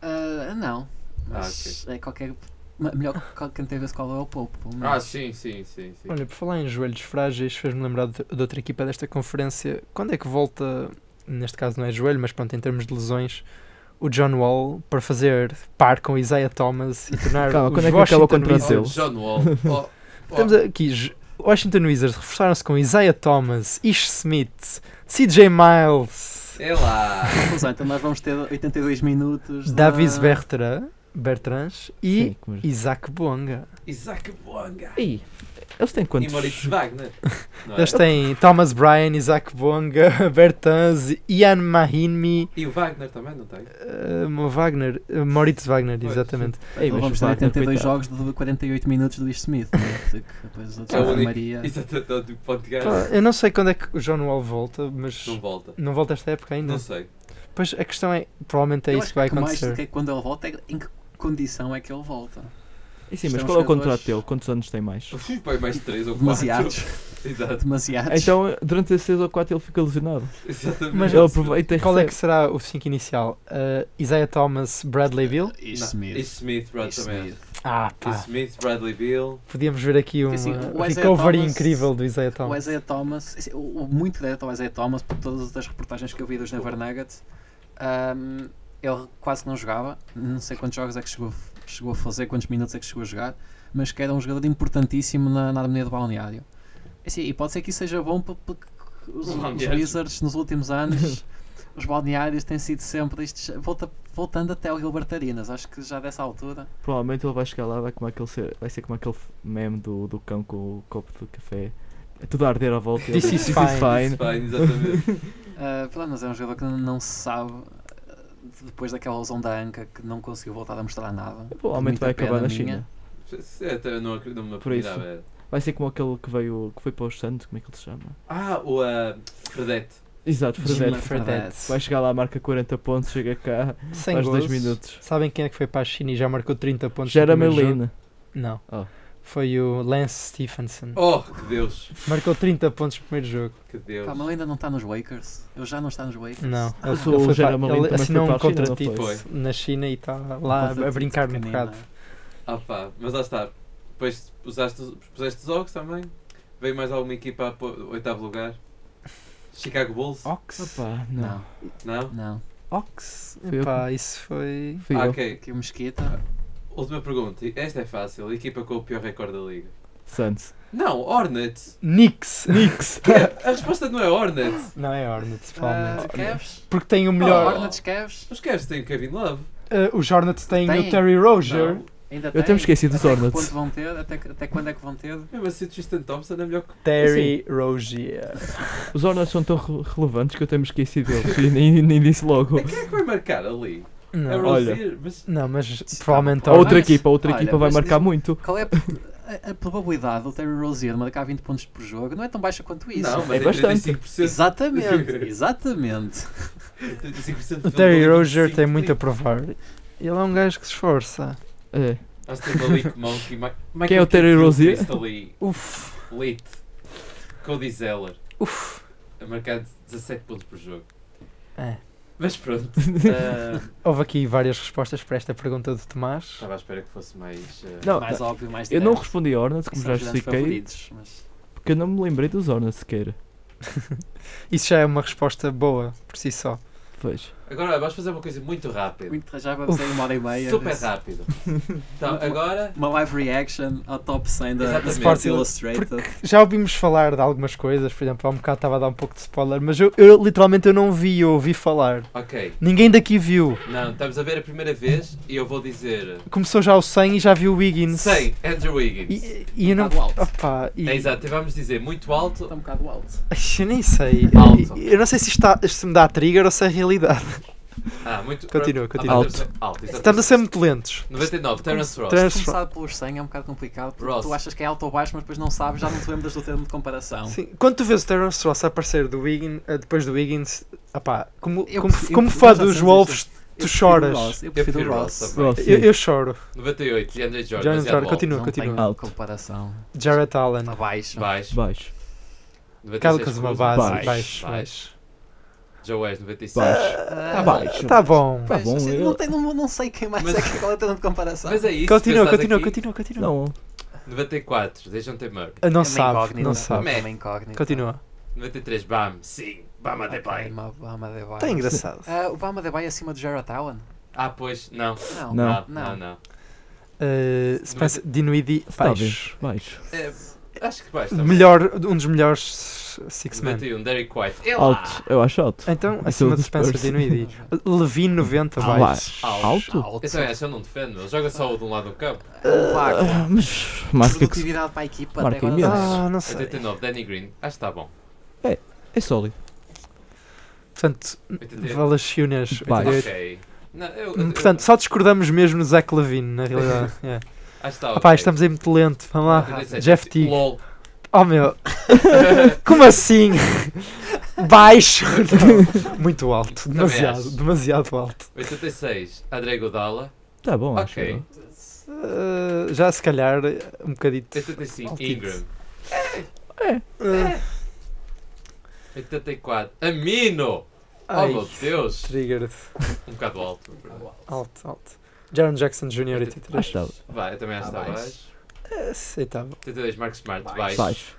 S4: Ah, não,
S3: Ah,
S4: mas é qualquer. ma- Melhor que qual- quem teve esse qual é o Pope. pelo menos.
S3: Ah, sim, sim, sim. sim.
S2: Olha, por falar em joelhos frágeis, fez-me lembrar de, de outra equipa desta conferência. Quando é que volta, neste caso não é joelho, mas pronto, em termos de lesões, o John Wall para fazer par com Isaiah Thomas e tornar
S1: Calma,
S2: os
S1: quando é que acaba
S2: Washington
S1: o contrato
S3: Oh,
S1: dele?
S2: Wizards...
S3: John Wall. Oh, oh.
S2: Temos aqui, J- Washington Wizards reforçaram-se com Isaiah Thomas, Ish Smith, CJ Miles,
S3: É lá.
S4: Conclusão, então nós vamos ter 82 minutos.
S2: Davis
S4: da-
S2: Bertrand, Bertrands e
S1: Sim, mas-
S2: Isaac Bonga.
S3: Isaac Bonga.
S1: Ei, eles têm
S3: E
S1: quantos?
S3: Maurício Wagner. Não é?
S2: Eles têm Thomas Bryan, Isaac Bonga, Bertans, Ian Mahinmi,
S3: E o Wagner também, não tem?
S2: uh, Wagner, eh, Moritz Wagner,
S3: Pois,
S2: exatamente.
S1: Ei,
S4: Então
S1: mas
S4: vamos ter
S1: Wagner,
S4: 82
S1: coitado.
S4: jogos de 48 minutos do Ish Smith. né? Porque Depois os outros
S3: É o único.
S4: Maria.
S3: Exatamente, o tipo ponto de
S2: Pá,
S3: gás.
S2: Eu não sei quando é que o John Wall volta, mas
S3: Não volta.
S2: Tá. não volta esta época ainda.
S3: Não sei.
S2: Pois a questão é, provavelmente é
S4: Eu
S2: isso
S4: acho
S2: que vai
S4: mais do
S2: acontecer.
S4: que quando ele volta é em que condição é que ele volta.
S1: E sim, mas
S4: Estão
S1: qual é o
S4: jogadores-
S1: contrato dele? Quantos anos tem mais?
S3: Põe mais 3 ou 4.
S4: Demasiados.
S3: Exato,
S4: Demasiados.
S1: Então, durante esses 6 ou 4 ele fica lesionado.
S3: exatamente.
S2: Mas
S1: ele aproveita e
S2: Qual é que
S1: recebe.
S2: será o 5 inicial? Eh, Isaiah Thomas, Bradley Bill?
S4: Ish
S3: Não, E
S4: Smith.
S3: Smith, Brad,
S4: Ish
S3: também.
S4: Smith.
S2: Ah,
S3: E
S2: pá.
S3: Smith, Bradley Bill.
S2: Podíamos ver aqui uma
S4: Porque, assim, o Isaiah
S2: recovery
S4: Thomas-
S2: incrível do Isaiah
S4: O
S2: Thomas.
S4: Isaiah Thomas, assim, o, o muito crédito ao Isaiah Thomas por todas as reportagens que eu vi dos Denver Nuggets. ahm, ele quase não jogava, não sei quantos jogos é que chegou, chegou a fazer, quantos minutos é que chegou a jogar, mas que era um jogador importantíssimo na, na harmonia do balneário. Assim, e pode ser que isso seja bom por- porque
S3: Os
S4: os, os
S3: balneários.
S4: Wizards nos últimos anos, os balneários têm sido sempre estes, volta, voltando até o Gilbert Arenas, acho que já dessa altura.
S1: Provavelmente ele vai chegar lá, vai, como aquele ser, vai ser como aquele meme do, do cão com o copo de café. É tudo a arder à volta.
S2: This
S1: Ele
S2: is
S1: diz,
S3: Fine. Fine, exatamente.
S4: Uh, pronto, mas é um jogador que não se sabe uh, depois daquela lesão da anca que não conseguiu voltar a mostrar nada.
S1: Provavelmente
S4: Muita
S1: vai acabar
S4: pena
S1: na
S4: minha.
S1: China.
S3: É, até eu não acredito numa
S1: Por isso.
S3: primeira.
S1: Vai ser como aquele que veio, que foi para os Santos, como é que ele se chama?
S3: Ah, o uh, Fredette.
S1: Exato,
S4: Jimmy
S1: Fredette.
S4: Fredette.
S1: Vai chegar lá, marca 40 pontos, chega cá,
S2: Sem
S1: faz 2
S2: gozo.
S1: minutos.
S2: Sabem quem é que foi para a China e já marcou 30 pontos? no
S1: Jeremy
S2: primeiro jogo?
S1: Lin.
S2: Não.
S1: Oh.
S2: Foi o Lance Stephenson.
S3: Oh, que Deus.
S2: Marcou 30 pontos no primeiro jogo.
S3: Que Deus.
S4: Calma, ele ainda não está nos Lakers. Ele já não está nos Lakers.
S2: Não. Ele,
S1: sou o
S2: ele, foi
S1: Jeremy
S2: para,
S1: Lin,
S2: ele
S1: também
S2: assinou
S1: foi
S2: um
S1: para a China, não
S2: contratito
S3: foi?
S2: na China e está lá
S4: Contratito
S2: a brincar um
S4: Um pequenino,
S2: bocado.
S4: não é?
S3: Ah pá, mas lá está. Depois usaste, puseste os Ox também. Veio mais alguma equipa a pô- oitavo lugar. Chicago Bulls?
S2: Oh.
S4: é?
S2: Ox?
S1: Opa, não.
S4: Não,
S3: Não?
S4: não.
S2: Ox?
S1: Foi eu
S2: Epá, isso foi.
S1: Fui
S3: Ah,
S1: eu.
S3: ok.
S4: Aqui o Mesquita.
S3: Última pergunta. Esta é fácil. Equipa com o pior recorde da liga.
S1: Santos.
S3: Não, Hornets.
S2: Nix! Nix!
S3: Que é? A resposta não é Hornets.
S2: Não é Hornets,
S4: Ah,
S2: provavelmente.
S1: É.
S4: Cavs.
S2: Porque tem o
S4: Melhor.
S2: melhor.
S4: Hornets Cavs.
S3: Os Cavs têm o Kevin Love.
S2: Ah, os Hornets têm
S4: Tem.
S2: o Terry Rozier.
S3: Não.
S4: Ainda
S1: Eu até me esqueci dos
S4: Até que
S1: Hornets.
S4: ponto vão ter? Até, que- até quando é que vão ter?
S3: Mesmo assim, o Tristan Thompson é melhor que
S2: Terry Rozier.
S1: Os Hornets são tão re- relevantes que eu até me esqueci deles. e nem, nem disse logo.
S3: Mas Quem é que vai marcar ali? é
S2: Não,
S3: o
S1: olha.
S3: Rozier, mas
S2: não, mas
S4: Sim,
S2: provavelmente
S1: A outra
S4: Olha,
S1: equipa, a outra equipa vai
S4: mas
S1: marcar
S4: diz-
S1: muito.
S4: Qual é a, a- a probabilidade do Terry Rozier marcar 20 pontos por jogo? Não é tão baixa quanto isso.
S3: não, mas
S1: É
S3: é
S1: bastante.
S3: 35%.
S4: Exatamente, exatamente.
S2: O
S3: 35% de
S2: Terry
S3: field goal e
S2: Rozier tem
S3: 25
S2: muito a
S3: de-
S2: provar. Ele é um gajo que se esforça.
S1: É.
S3: Acho que tem Malik Monk e Ma- Michael
S1: Quem é o Terry
S3: Kidd,
S1: Rozier?
S3: Crystal Lee,
S2: Uf,
S3: Lit, Cody Zeller,
S2: uf.
S3: a marcar 17 pontos por jogo.
S2: É.
S3: Mas pronto, ah,
S2: Houve aqui várias respostas para esta pergunta do Tomás.
S3: estava à espera que fosse mais. ah,
S1: Não,
S4: mais óbvio, mais
S1: eu não
S4: direto.
S1: respondi a Hornets, como
S4: São
S1: já
S4: os grandes
S1: expliquei,
S4: favoritos, mas-
S1: porque eu não me lembrei dos Hornets sequer.
S2: Isso já é uma resposta boa, por si só.
S1: Pois.
S3: Agora vamos fazer uma coisa muito rápida.
S4: Muito já vamos sair uma hora e meia.
S3: Super
S4: desse-
S3: rápido. Então,
S4: Muito-
S3: agora.
S4: Uma live reaction ao top 100 da da
S3: Exatamente.
S4: Sports Illustrated.
S2: Já ouvimos falar de algumas coisas, por exemplo, há um bocado estava a dar um pouco de spoiler, mas eu, eu literalmente eu não vi, eu ouvi falar.
S3: Ok.
S2: Ninguém daqui viu.
S3: Não, estamos a ver a primeira vez e eu vou dizer.
S2: Começou já o 100 e já viu o Wiggins.
S3: 100, Andrew Wiggins.
S2: E, e eu não.
S4: Está do alto.
S2: Opa, e,
S3: É exato, e vamos dizer muito alto.
S4: Está um bocado alto.
S2: eu nem sei.
S3: Alto.
S2: Eu não sei se isto está- se me dá trigger ou se é realidade.
S3: Ah, muito.
S2: Continua,
S3: ah,
S2: continua.
S3: Alto. Alto, exato.
S2: Estamos a ser muito lentos.
S3: 99, Terence Ross.
S2: Terence-
S4: Começar pelos 100 é um bocado complicado porque
S3: Ross.
S4: tu achas que é alto ou baixo, mas depois não sabes, já não te lembras do termo de comparação.
S2: Sim, quando tu vês o Terence Ross aparecer do Wiggins, eh, depois do Wiggins, opá, como,
S4: Eu
S2: como,
S4: prefiro-
S2: como
S4: nós
S2: fã
S4: já
S2: dos
S4: dissemos
S2: Wolves,
S4: isto.
S2: tu
S4: Eu prefiro
S2: choras.
S4: o Ross, Eu
S3: Eu
S4: prefiro o Ross.
S3: também.
S1: Ross,
S2: eu,
S1: sim.
S2: eu choro.
S3: 98, DeAndre Jordan.
S2: Jordan
S3: Zé
S2: Jordan,
S3: Ball.
S2: continua,
S4: Não
S2: continua.
S4: tenho
S1: Alto.
S4: comparação.
S2: Jarrett Allen.
S4: Está baixo.
S3: Baixo.
S1: Baixo.
S2: Cada
S3: 96,
S2: coisa uma
S3: Kuzma.
S2: base.
S1: Baixo,
S2: Baixo, baixo.
S3: Joe West, 96.
S1: Baixo.
S4: Tá
S1: baixo.
S2: Tá bom.
S1: Tá bom,
S4: assim,
S1: eu-
S4: não, tenho- não, não sei quem mais
S3: Mas-
S4: é que qual é o termo de comparação.
S3: Mas é isso.
S2: Continua,
S3: tu estás
S2: continua,
S3: aqui.
S2: continua, continua.
S1: Não.
S3: 94, Dejounte Murray.
S2: Ah,
S4: É
S2: Não
S4: uma
S2: sabe,
S4: incógnita,
S2: não
S3: Mas-
S2: sabe.
S4: É uma incógnita. É
S2: Continua.
S3: 93, Bam, sim, Bam Adebayo.
S4: Obama, Obama Adebayo.
S2: Está Tá engraçado.
S4: Ah, o Obama Adebayo acima do Jared Allen?
S3: Ah, pois, não.
S1: Não.
S4: Não.
S3: Não, não,
S4: Não.
S3: não.
S2: Uh, Spencer Dinwiddie,
S1: Talvez.
S2: baixo.
S1: tá Baixo.
S3: É, acho que vais também.
S2: Melhor, um dos melhores Six Men.
S3: 91, Derek White. Ela.
S1: Alto. Eu acho alto.
S2: Então,
S1: Isso
S2: acima
S1: é
S2: de
S1: o
S2: Spencer
S1: Spurs.
S2: Dinwiddie. Levine 90,
S1: Ah,
S2: baixo.
S3: Alto.
S4: Tá
S1: Alto?
S3: é, Eu também acho que ele não defende, ele joga só de um lado do campo.
S4: Um vácuo.
S1: Ah, Mas marca que
S4: Produtividade para a equipa.
S1: marca
S4: até agora
S1: imenso.
S4: zero.
S2: Ah, não sei.
S3: 89, Danny Green. Acho que está bom.
S1: é sólido.
S2: Portanto,
S3: 88.
S2: Valanciunas,
S1: Baixo.
S2: 88.
S3: Ok. Não, eu, eu-
S2: Portanto, só discordamos mesmo no Zach Levine, na realidade. É.
S3: acho que está
S2: Opá,
S3: ok.
S2: estamos aí muito lento, vamos lá.
S3: 87,
S2: Jeff Teague.
S3: LOL.
S2: Oh meu, como assim? Baixo? Não. Muito alto,
S3: Também
S2: demasiado,
S3: acho.
S2: demasiado alto.
S3: 86, André Godala.
S1: Tá bom, acho que
S3: Ok.
S2: Uh, já se calhar um
S3: É.
S2: bocadito.
S3: 85,
S2: Altitude.
S3: Ingram. É.
S2: Uh,
S3: 84, Amino. Oh
S2: ai,
S3: meu Deus.
S2: triggered.
S3: Um bocado alto.
S2: Alto, alto. Jaron Jackson Jr. 83.
S1: Acho que tá está
S3: Vai, eu também acho que está
S4: Abaixo.
S3: baixo.
S2: Aceitável.
S3: 82, Mark Smart.
S4: Baixo.
S3: Baixo.
S1: baixo.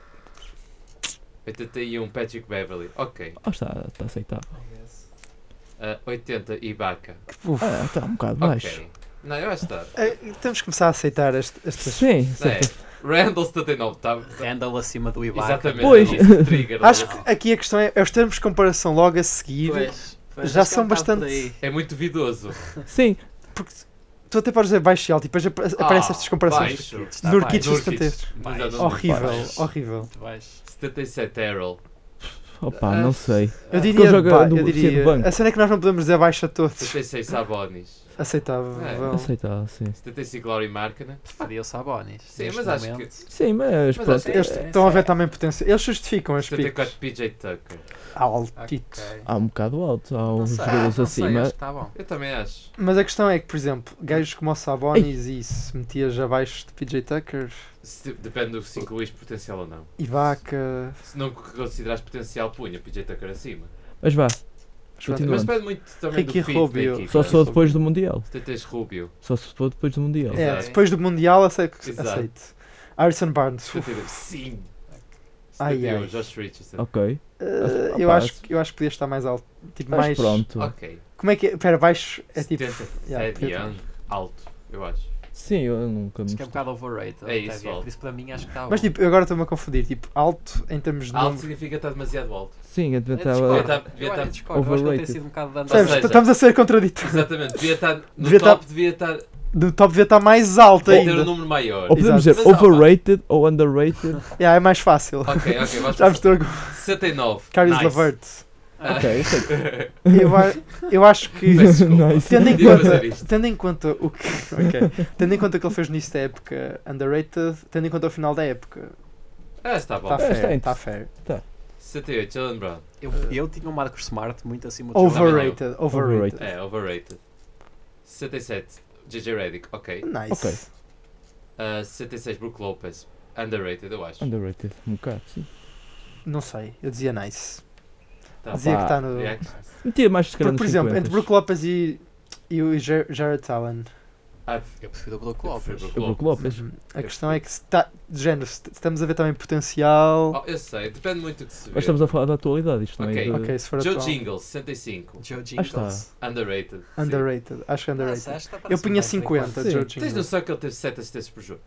S3: 81, Patrick Beverly. Ok.
S1: Ah, está, está aceitável.
S3: Ah, 80, Ibaka.
S2: Uf.
S1: Ah, está um bocado baixo.
S3: Ok. Não, eu acho que está.
S2: Uh, temos que começar a aceitar este- estas.
S1: Sim,
S3: Não é.
S1: certo.
S3: Randall 79, está.
S4: Randall acima do Ibaka.
S3: tá Ah. Exatamente.
S1: Pois.
S3: é isso, Trigger. né?
S2: Acho que aqui a questão é, é os termos de comparação logo a seguir.
S4: Pois, pois,
S2: Já
S4: acho que é
S2: são
S4: um bocado por
S2: bastante-
S4: aí.
S3: É muito duvidoso.
S1: Sim,
S2: Tu até podes dizer baixo e alto e depois apa- aparecem
S3: Ah,
S2: estas comparações.
S3: baixo.
S4: Está
S2: Nurkic
S4: baixo.
S2: 70.
S3: Mas eu não-
S2: Horrível,
S4: Baixo.
S2: horrível.
S4: Muito baixo.
S3: 77, Errol.
S1: opa,
S3: Ah,
S1: não sei.
S2: Eu
S1: Porque
S2: diria,
S1: ele joga
S2: pá,
S1: do-
S2: eu
S1: sim, do
S2: diria
S1: banco.
S2: a cena é que nós não podemos dizer baixo a todos.
S3: 76, Sabonis.
S2: Aceitável.
S3: É,
S1: Aceitável, tá, sim.
S3: 75, Laurie Markkinen.
S4: Preferia o Sabonis.
S3: Sim,
S4: neste
S3: mas acho que-
S4: momento.
S1: Sim, mas,
S3: Mas
S1: pronto.
S3: acho que
S2: Eles
S1: é-
S2: estão a ver também potência. Eles justificam as picks.
S3: 74, PJ Tucker.
S2: Altitos.
S4: Ok.
S1: Há um bocado alto, há
S4: Não
S1: uns
S4: sei,
S1: jogadores
S4: não sei,
S1: acima.
S4: acho que está bom.
S3: Eu também acho.
S2: Mas a questão é que, por exemplo, gajos como o Sabonis e se metias abaixo de PJ Tucker,
S3: Se- depende do 5 Luís potencial ou não.
S2: Ibaka,
S3: Se não considerares potencial, punha PJ Tucker acima.
S1: Mas vá,
S2: Jordan-
S1: Continua.
S3: Mas depende muito também
S2: Ricky
S3: do fit
S2: Rubio.
S3: da equipa.
S1: só se for depois do Mundial.
S3: 73 Rubio.
S1: Só se for depois do Mundial.
S2: é,
S3: Exato.
S2: depois do Mundial ace-
S3: Exato.
S2: aceito. Harrison Barnes. Eh, uf,
S3: 72. Sim.
S2: Ai,
S3: 71
S2: ai.
S3: Josh Richardson.
S1: Ok,
S2: eh,
S1: Ah,
S2: eu,
S1: pá,
S2: acho, que- eu acho que podia estar mais alto. Tipo,
S1: mas
S2: mais.
S1: pronto.
S3: Ok.
S2: Como é que é? Pera, baixo é tipo.
S3: 77
S2: yeah, podia-
S3: Young. Alto, eu acho.
S1: Sim, eu nunca me.
S4: Acho que é um bocado overrated.
S3: É isso,
S4: Otávio,
S3: Val.
S4: Por isso, para mim, acho que está bom.
S2: Mas tipo, eu agora estou-me a confundir. Tipo, alto em termos de
S3: Alto
S2: número.
S3: significa estar demasiado alto.
S1: Sim, eu
S4: Eu
S1: tentava.
S3: Devia estar-
S4: discordo.
S3: devia
S4: Eu
S3: estar
S4: acho- discordo. Eu acho que ele tem
S1: overrated.
S4: sido um bocado de
S3: Sabes,
S2: Percebes?
S3: seja-
S2: Estamos a ser contraditórios.
S3: Exatamente. Devia estar no
S2: Devia
S3: top, devia estar.
S2: Do top devia estar mais alto
S3: Ter um
S2: ainda.
S3: número maior.
S1: Ou podemos
S2: Exato.
S1: dizer
S3: Mas, ó,
S1: overrated ou underrated.
S2: Yeah, é mais fácil.
S3: Ok, ok, vamos
S2: Já me
S3: passar.
S2: estou a
S3: 69.
S2: Caris
S3: nice.
S2: Lavert.
S1: ok, aceito.
S2: Eu, a- eu acho que.
S3: Peço desculpa.
S1: Nice.
S2: Tendo em,
S3: Podia
S2: conta,
S3: fazer isto.
S2: tendo em conta o que. ok. Tendo em conta o que ele fez nisso da época underrated, tendo em conta o final da época,
S3: Ah, está bom.
S2: está fair.
S1: é interessante.
S2: Está fair.
S3: 78, Jalen Brown.
S4: Eu, eu tinha um Marcos Smart muito acima do Jordan.
S2: Overrated, overrated.
S1: Overrated.
S3: É, overrated. 77, JJ Redick. Ok.
S2: Nice.
S1: Ok.
S3: Ah, 76, Brook Lopez. Underrated, eu acho.
S1: Underrated, um bocado, sim.
S2: Não sei, eu dizia nice.
S3: Tá. é,
S2: Dizia que
S1: Opa,
S2: está no.
S3: Yeah.
S1: Metia mais de
S2: Porque,
S1: cara
S2: por
S1: nos
S2: exemplo,
S1: 50s.
S2: entre Brook Lopez e, e o Jar- Jarrett Allen,
S3: Ah,
S4: Eu prefiro o Brook
S3: Eu prefiro
S4: Lopez.
S3: o Brook
S1: O Brook Lopes.
S2: Uhum. A questão é que se tá, de género, se t- estamos a ver também potencial.
S3: oh, eu sei, depende muito do que se vê.
S1: Mas estamos a falar da atualidade, isto não é?
S3: Ok.
S1: de-
S2: Ok, se for
S3: Oh, Joe
S2: atual.
S3: Jingle, 65.
S4: Joe
S1: Ah, está.
S4: Jingles.
S3: Underrated. sim.
S2: Underrated, acho que é
S4: Ah,
S2: underrated.
S4: esta
S2: eu
S4: parece um
S2: punha
S4: bom trick.
S2: 50,
S1: Sim.
S2: Joe
S3: Tens
S2: Jingle.
S3: noção que ele teve 7 assistências por jogo?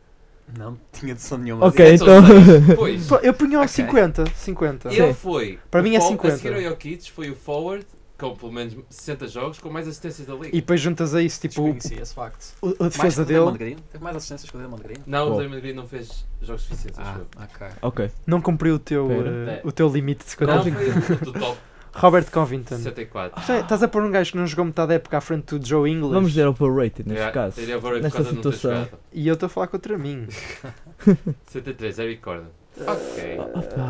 S4: Não tinha noção nenhuma.
S1: Ok,
S3: Sete
S1: então.
S3: ou seis? Pois.
S2: Pô, Eu punha ao
S4: Ok.
S2: 50, 50.
S3: Ele foi.
S2: Para
S3: o
S2: mim é
S3: fo-
S2: 50.
S3: A seguir ao Jokic foi o forward com pelo menos 60 jogos com mais assistências da liga.
S2: E depois juntas a isso, tipo,
S4: Desconheci esse facto.
S2: o- a
S4: Mais que
S2: defesa
S4: o
S2: dele
S4: Draymond Green? Teve mais assistências que o Draymond Green?
S3: Não,
S1: Bom.
S3: o Draymond Green não fez jogos suficientes, acho eu.
S4: Ah, ok.
S1: Ok.
S2: não cumpriu o teu,
S1: Pera.
S2: eh, o teu limite de
S3: Não,
S2: 50.
S3: foi o do top
S2: Robert Covington.
S3: 64.
S2: Já Estás a pôr um gajo que não jogou metade da época à frente do Joe English
S1: Vamos dizer overrated Ah, neste
S3: Yeah,
S1: caso.
S3: Ele é overrated por
S1: Nesta
S3: causa de não ter
S1: situação.
S3: jogado.
S2: e eu estou a falar contra mim.
S3: 73, Eric Gordon. Ok.
S2: Ah,
S4: É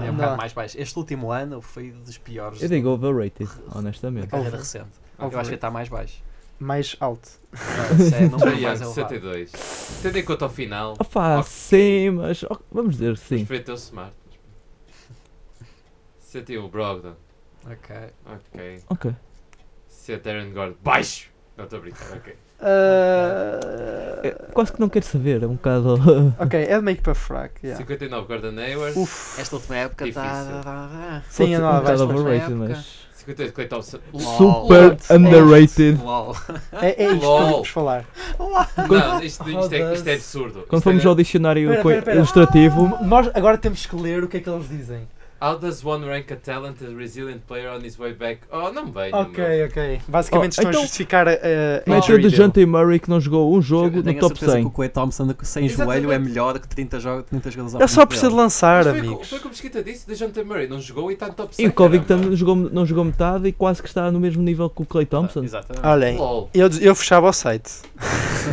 S2: Não.
S4: um bocado mais baixo. Este último ano foi dos piores
S1: Eu digo overrated, honestamente.
S4: da carreira
S2: Over.
S4: recente.
S2: Over.
S4: Eu acho que é tipo- está mais baixo.
S2: Mais alto.
S4: Não, isso é- não
S3: Trae Young,
S4: foi mais elevado.
S3: 72. Tendo em conta o final,
S1: Opa,
S3: Ok.
S1: sim, mas ok, vamos dizer que sim.
S3: respeita o smart. 71, Brogdon.
S4: Ok.
S3: Ok.
S1: Ok.
S3: 70, Aaron Gordon. Baixo! Não estou a brincar, ok.
S1: Eu
S2: Ah,
S1: quase que não quero saber, é um bocado.
S2: ok, é de meio que para fraco. Yeah.
S3: 59, Gordon Hayward.
S2: Uf.
S4: Esta última época tá,
S3: Difícil.
S4: está.
S1: pode
S2: Sim,
S1: ser
S2: é
S1: um
S2: lá,
S1: bocado
S2: abaixo.
S4: vais-
S1: overrated,
S4: vais-
S1: mas.
S3: 58, Clay Thompson.
S4: Lol.
S1: Super
S2: Lol.
S1: underrated.
S4: LOL.
S2: É, é isto que
S3: Lol.
S2: vamos falar.
S3: Não, isto, isto é, isto é absurdo.
S1: Quando
S3: Isto
S1: fomos
S3: é-
S1: ao dicionário
S2: Pera,
S1: co-
S2: pera, pera.
S1: ilustrativo,
S2: Nós agora temos que ler o que é que eles dizem.
S3: How does one rank a talented, resilient player on his way back? Oh, não me venham, meu.
S2: Ok, ok. Basicamente
S1: Oh,
S2: estão
S1: então-
S2: a justificar a, a a
S1: mete o
S2: injury
S1: de
S2: dele.
S1: é Jante Murray que não jogou um jogo
S4: Eu
S1: no
S4: tenho a
S1: top
S4: certeza que o
S1: 100.
S4: Clay Thompson sem
S3: Exatamente.
S4: joelho é melhor que 30 jogos, 30 jogadores ao
S2: Ele É só
S4: frente
S2: precisa de
S4: dele.
S2: lançar,
S3: Mas foi, co-
S2: amigos.
S3: foi como escrita disse, Dejounte Murray não jogou e está no top 100.
S1: E o Covington
S3: caramba.
S1: não jogou, não jogou metade e quase que está no mesmo nível que o Clay Thompson.
S4: Exatamente.
S2: Olhem,
S3: Lol.
S2: eu, eu fechava o site.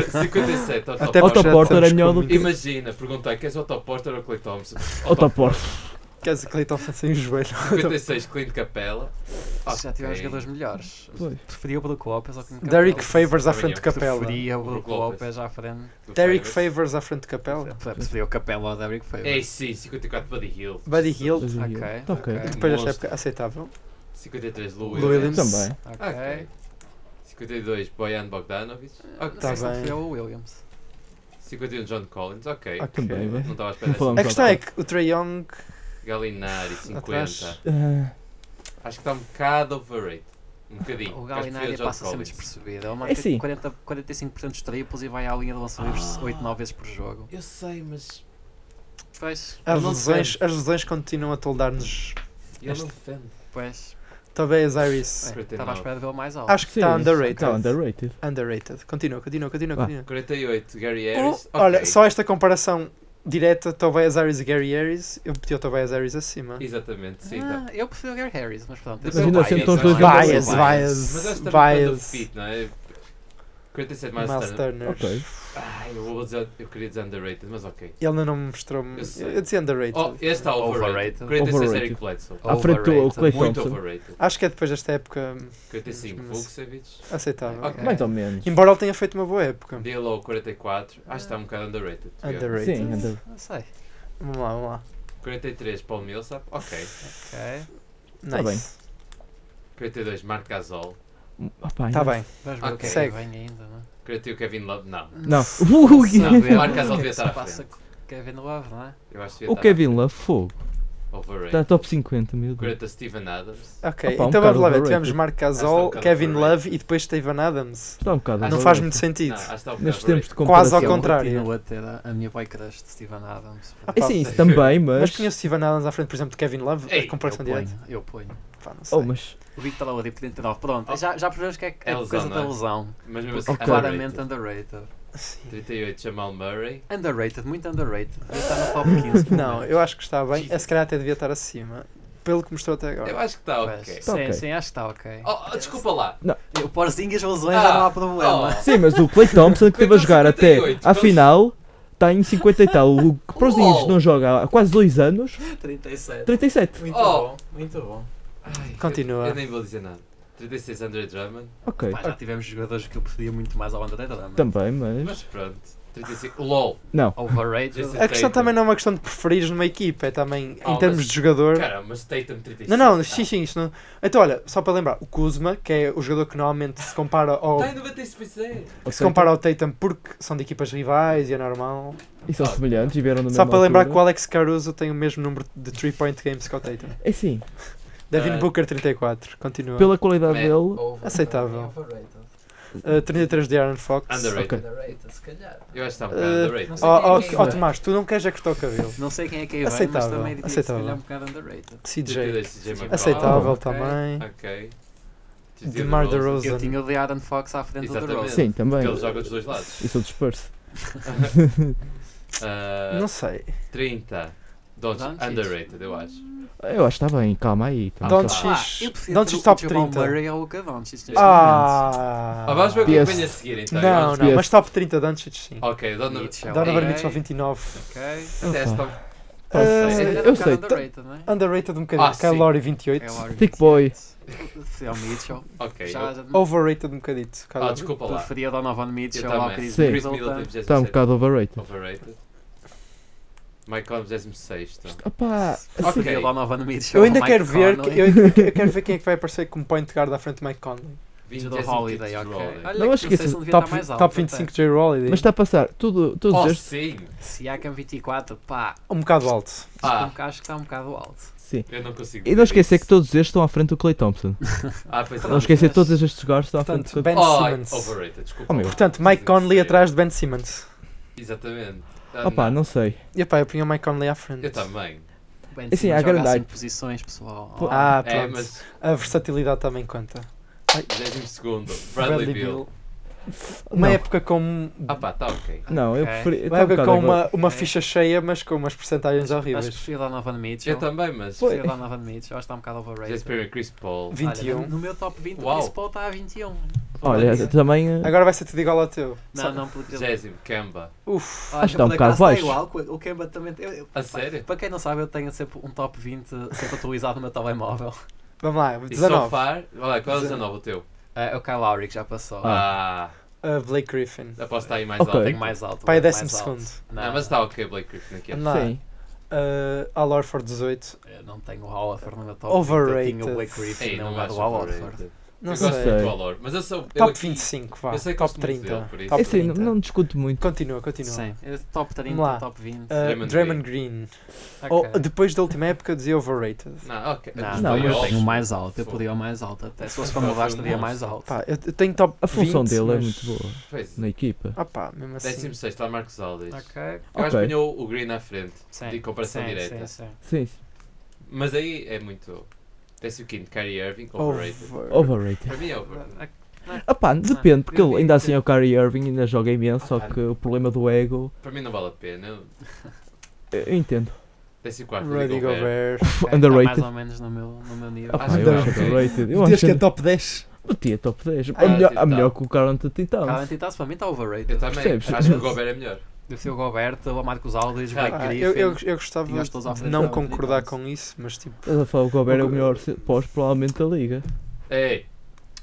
S3: 57, Otto
S2: Até
S3: Porter.
S2: porque já
S1: Porter é
S2: estamos
S1: melhor
S2: com
S1: do que-
S2: muito-
S3: Imagina, perguntei, queres o Otto Porter ou Clay Thompson?
S1: Outra porta.
S2: Quer dizer, Clay Thompson sem o joelho.
S3: 56, Clint Capela.
S4: Se já tiveram
S3: Ok.
S4: jogadores melhores.
S1: Pois.
S4: Preferia o Brook Lopez ao que o
S2: Derek
S4: Capela.
S2: Favors à frente de Capela.
S4: Preferia o Brook
S3: Brook Lopez.
S4: Lopez à frente.
S3: Do
S2: Derek
S3: Favors.
S2: Favors à frente de Capela.
S4: Preferia o Capela ao Derek Favors.
S3: É sim, 54, Buddy Hill.
S2: Buddy Hill.
S4: Ok,
S1: Tá ok.
S4: ok.
S2: Depois desta
S3: monstro.
S2: época, aceitável.
S3: 53, Lou
S2: Lou
S3: Williams.
S1: Também.
S3: Ok.
S4: Ok.
S3: 52, Bojan Bogdanovic. Ok.
S2: Tá
S4: Não sei se
S2: bem.
S4: preferia o Williams.
S3: 51, John Collins. Ok.
S2: Ok.
S1: Também, vai.
S3: Não estava à espera
S1: Não
S3: dessa.
S1: falamos
S2: A questão é
S1: outra.
S2: que o Trae Young
S3: Galinari, 50.
S2: Atrás.
S1: Ah,
S3: Acho que está um bocado overrated. Um bocadinho.
S4: O
S3: Acho que prefiro
S4: Galinari
S3: John
S4: passa sempre
S3: Collins.
S4: despercebido. Ele marca
S1: sim.
S4: 40, 45% dos triplos e vai à linha de lança livres 8, 9 vezes por jogo.
S3: Eu sei, mas.
S4: Pois,
S2: As
S3: Ele não
S2: lesões, as lesões continuam a toldar-nos.
S3: Ele
S2: Este-
S3: não defende.
S4: pois.
S2: Talvez Iris.
S4: Bem, Estava à espera de vê-lo mais alto.
S2: Acho que
S1: sim,
S2: está
S1: isso.
S2: underrated.
S1: Está underrated.
S2: Underrated. Continua, continua, continua,
S1: Vá.
S2: continua.
S3: 48, Gary
S2: Oh,
S3: Harris. ok.
S2: Olha, só esta comparação direta, Tobias Harris e Gary Harris, eu meti o Tobias Harris acima.
S3: Exatamente, sim.
S4: Ah,
S3: tá.
S4: eu prefiro o Gary Harris, mas pronto.
S3: Mas
S4: eu
S3: ainda
S4: sou é?
S3: assim
S4: biased,
S3: estão os
S4: eu
S3: dois
S4: sou
S3: bem
S4: biased.
S2: Bias, bias,
S3: Mas acho é que também do
S2: bias.
S3: fit, não é? 47 mais
S2: Miles
S3: Turner.
S2: Turner.
S1: Ok.
S3: Ai, eu, vou dizer, eu queria dizer underrated, mas ok.
S2: Ele ainda não me mostrou-me.
S3: Eu
S2: Eu,
S3: sei.
S2: dizia underrated.
S3: Oh, este está overrated.
S4: Overrated.
S3: 46
S1: Overrated.
S3: Eric Bledsoe.
S1: À frente do Clay
S3: Muito
S1: Thompson.
S3: overrated.
S2: Acho que é depois desta época hum,
S3: 45 Vukcevic.
S2: aceitável.
S3: Ok.
S1: Mais ou menos.
S2: Embora ele tenha feito uma boa época.
S3: Dilo 44. Acho que está um bocado underrated. to be honest.
S2: Underrated.
S1: Sim, under-
S4: Não sei.
S2: Vamos lá, vamos lá.
S3: 43 Paul Millsap. Ok.
S4: Ok.
S2: Nice.
S1: Tá bem.
S2: Está
S3: 42 Marc Gasol.
S1: Opa, ainda-
S2: Tá bem.
S4: Vais
S3: Ok.
S4: ver o que é que
S2: Segue.
S4: vem ainda, não é?
S3: 41 Kevin Love. Não.
S1: Não.
S3: Não, é
S1: Ui.
S3: o Marc Gasol devia
S4: Se
S3: estar à
S4: passa
S3: frente.
S4: com Kevin Love, não é?
S3: Eu acho que devia
S1: O
S3: estar à
S1: Kevin tá- Love, fogo.
S3: frente.
S1: Está
S3: Overrated.
S1: top 50, meu Deus.
S3: 40 Steven Adams.
S2: Ok,
S1: Opa, um
S2: então
S1: bocado
S2: vamos lá ver.
S1: overrated.
S2: Tivemos Mark
S3: Acho que é um
S2: Gasol,
S3: bocado
S2: Kevin
S3: overrated.
S2: Love e depois Steven Adams.
S1: Está um bocado.
S3: Acho
S2: Ah, Não
S3: que-
S2: faz
S1: overrated.
S2: muito sentido.
S3: Não, acho que está um bocado
S1: Nestes tempos
S3: overrated.
S1: de
S2: Quase ao
S1: comparação.
S2: contrário.
S4: Eu continuo a ter a, a minha boy crush de Steven Adams.
S2: Ah,
S1: É
S2: pá,
S1: sim, isso também, mas.
S2: Mas conheço Steven Adams à frente, por exemplo, de Kevin Love,
S3: Ei, é
S2: a comparação
S4: eu
S2: direta.
S4: ponho, eu ponho.
S2: Pá, não sei.
S1: Oh, mas.
S4: O Victor Laudip 39, pronto. Já, já percebemos que é, que é
S3: É
S4: por
S3: lesão,
S4: coisa
S3: não
S4: da
S3: é?
S4: lesão.
S3: Mas mesmo assim,
S1: Ok.
S3: claramente.
S4: Claramente underrated.
S3: 38 Jamal Murray.
S4: Underrated, muito underrated. Devia estar no top 15. pelo
S2: Não,
S4: menos.
S2: eu acho que está bem.
S4: Jesus.
S2: Esse cara até devia estar acima. Pelo que mostrou até
S3: Eu
S2: agora.
S3: acho que está
S4: Pois,
S2: Tá
S3: ok.
S4: Sim,
S1: ok.
S4: sim, acho que está ok.
S3: Oh, oh, desculpa lá.
S4: Eu Porzinhas, lesões,
S3: Ah,
S4: já não há problema.
S3: oh.
S1: Sim, mas o Clay Thompson que teve a jogar até
S3: 58,
S1: à
S3: pelos-
S1: final está em 50 e tal. O Prozinhos
S3: Uou.
S1: não joga há quase 2 anos.
S4: oh, 37.
S1: 37.
S4: Muito
S3: Oh.
S4: bom, muito bom.
S3: Ai,
S2: Continua.
S3: Eu, eu nem vou dizer nada. 36 Andre Drummond.
S1: Ok.
S4: é? Pá, já tivemos jogadores que eu preferia muito mais ao André Drummond.
S1: Também, mas.
S3: Mas pronto. 35. LOL.
S1: Não,
S5: Overrated.
S3: Jason
S2: A questão
S3: Tatum.
S2: também não é uma questão de preferires numa equipa, é também
S3: Ah,
S2: em termos
S3: mas-
S2: de jogador.
S3: Cara, mas Tatum 35.
S2: Não, não,
S3: tá.
S2: sim, sim, isto não. Então, olha, só para lembrar, o Kuzma, que é o jogador que normalmente se compara ao,
S3: Está em 96.
S2: que se compara ao Tatum porque são de equipas rivais e é normal.
S1: e são semelhantes e vieram no
S2: Só para lembrar que o Alex Caruso tem o mesmo número de 3-point games que o Tatum.
S1: É sim,
S2: Devin
S3: Ah.
S2: Booker, 34. Continua.
S1: pela qualidade
S5: É
S1: dele,
S5: over-
S2: Aceitável.
S5: Overrated.
S2: Uh, 33 de Aaron Fox.
S3: Underrated.
S5: Underrated, se calhar.
S3: Eu acho que está um
S2: Eh,
S3: bocado underrated.
S2: Oh, oh,
S4: Quem é que
S2: oh,
S4: vai?
S2: Tomás, tu não queres é cortar o cabelo.
S4: Não sei quem é que é Ivan, mas
S2: Aceitável,
S4: também diria que se
S2: aceitável.
S4: calhar é um bocado underrated.
S2: CJ.
S3: CJ McCollum.
S2: Aceitável
S4: ok.
S2: também.
S3: Ok.
S2: DeMar
S4: Eu
S2: DeRozan.
S4: tinha o de Adam Fox à frente do
S3: Exatamente.
S4: Rose.
S1: sim, também.
S3: Porque ele joga dos dois lados.
S1: E sou disperso.
S3: Ah,
S2: Não sei.
S3: 30. Don't,
S4: Doncic.
S3: Uh, underrated, eu acho.
S1: Eu acho que está bem, calma aí. Calma,
S2: Don't
S1: calma.
S2: shit.
S4: Ah,
S2: X-
S4: eu prefiro
S2: Doncic
S4: ter o
S2: top
S4: Jamal
S2: 30.
S4: Murray ao Luka Doncic neste momento.
S2: Ah!
S3: Ah, vamos ver o que é que
S1: PS.
S3: vem a seguir então.
S2: Não,
S3: Vamos-
S2: não, mas top 30 Doncic sim.
S3: Ok, Donovan. É.
S4: Mitchell,
S2: Donovan
S4: ok.
S2: Mitchell 29.
S4: Ok.
S3: Até esta-
S2: Ah,
S4: Se calhar
S1: eu
S4: um bocado
S1: sei,
S4: underrated, não é?
S2: Underrated um bocadinho.
S3: Ah,
S2: Kyle
S3: sim.
S2: Lowry 28.
S4: É o Warriors.
S1: Thick boy.
S4: É o Mitchell.
S3: Ok.
S4: Já,
S3: eu-
S4: já,
S2: Overrated um bocadito. Kyle
S3: Ah,
S2: Lowry.
S3: desculpa lá.
S4: preferia o Donovan
S3: Eu
S4: Mitchell ao
S3: também.
S4: Chris
S1: Sim.
S3: Chris Middleton,
S4: Middleton.
S2: Tá
S1: Está um
S3: 17.
S1: bocado overrated.
S3: Overrated. Mike Conley, 16.
S1: Opa,
S3: Ok.
S4: Preferia o Donovan Mitchell
S2: Eu ainda
S4: ao
S2: quero
S4: Mike
S2: ver,
S4: Conley.
S2: que- eu, ainda que- eu quero ver quem é que vai aparecer como point guard à frente de Mike Conley.
S3: 20
S4: Jadon Holiday, ok. Olha,
S1: Não,
S4: que
S1: acho que
S4: sei
S1: esse
S4: se não devia
S2: Top,
S4: estar mais alto,
S2: top
S4: até.
S2: 25 J. Rowley.
S1: mas tá- está a passar. Tudo, todos
S3: Oh,
S1: estes.
S3: sim!
S4: Siakam 24, pá.
S2: Um bocado alto.
S3: Ah,
S4: Acho que está um bocado alto.
S1: Sim.
S3: eu não consigo.
S1: E não esquecer
S3: ver
S1: que todos estes estão à frente do Clay Thompson.
S3: isso. Ah, pois é.
S1: Não esquecer que todos estes jogadores estão à frente
S2: Portanto,
S1: do Clay
S2: Ben
S3: Oh,
S2: Simmons.
S3: overrated, desculpa.
S1: Oh, meu.
S2: Portanto, Mike Conley atrás de Ben Simmons.
S3: Exatamente. Ah,
S1: Opa, Oh, não sei.
S2: E pá, eu punha o Mike Conley à frente.
S3: Eu também.
S4: Bem,
S1: Assim,
S4: sim,
S1: há
S4: joga
S1: grande
S4: assim
S1: hype.
S4: posições, pessoal.
S2: Ah,
S3: É,
S2: pronto.
S3: mas
S2: A versatilidade também conta.
S3: 12 segundo. Bradley, Beal.
S2: Uma
S1: Não.
S2: época com,
S3: Ah pá, tá ok.
S1: Não, eu
S4: Ok.
S1: preferi.
S2: uma,
S1: Está um
S2: época
S1: bocado
S2: com
S1: agora.
S2: uma, uma
S4: Ok.
S2: ficha cheia, mas com umas percentagens
S4: Acho que
S2: horríveis.
S4: prefiro o Donovan Mitchell.
S3: Eu também, mas.
S4: Prefiro o Donovan Mitchell. Acho que está um bocado
S3: Jason
S4: overrated.
S3: Perry, Chris Paul.
S2: 21.
S4: Olha,
S1: um.
S4: no meu top 20,
S3: Uau.
S4: o Chris Paul está a 21.
S1: Olha, também. eh,
S2: Agora vai ser tudo igual ao teu.
S4: Não, não, porque...
S3: Jésimo, Kemba.
S2: Uf.
S3: Ah.
S4: Olha,
S1: Acho que está um bocado
S4: por acaso
S1: baixo.
S4: Está igual, co- o Kemba também... Eu, eu-
S3: A sério?
S4: Para quem não sabe, eu tenho sempre um top 20 sempre atualizado no meu telemóvel.
S2: Vamos lá,
S3: E so
S2: 19.
S3: far. Olha, qual é o 19 o teu?
S4: É o Kyle Lowry que já passou.
S3: Ah,
S2: Uh, Blake Griffin.
S3: aposto estar aí mais
S1: Ok.
S3: alto.
S4: Tenho mais alto.
S2: Pai,
S4: mais
S2: décimo
S4: alto.
S2: segundo.
S3: Não, mas está ok, Blake Griffin aqui. é
S2: Não.
S1: Sim.
S2: Uh, Al Orford 18.
S4: Eu não tenho o Hollowford no meu top
S2: Overrated.
S4: 20. Eu tinha o Blake Griffin
S3: Ei,
S4: no
S3: tá. não
S4: lugar
S3: acho
S4: é do Hollowford.
S3: overrated.
S2: Não
S3: eu
S2: sei.
S3: gosto muito do Valor, mas eu sou. eu
S2: Top
S3: aqui-
S2: 25, vá.
S3: eu sei que
S2: top
S3: gosto muito
S2: 30.
S3: dele, por isso.
S2: top
S1: É sim,
S2: 30.
S1: não, não discuto muito.
S2: Continua, continua.
S4: Sim, é top 30,
S2: Vamos lá.
S4: top 20.
S2: Uh,
S3: Draymond
S2: Draymond Green.
S4: Ok.
S2: Oh, depois da última época eu dizia overrated.
S3: Não, ok.
S4: Não,
S1: não,
S3: Nos
S4: não,
S1: mas
S4: eu
S3: playoffs,
S4: tenho o mais alto, eu
S3: Fogo.
S4: podia o mais alto. Até se fosse para mudar,
S3: um
S4: estaria mais alto.
S2: Pá, eu eu tenho top
S1: A função
S2: 20,
S1: dele é
S2: mas-
S1: muito boa
S3: Pois,
S1: na equipa.
S2: Ah pá, mesmo assim.
S3: 16 está Marcos Aldis.
S4: Ok.
S3: Eu acho que
S1: Ok.
S3: punhou o Green à frente,
S4: Sim.
S3: de comparação
S4: sim,
S3: direta.
S4: Sim, sim.
S1: Sim, sim.
S3: Mas aí é muito. 15, Kyrie Irving,
S2: Oh,
S3: overrated.
S2: Over-
S1: Overrated.
S3: Para mim é overrated.
S2: Ah,
S1: Opá, depende, porque
S4: eu
S1: ele,
S4: vi
S1: ainda
S4: que-
S1: assim é o Kyrie Irving, ainda joga imenso, só que o problema do ego.
S3: Para mim não vale a pena. Eu-
S1: Eu eu entendo.
S3: 14,
S2: Rudy
S3: Rudy Gobert.
S2: Gobert.
S4: Ok,
S1: Underrated.
S4: Está Tá mais ou menos no meu, no meu nível.
S1: Opá,
S3: Acho
S1: eu
S3: que
S1: acho
S3: não.
S1: overrated. Eu
S2: Desde
S1: acho
S2: que é top 10.
S1: Batia top 10.
S3: Ah,
S1: a, É melhor,
S3: Titans.
S1: a
S2: tá.
S1: melhor que o Carlton
S4: Cada
S1: Titans.
S4: entidade para mim está
S3: Eu tá-
S4: overrated.
S3: também.
S1: Percebes?
S3: Acho que o Gobert é melhor.
S4: Deve ser o Goberto, o Marcos Aldridge, o
S3: Ah,
S4: Blake
S2: Ah,
S4: Griffin.
S2: eu, eu, eu gostava
S4: Tinha os teus à
S2: de
S4: frente
S2: não
S4: da-
S2: concordar
S4: da-
S2: com isso, mas tipo.
S1: Ele falou que o Gobert é o
S2: Ok.
S1: melhor se- pós provavelmente da liga.
S3: Ei, É.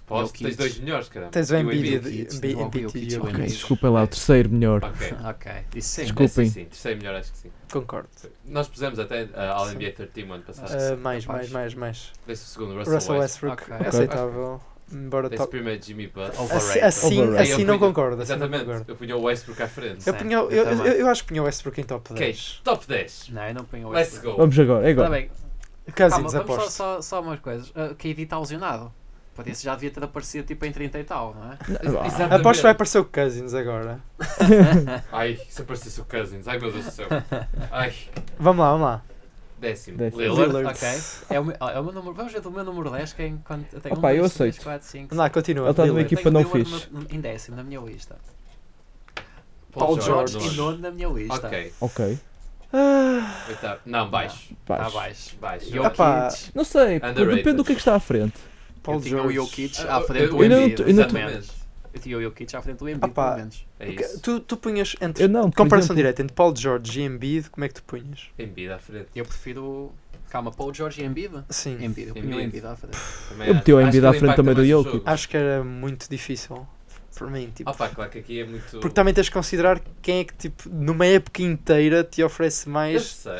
S3: posso?
S4: Jokic.
S3: Tens dois melhores, caramba.
S2: Tens o
S3: E Embiid.
S2: Embiid,
S4: Embiid,
S2: Embiid,
S4: logo o
S2: Embiid
S4: Jokic,
S2: e
S4: o
S2: o
S4: Embiid.
S2: Embiid.
S1: Desculpem lá, o terceiro melhor.
S3: Ok.
S4: Ok, isso sim.
S1: Desculpa. Desculpem.
S3: Esse Sim, terceiro melhor, acho que sim.
S2: Concordo.
S3: Nós pusemos até uh, All NBA 13 ano passado.
S2: Ah, mais, mais,
S4: capaz.
S2: mais, mais.
S3: Desse o segundo, Russell,
S2: Russell
S3: Westbrook.
S2: Westbrook, é
S4: Ok.
S2: aceitável. Embora
S3: Desse o
S2: top.
S3: primeiro, Jimmy Butler.
S2: Assim,
S4: Overrated.
S2: assim,
S1: Overrated.
S2: assim não
S3: Eu punho-
S2: concordo. Assim não
S3: Exatamente,
S2: concordo.
S3: eu punha o Westbrook à frente.
S2: Eu,
S4: Sim,
S2: punha, eu,
S4: eu
S2: eu,
S4: também.
S2: eu acho que punha o Westbrook em top
S3: Ok,
S2: 10.
S3: top 10.
S4: Não, eu não ponho o
S3: Let's
S4: Westbrook.
S3: go.
S1: Vamos agora, é
S4: Está
S1: agora.
S4: Tá bem. Calma,
S2: Cousins,
S4: vamos só,
S2: aposto.
S4: só, só umas coisas. Ah, O KD está lesionado. Pode ser já devia ter aparecido tipo em 30 e tal, não é?
S1: Ah,
S3: Exatamente.
S2: Aposto que vai aparecer o Cousins agora.
S3: Ai, se aparecesse o Cousins, ai meu Deus do céu. Ai,
S2: Vamos lá, vamos lá.
S3: décimo.
S1: Décimo.
S3: Lillard.
S2: Lillard.
S4: Ok. É o, meu, é o meu número. Vamos ver do meu número 10 que é em quanto. Eu tenho
S1: Opa,
S4: um,
S1: eu
S4: dois, três,
S1: aceito.
S4: quatro, cinco,
S2: Vamos lá,
S4: seis.
S2: continua.
S1: Ele tá numa
S2: Lillard.
S1: equipa não
S4: tenho Lillard
S1: fixe.
S4: no- Em décimo na minha lista.
S3: Paul
S2: George.
S3: George.
S4: E nono na minha lista.
S3: Ok,
S1: Ok.
S2: Ah,
S3: oitavo. Não, baixo.
S4: Está
S1: Baixo.
S4: Tá baixo.
S3: Baixo.
S4: Jokic.
S2: Epá,
S1: Não sei, porque
S3: Underrated.
S1: depende do que é que está à frente.
S2: Paul
S4: eu tinha o
S2: George.
S4: Jokic
S3: Ah,
S4: à frente
S3: eu-
S4: do
S1: eu não-
S4: Embiid.
S1: eu não-
S4: Exatamente. Eu tinha o Jokic à frente do Embiid,
S2: Opa.
S4: pelo menos.
S3: É
S2: Ok,
S3: isso.
S2: Tu, tu punhas entre.
S1: Eu não, por
S2: comparação
S1: exemplo-
S2: direta entre Paul George e Embiid, como é que tu punhas?
S3: Embiid à frente.
S4: Eu prefiro. Calma, Paul George e Embiid?
S2: Sim.
S4: Embiid, eu punho o
S3: Embiid.
S4: Embiid à frente.
S3: Também
S1: Eu
S3: acho.
S1: meti o
S3: Acho
S1: Embiid
S3: que
S1: à
S3: ele
S1: frente também
S3: impacta
S1: do
S3: mais o
S1: Jokic.
S3: jogo.
S2: Acho que era muito difícil. por mim. Tipo,
S3: Opa, claro que aqui é muito.
S2: porque também tens de considerar quem é que, tipo, numa época inteira te oferece
S3: Eu
S2: mais.
S3: sei,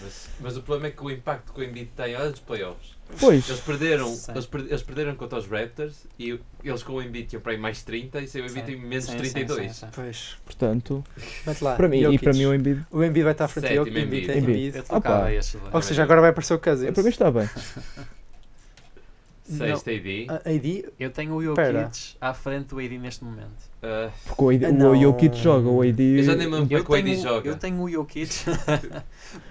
S3: mas, mas o problema é que o impacto que o Embiid tem, olha os playoffs.
S1: Pois,
S3: Eles perderam,
S4: Sei.
S3: eles, per- eles perderam contra os Raptors e o- eles com o Embiid tinham para aí mais 30 e sem o Embiid
S4: Sim.
S3: têm menos
S4: Sim, sim,
S3: 32.
S4: sim, sim.
S2: Pois,
S1: portanto,
S2: mete lá.
S1: para mim, e
S2: Ah, Jokic.
S1: para mim o Embiid,
S2: o Embiid vai estar à frente de
S3: Sétimo,
S2: Jokic, Embiid, é
S3: Embiid.
S2: Embiid.
S4: Eu tocava né?
S1: Opa.
S4: estes dois.
S2: Ou seja, agora vai aparecer o Cousins.
S1: para mim está bem.
S3: Sexto AD.
S4: Ah.
S2: A- AD,
S4: Eu tenho o
S2: Espera.
S4: Jokic à frente do AD neste momento.
S3: ah,
S1: Porque o, AD,
S2: Ah,
S1: o
S2: não.
S1: Jokic joga, o AD.
S3: eu já nem me lembro como é que o AD joga.
S4: eu tenho o Jokic.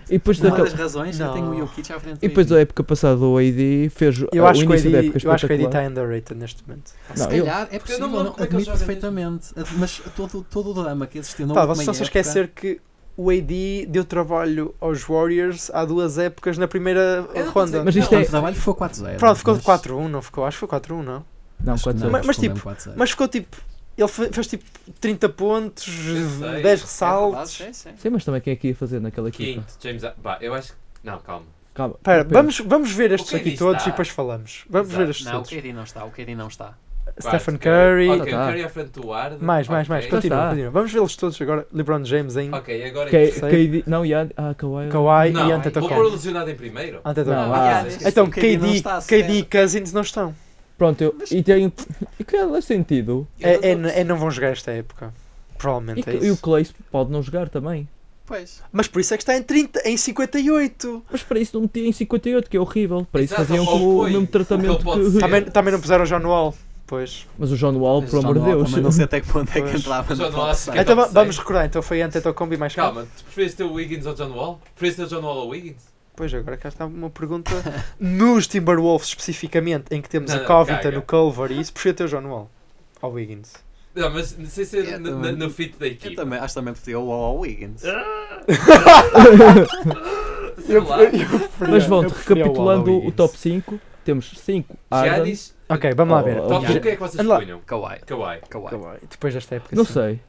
S1: E depois,
S4: Uma
S1: daquela-
S4: das razões, eu
S2: Não.
S4: tenho o Jokic à frente do
S1: e depois
S4: AD.
S1: da época passada, o AD fez
S2: eu,
S1: o
S2: acho que o
S1: início da
S2: AD,
S1: época
S2: eu acho que o tá- AD
S1: espetacular.
S2: está underrated neste momento.
S4: Se
S1: Não, eu-
S4: calhar é
S3: Porque eu
S4: possível,
S3: não me lembro
S4: não,
S3: como é que ele
S4: admito
S3: joga
S4: perfeitamente, Ad- mas todo, todo o drama que existiu na
S2: Pá,
S4: última
S2: vocês só se
S4: época-
S2: esquecer que o AD deu trabalho aos Warriors há duas épocas na primeira
S3: Eu não tô a
S2: ronda.
S3: dizer- é,
S1: Mas isto
S4: Não,
S1: é-
S4: O trabalho foi 4-0.
S2: Pronto, ficou de
S4: mas-
S2: 4-1, não ficou? Acho que foi 4-1, não?
S1: Não,
S4: acho que
S1: quantos
S4: não,
S1: anos?
S2: Mas-
S4: acho
S2: mas
S4: que foi
S2: tipo,
S4: mesmo 4-0.
S2: Mas ficou tipo. Ele fe- fez tipo 30 pontos,
S3: sei,
S2: 10
S3: é
S4: É
S2: ressaltos.
S4: verdade, sim, sim.
S1: Sim, mas também quem é que ia fazer naquela equipa?
S3: Quinto, James. A- Bah, eu acho que. Não, calma.
S1: Calma.
S2: Pera,
S1: espera.
S2: vamos, vamos ver estes
S3: O KD
S2: aqui todos
S3: está.
S2: e depois falamos. Vamos ver
S3: Exato.
S2: estes
S4: Não, o
S2: todos.
S4: KD não está, o KD não está.
S2: Stephen
S3: Quarto, Curry.
S2: Curry.
S3: Ok,
S1: Ah, tá.
S3: Curry à frente do Ward.
S2: Mais, mais, mais.
S3: Ok,
S2: Continua,
S1: está.
S2: continua. Vamos vê-los todos agora. LeBron James em
S3: Ok, agora.
S1: K-
S2: sei.
S1: KD é não, e An- ah, Kawhi.
S2: Kawhi
S3: Não,
S2: e
S3: vou pôr o
S2: Antetokounmpo.
S3: lesionado em primeiro.
S1: Não,
S2: Antetokounmpo.
S1: ah,
S4: aliás,
S3: sim,
S4: este-
S2: Então,
S4: o KD não
S2: KD,
S4: está à
S2: KD e
S4: espera.
S2: Cousins não estão.
S1: Pronto, eu, e tem. E que é sentido.
S3: Eu não
S2: É, é,
S3: tô-
S2: é não vão jogar esta época.
S1: E,
S4: Então
S2: Provavelmente é
S1: que- e o
S2: isso.
S1: Clay pode não jogar também.
S4: Pois.
S2: Mas por isso é que está em 30, em 58.
S1: Mas para isso não metia em 58, que é horrível. Para isso
S3: Exato,
S1: faziam
S3: ou
S1: com o
S3: põe
S1: mesmo
S3: o que ele
S1: tratamento
S3: pode
S1: que.
S3: ser.
S2: Também, também não puseram o John Wall. Pois.
S1: Mas o John Wall,
S4: Mas
S1: por
S4: o
S1: amor de
S4: John Wall
S1: Deus.
S4: Também não sei até que ponto é que
S2: Pois.
S4: entrava
S3: John
S4: na
S3: Wall,
S4: top 100.
S3: Eu
S2: Então
S3: não
S2: va-
S3: sei.
S2: vamos recordar. Então foi Antetokounmpo e mais quem?
S3: Calma, tu preferes ter o Wiggins ou John Wall? Preferes ter o John Wall ou o Wiggins?
S2: Pois agora cá está uma pergunta. Nos Timberwolves especificamente, em que temos
S3: Não,
S2: a Covington,
S3: caga.
S2: o Culver e isso, prefiro ter o John Wall. Ao Wiggins.
S3: Não, mas não sei se é
S4: Eu
S3: no, no,
S4: também.
S3: no fit da
S4: Eu
S3: equipa.
S4: também, acho que também podia o Wall ao Wiggins.
S3: Sei lá.
S1: Mas pronto, recapitulando o top 5, temos 5 Arden.
S3: Giannis.
S2: Ok, vamos lá
S1: Oh,
S2: ver.
S1: oh,
S3: Top
S1: Já-
S3: 1, quem é que vocês
S2: Anda lá.
S3: punham?
S4: Kawhi.
S3: Kawhi.
S4: Kawhi.
S2: Depois desta época.
S1: Não
S2: sim.
S1: sei.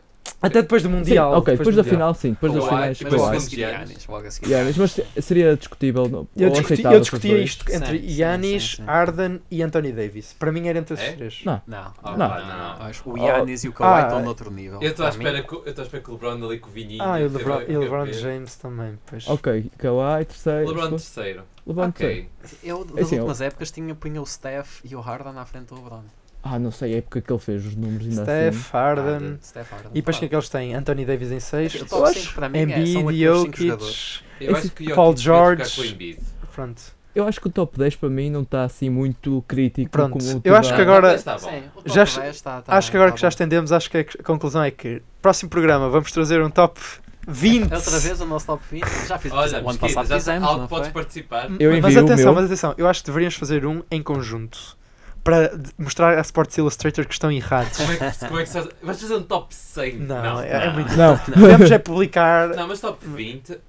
S2: Até depois do
S1: Sim,
S2: Mundial.
S1: ok, depois
S2: do
S1: da final, sim. Depois das
S3: Kawhi,
S1: finais,
S3: mas
S4: Depois logo a
S1: Kawhi.
S3: vamos-
S4: seguir
S3: Giannis.
S4: Giannis, logo a seguir
S1: Giannis, mas
S4: Giannis.
S1: se- seria discutível. não-
S2: Eu,
S1: ou
S2: discuti,
S1: aceitável
S2: eu
S1: esses
S2: discutia
S1: dois.
S2: isto entre
S4: Sim, sim,
S2: Giannis,
S4: sim, sim.
S2: Arden e Anthony Davis. Para mim era entre esses
S3: É?
S2: três.
S1: Não.
S4: Não,
S3: Ah,
S4: não,
S1: não,
S4: não,
S3: não.
S4: não. Acho que O
S2: Oh,
S4: Giannis e o Kawhi
S2: ah,
S4: estão noutro nível.
S3: Eu estou à
S4: Para mim,
S3: espera que eu estou à espera que o LeBron ali com o Vininho.
S2: Ah, e o
S3: sei
S2: LeBron,
S3: lá,
S2: e o LeBron
S3: eu-
S2: James também. Pois.
S1: Ok, Kawhi, terceiro.
S3: LeBron terceiro.
S1: LeBron terceiro.
S3: Ok.
S2: É
S4: Eu, das
S1: assim,
S4: últimas épocas, tinha, punha o Steph e o Harden à frente do LeBron.
S1: Ah, não sei a época que ele fez os números ainda assim.
S2: Steph, Arden.
S4: Steph Harden.
S2: E depois quem é que eles têm? Anthony Davis em 6.
S4: Eu top cinco para mim é- são
S2: Embiid,
S4: aqueles cinco jogadores.
S2: Jokic.
S3: Eu
S1: Esse-
S3: acho que o
S2: Paul
S3: Jokic vai
S2: George.
S3: ficar com o Embiid.
S2: Pronto.
S1: Eu acho que o top 10 para mim não está assim muito crítico.
S2: Pronto,
S1: como
S2: eu
S1: tu
S2: acho
S1: dá.
S2: que agora-
S3: Está Tá bom.
S4: Sim, o top
S2: Já-
S4: 10 está, está
S2: acho que agora
S4: está
S2: que já
S4: bom.
S2: estendemos, acho que a conclusão é que próximo programa vamos trazer um top 20.
S4: É Outra vez o nosso top 20. Já fiz
S3: Olha,
S4: o ano
S3: Mesquita,
S4: passado
S3: já
S4: fizemos,
S3: algo
S4: não
S3: podes
S4: foi?
S3: participar.
S1: Eu
S2: mas
S1: envio o
S2: atenção,
S1: meu.
S2: mas atenção, eu acho que deveríamos fazer um em conjunto para de- mostrar a Sports Illustrator que estão errados.
S3: Como é que, como é que se faz? Vais fazer um top 100?
S2: Não,
S3: não.
S2: é, é muito.
S1: Não,
S2: Podemos é publicar,
S3: Não, mas top 20.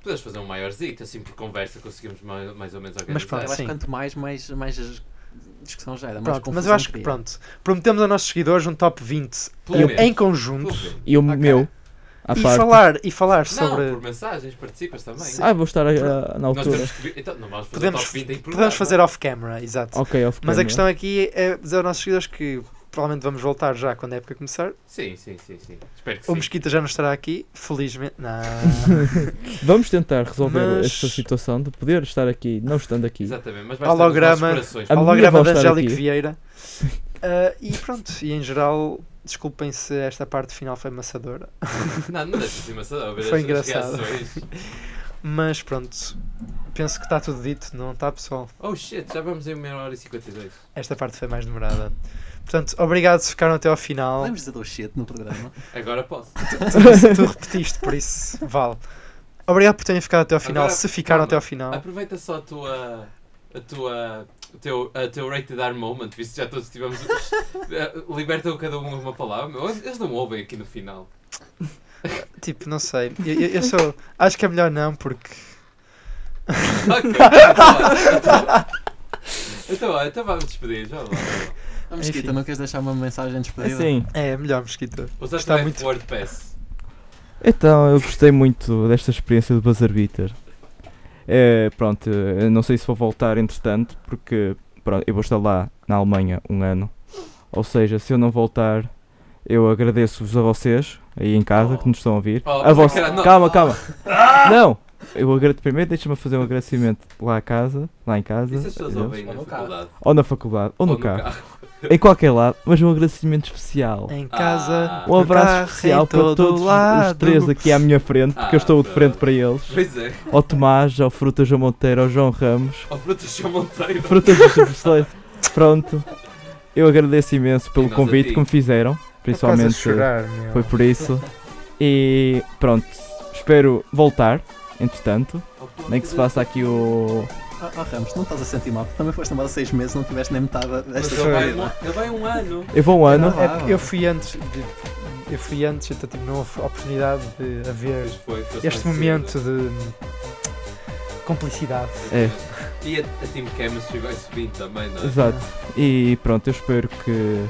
S3: Podemos fazer um maiorzito, assim por conversa conseguimos mais, mais ou menos organizar.
S2: Mas pronto,
S4: Eu acho
S2: Sim.
S4: que quanto mais, mais, mais as- discussão já era. mais
S2: pronto, mas eu
S4: confusão
S2: acho que
S4: cria.
S2: pronto. Prometemos aos nossos seguidores um top 20 em-
S3: Pelo menos.
S2: em
S3: Pelo
S2: conjunto
S3: menos.
S1: E o meu, à
S2: e
S1: parte.
S2: falar, e falar
S3: Não,
S2: sobre.
S3: por mensagens, participas também.
S1: Ah, vou estar ah, na
S3: Nós
S1: altura.
S3: temos que ver- Então, não vamos fazer
S2: Podemos-
S3: top 20 em é? programa.
S2: Podemos fazer off-camera, exato.
S1: Ok, off
S2: Mas a
S1: camera.
S2: questão aqui é dizer aos nossos seguidores que provavelmente vamos voltar já quando a época começar.
S3: Sim, sim, sim, sim. Espero que
S2: O
S3: sim.
S2: Mesquita já não estará aqui, felizmente. Não.
S1: Vamos tentar resolver
S2: Mas-
S1: esta situação de poder estar aqui, não estando aqui.
S3: Exatamente, mas vai estar nos nossos
S2: Holograma.
S3: corações.
S1: A minha
S2: Holograma
S1: voz
S2: da
S1: estar
S2: Angélica
S1: aqui.
S2: Vieira. Ah, e pronto, e em geral, desculpem se esta parte final foi amassadora.
S3: Não, não deixa de maçador,
S2: Foi engraçado.
S3: Reações.
S2: Mas pronto, penso que está tudo dito, não está pessoal?
S3: Oh shit, já vamos em 1 hora e 52.
S2: Esta parte foi mais demorada. Portanto, obrigado se ficaram até ao final.
S4: Podemos dizer o shit no programa.
S3: Agora posso.
S2: Tu, tu repetiste, por isso, vale. Obrigado por terem ficado até ao final,
S3: Agora,
S2: se ficaram
S3: calma.
S2: até ao final.
S3: Aproveita só a tua. A tua o teu, a teu rated R moment, visto que já todos tivemos. Libertam cada um uma palavra. meu. Eles não ouvem aqui no final.
S2: Tipo, não sei. Eu, eu- eu sou. Acho que é melhor não, porque.
S3: Ok, então, então, vá, então vamos despedir. Já vá.
S4: Ah, Mesquita,
S2: Enfim.
S4: não queres deixar uma mensagem de despedida?
S1: Assim,
S2: É melhor, Mesquita.
S3: Usaste
S2: Está
S3: o
S2: muito-
S3: muito... WordPress.
S1: então eu gostei muito desta experiência do Buzzer Beater. É, pronto, eu não sei se vou voltar entretanto, porque pronto, eu vou estar lá na Alemanha um ano. Ou seja, se eu não voltar, Eu agradeço-vos a vocês aí em casa
S3: Oh.
S1: que nos estão a ouvir.
S3: Oh,
S1: a vocês.
S3: cara, não.
S1: Calma, calma. Não! Eu agradeço primeiro, deixa-me fazer um agradecimento lá a casa, lá em casa,
S3: E se as pessoas
S1: a eles,
S3: ouvem
S4: Ou
S3: na
S4: no carro.
S3: faculdade?
S1: ou na faculdade, ou, no carro,
S3: carro.
S1: em qualquer lado, mas um agradecimento especial.
S2: Em casa.
S3: Ah.
S1: Um
S2: no
S1: abraço
S2: carro, em
S1: especial para
S2: todo
S1: todos os- os
S2: lado.
S1: três aqui à minha frente, porque eu
S3: Ah,
S1: estou de frente
S3: pronto.
S1: para eles.
S3: Pois é,
S1: Ao Tomás, ao Frutas João Monteiro, ao João Ramos,
S3: ao frutas ao Monteiro.
S1: Frutas do Supersleio. Pronto, eu agradeço imenso
S3: E
S1: pelo
S3: nós a
S1: convite
S3: ti.
S1: que me fizeram,
S2: Estou quase a
S1: principalmente
S2: chorar, meu.
S1: foi por isso. E pronto, espero voltar, entretanto, nem que se faça aqui o...
S4: Ah, ah, Ramos, não estás a sentir mal? Tu Também foste embora 6 meses, não tiveste nem metade
S3: Mas
S4: desta
S3: ele vai,
S4: história.
S3: um, ele vai um ano.
S1: Eu vou um ano,
S2: É porque eu fui antes de- Eu fui antes, então tipo, não houve oportunidade de haver
S3: Pois foi, foi
S2: este
S3: só assim,
S2: momento de complicidade.
S3: né?
S1: É.
S3: E a, a Team Chemistry vai subir também, não é?
S1: Exato. E pronto, eu espero que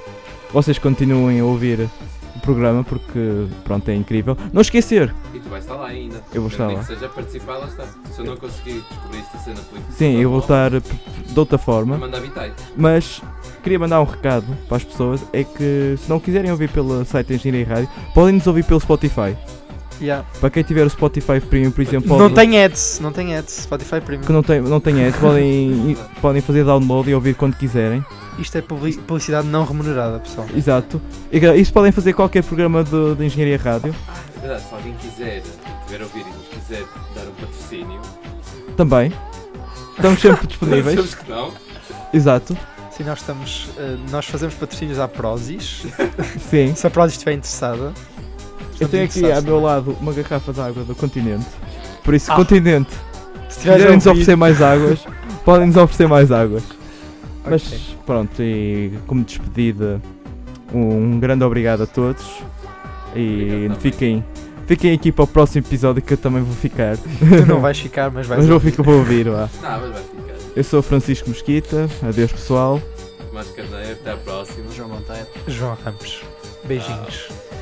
S1: vocês continuem a ouvir o programa porque pronto, é incrível. Não esquecer!
S3: E tu vais estar lá ainda.
S1: Eu vou estar
S3: Nem
S1: lá.
S3: que seja a participar, lá está. Se eu não conseguir descobrir esta cena política.
S1: Sim, eu vou estar p- de outra forma,
S3: Manda habitar.
S1: mas queria mandar um recado para as pessoas é que se não quiserem ouvir pelo site da Engenharia Rádio, podem nos ouvir pelo Spotify.
S2: Yeah.
S1: Para quem tiver o Spotify Premium, por exemplo,
S2: Não
S1: podem-
S2: tem ads, não tem ads. Spotify Premium.
S1: que não tem, não tem ads, podem, podem fazer download e ouvir quando quiserem.
S2: Isto é publi- publicidade não remunerada, pessoal.
S1: Exato. E gra- Isso podem fazer qualquer programa do- da Engenharia Rádio.
S3: É verdade, se alguém quiser, tiver a ouvir e nos quiser dar um patrocínio,
S1: Também. Estamos sempre disponíveis.
S3: sabemos que não.
S1: Exato.
S2: Sim, nós estamos. eh, nós fazemos patrocínios à Prozis.
S1: Sim.
S2: Se a Prozis estiver interessada.
S1: Eu
S2: estamos
S1: tenho aqui
S2: interessados.
S1: ao meu lado uma garrafa de água do Continente. Por isso,
S2: Ah.
S1: Continente,
S2: Se
S1: se quiserem nos
S2: tiveres a ouvir,
S1: oferecer mais águas, podem nos oferecer mais águas.
S2: ok.
S1: Mas pronto, e como despedida, um grande obrigado a todos. E
S3: Obrigado também.
S1: fiquem, fiquem aqui para o próximo episódio que eu também vou ficar.
S2: Tu não vais ficar, mas vais.
S1: Mas vou ficar para ouvir, vá.
S3: Não, mas vai ficar.
S1: Eu sou Francisco Mesquita, adeus pessoal.
S3: Tomás Carneiro, até à próxima.
S4: João Monteiro.
S1: Ah.
S2: João Ramos. Beijinhos.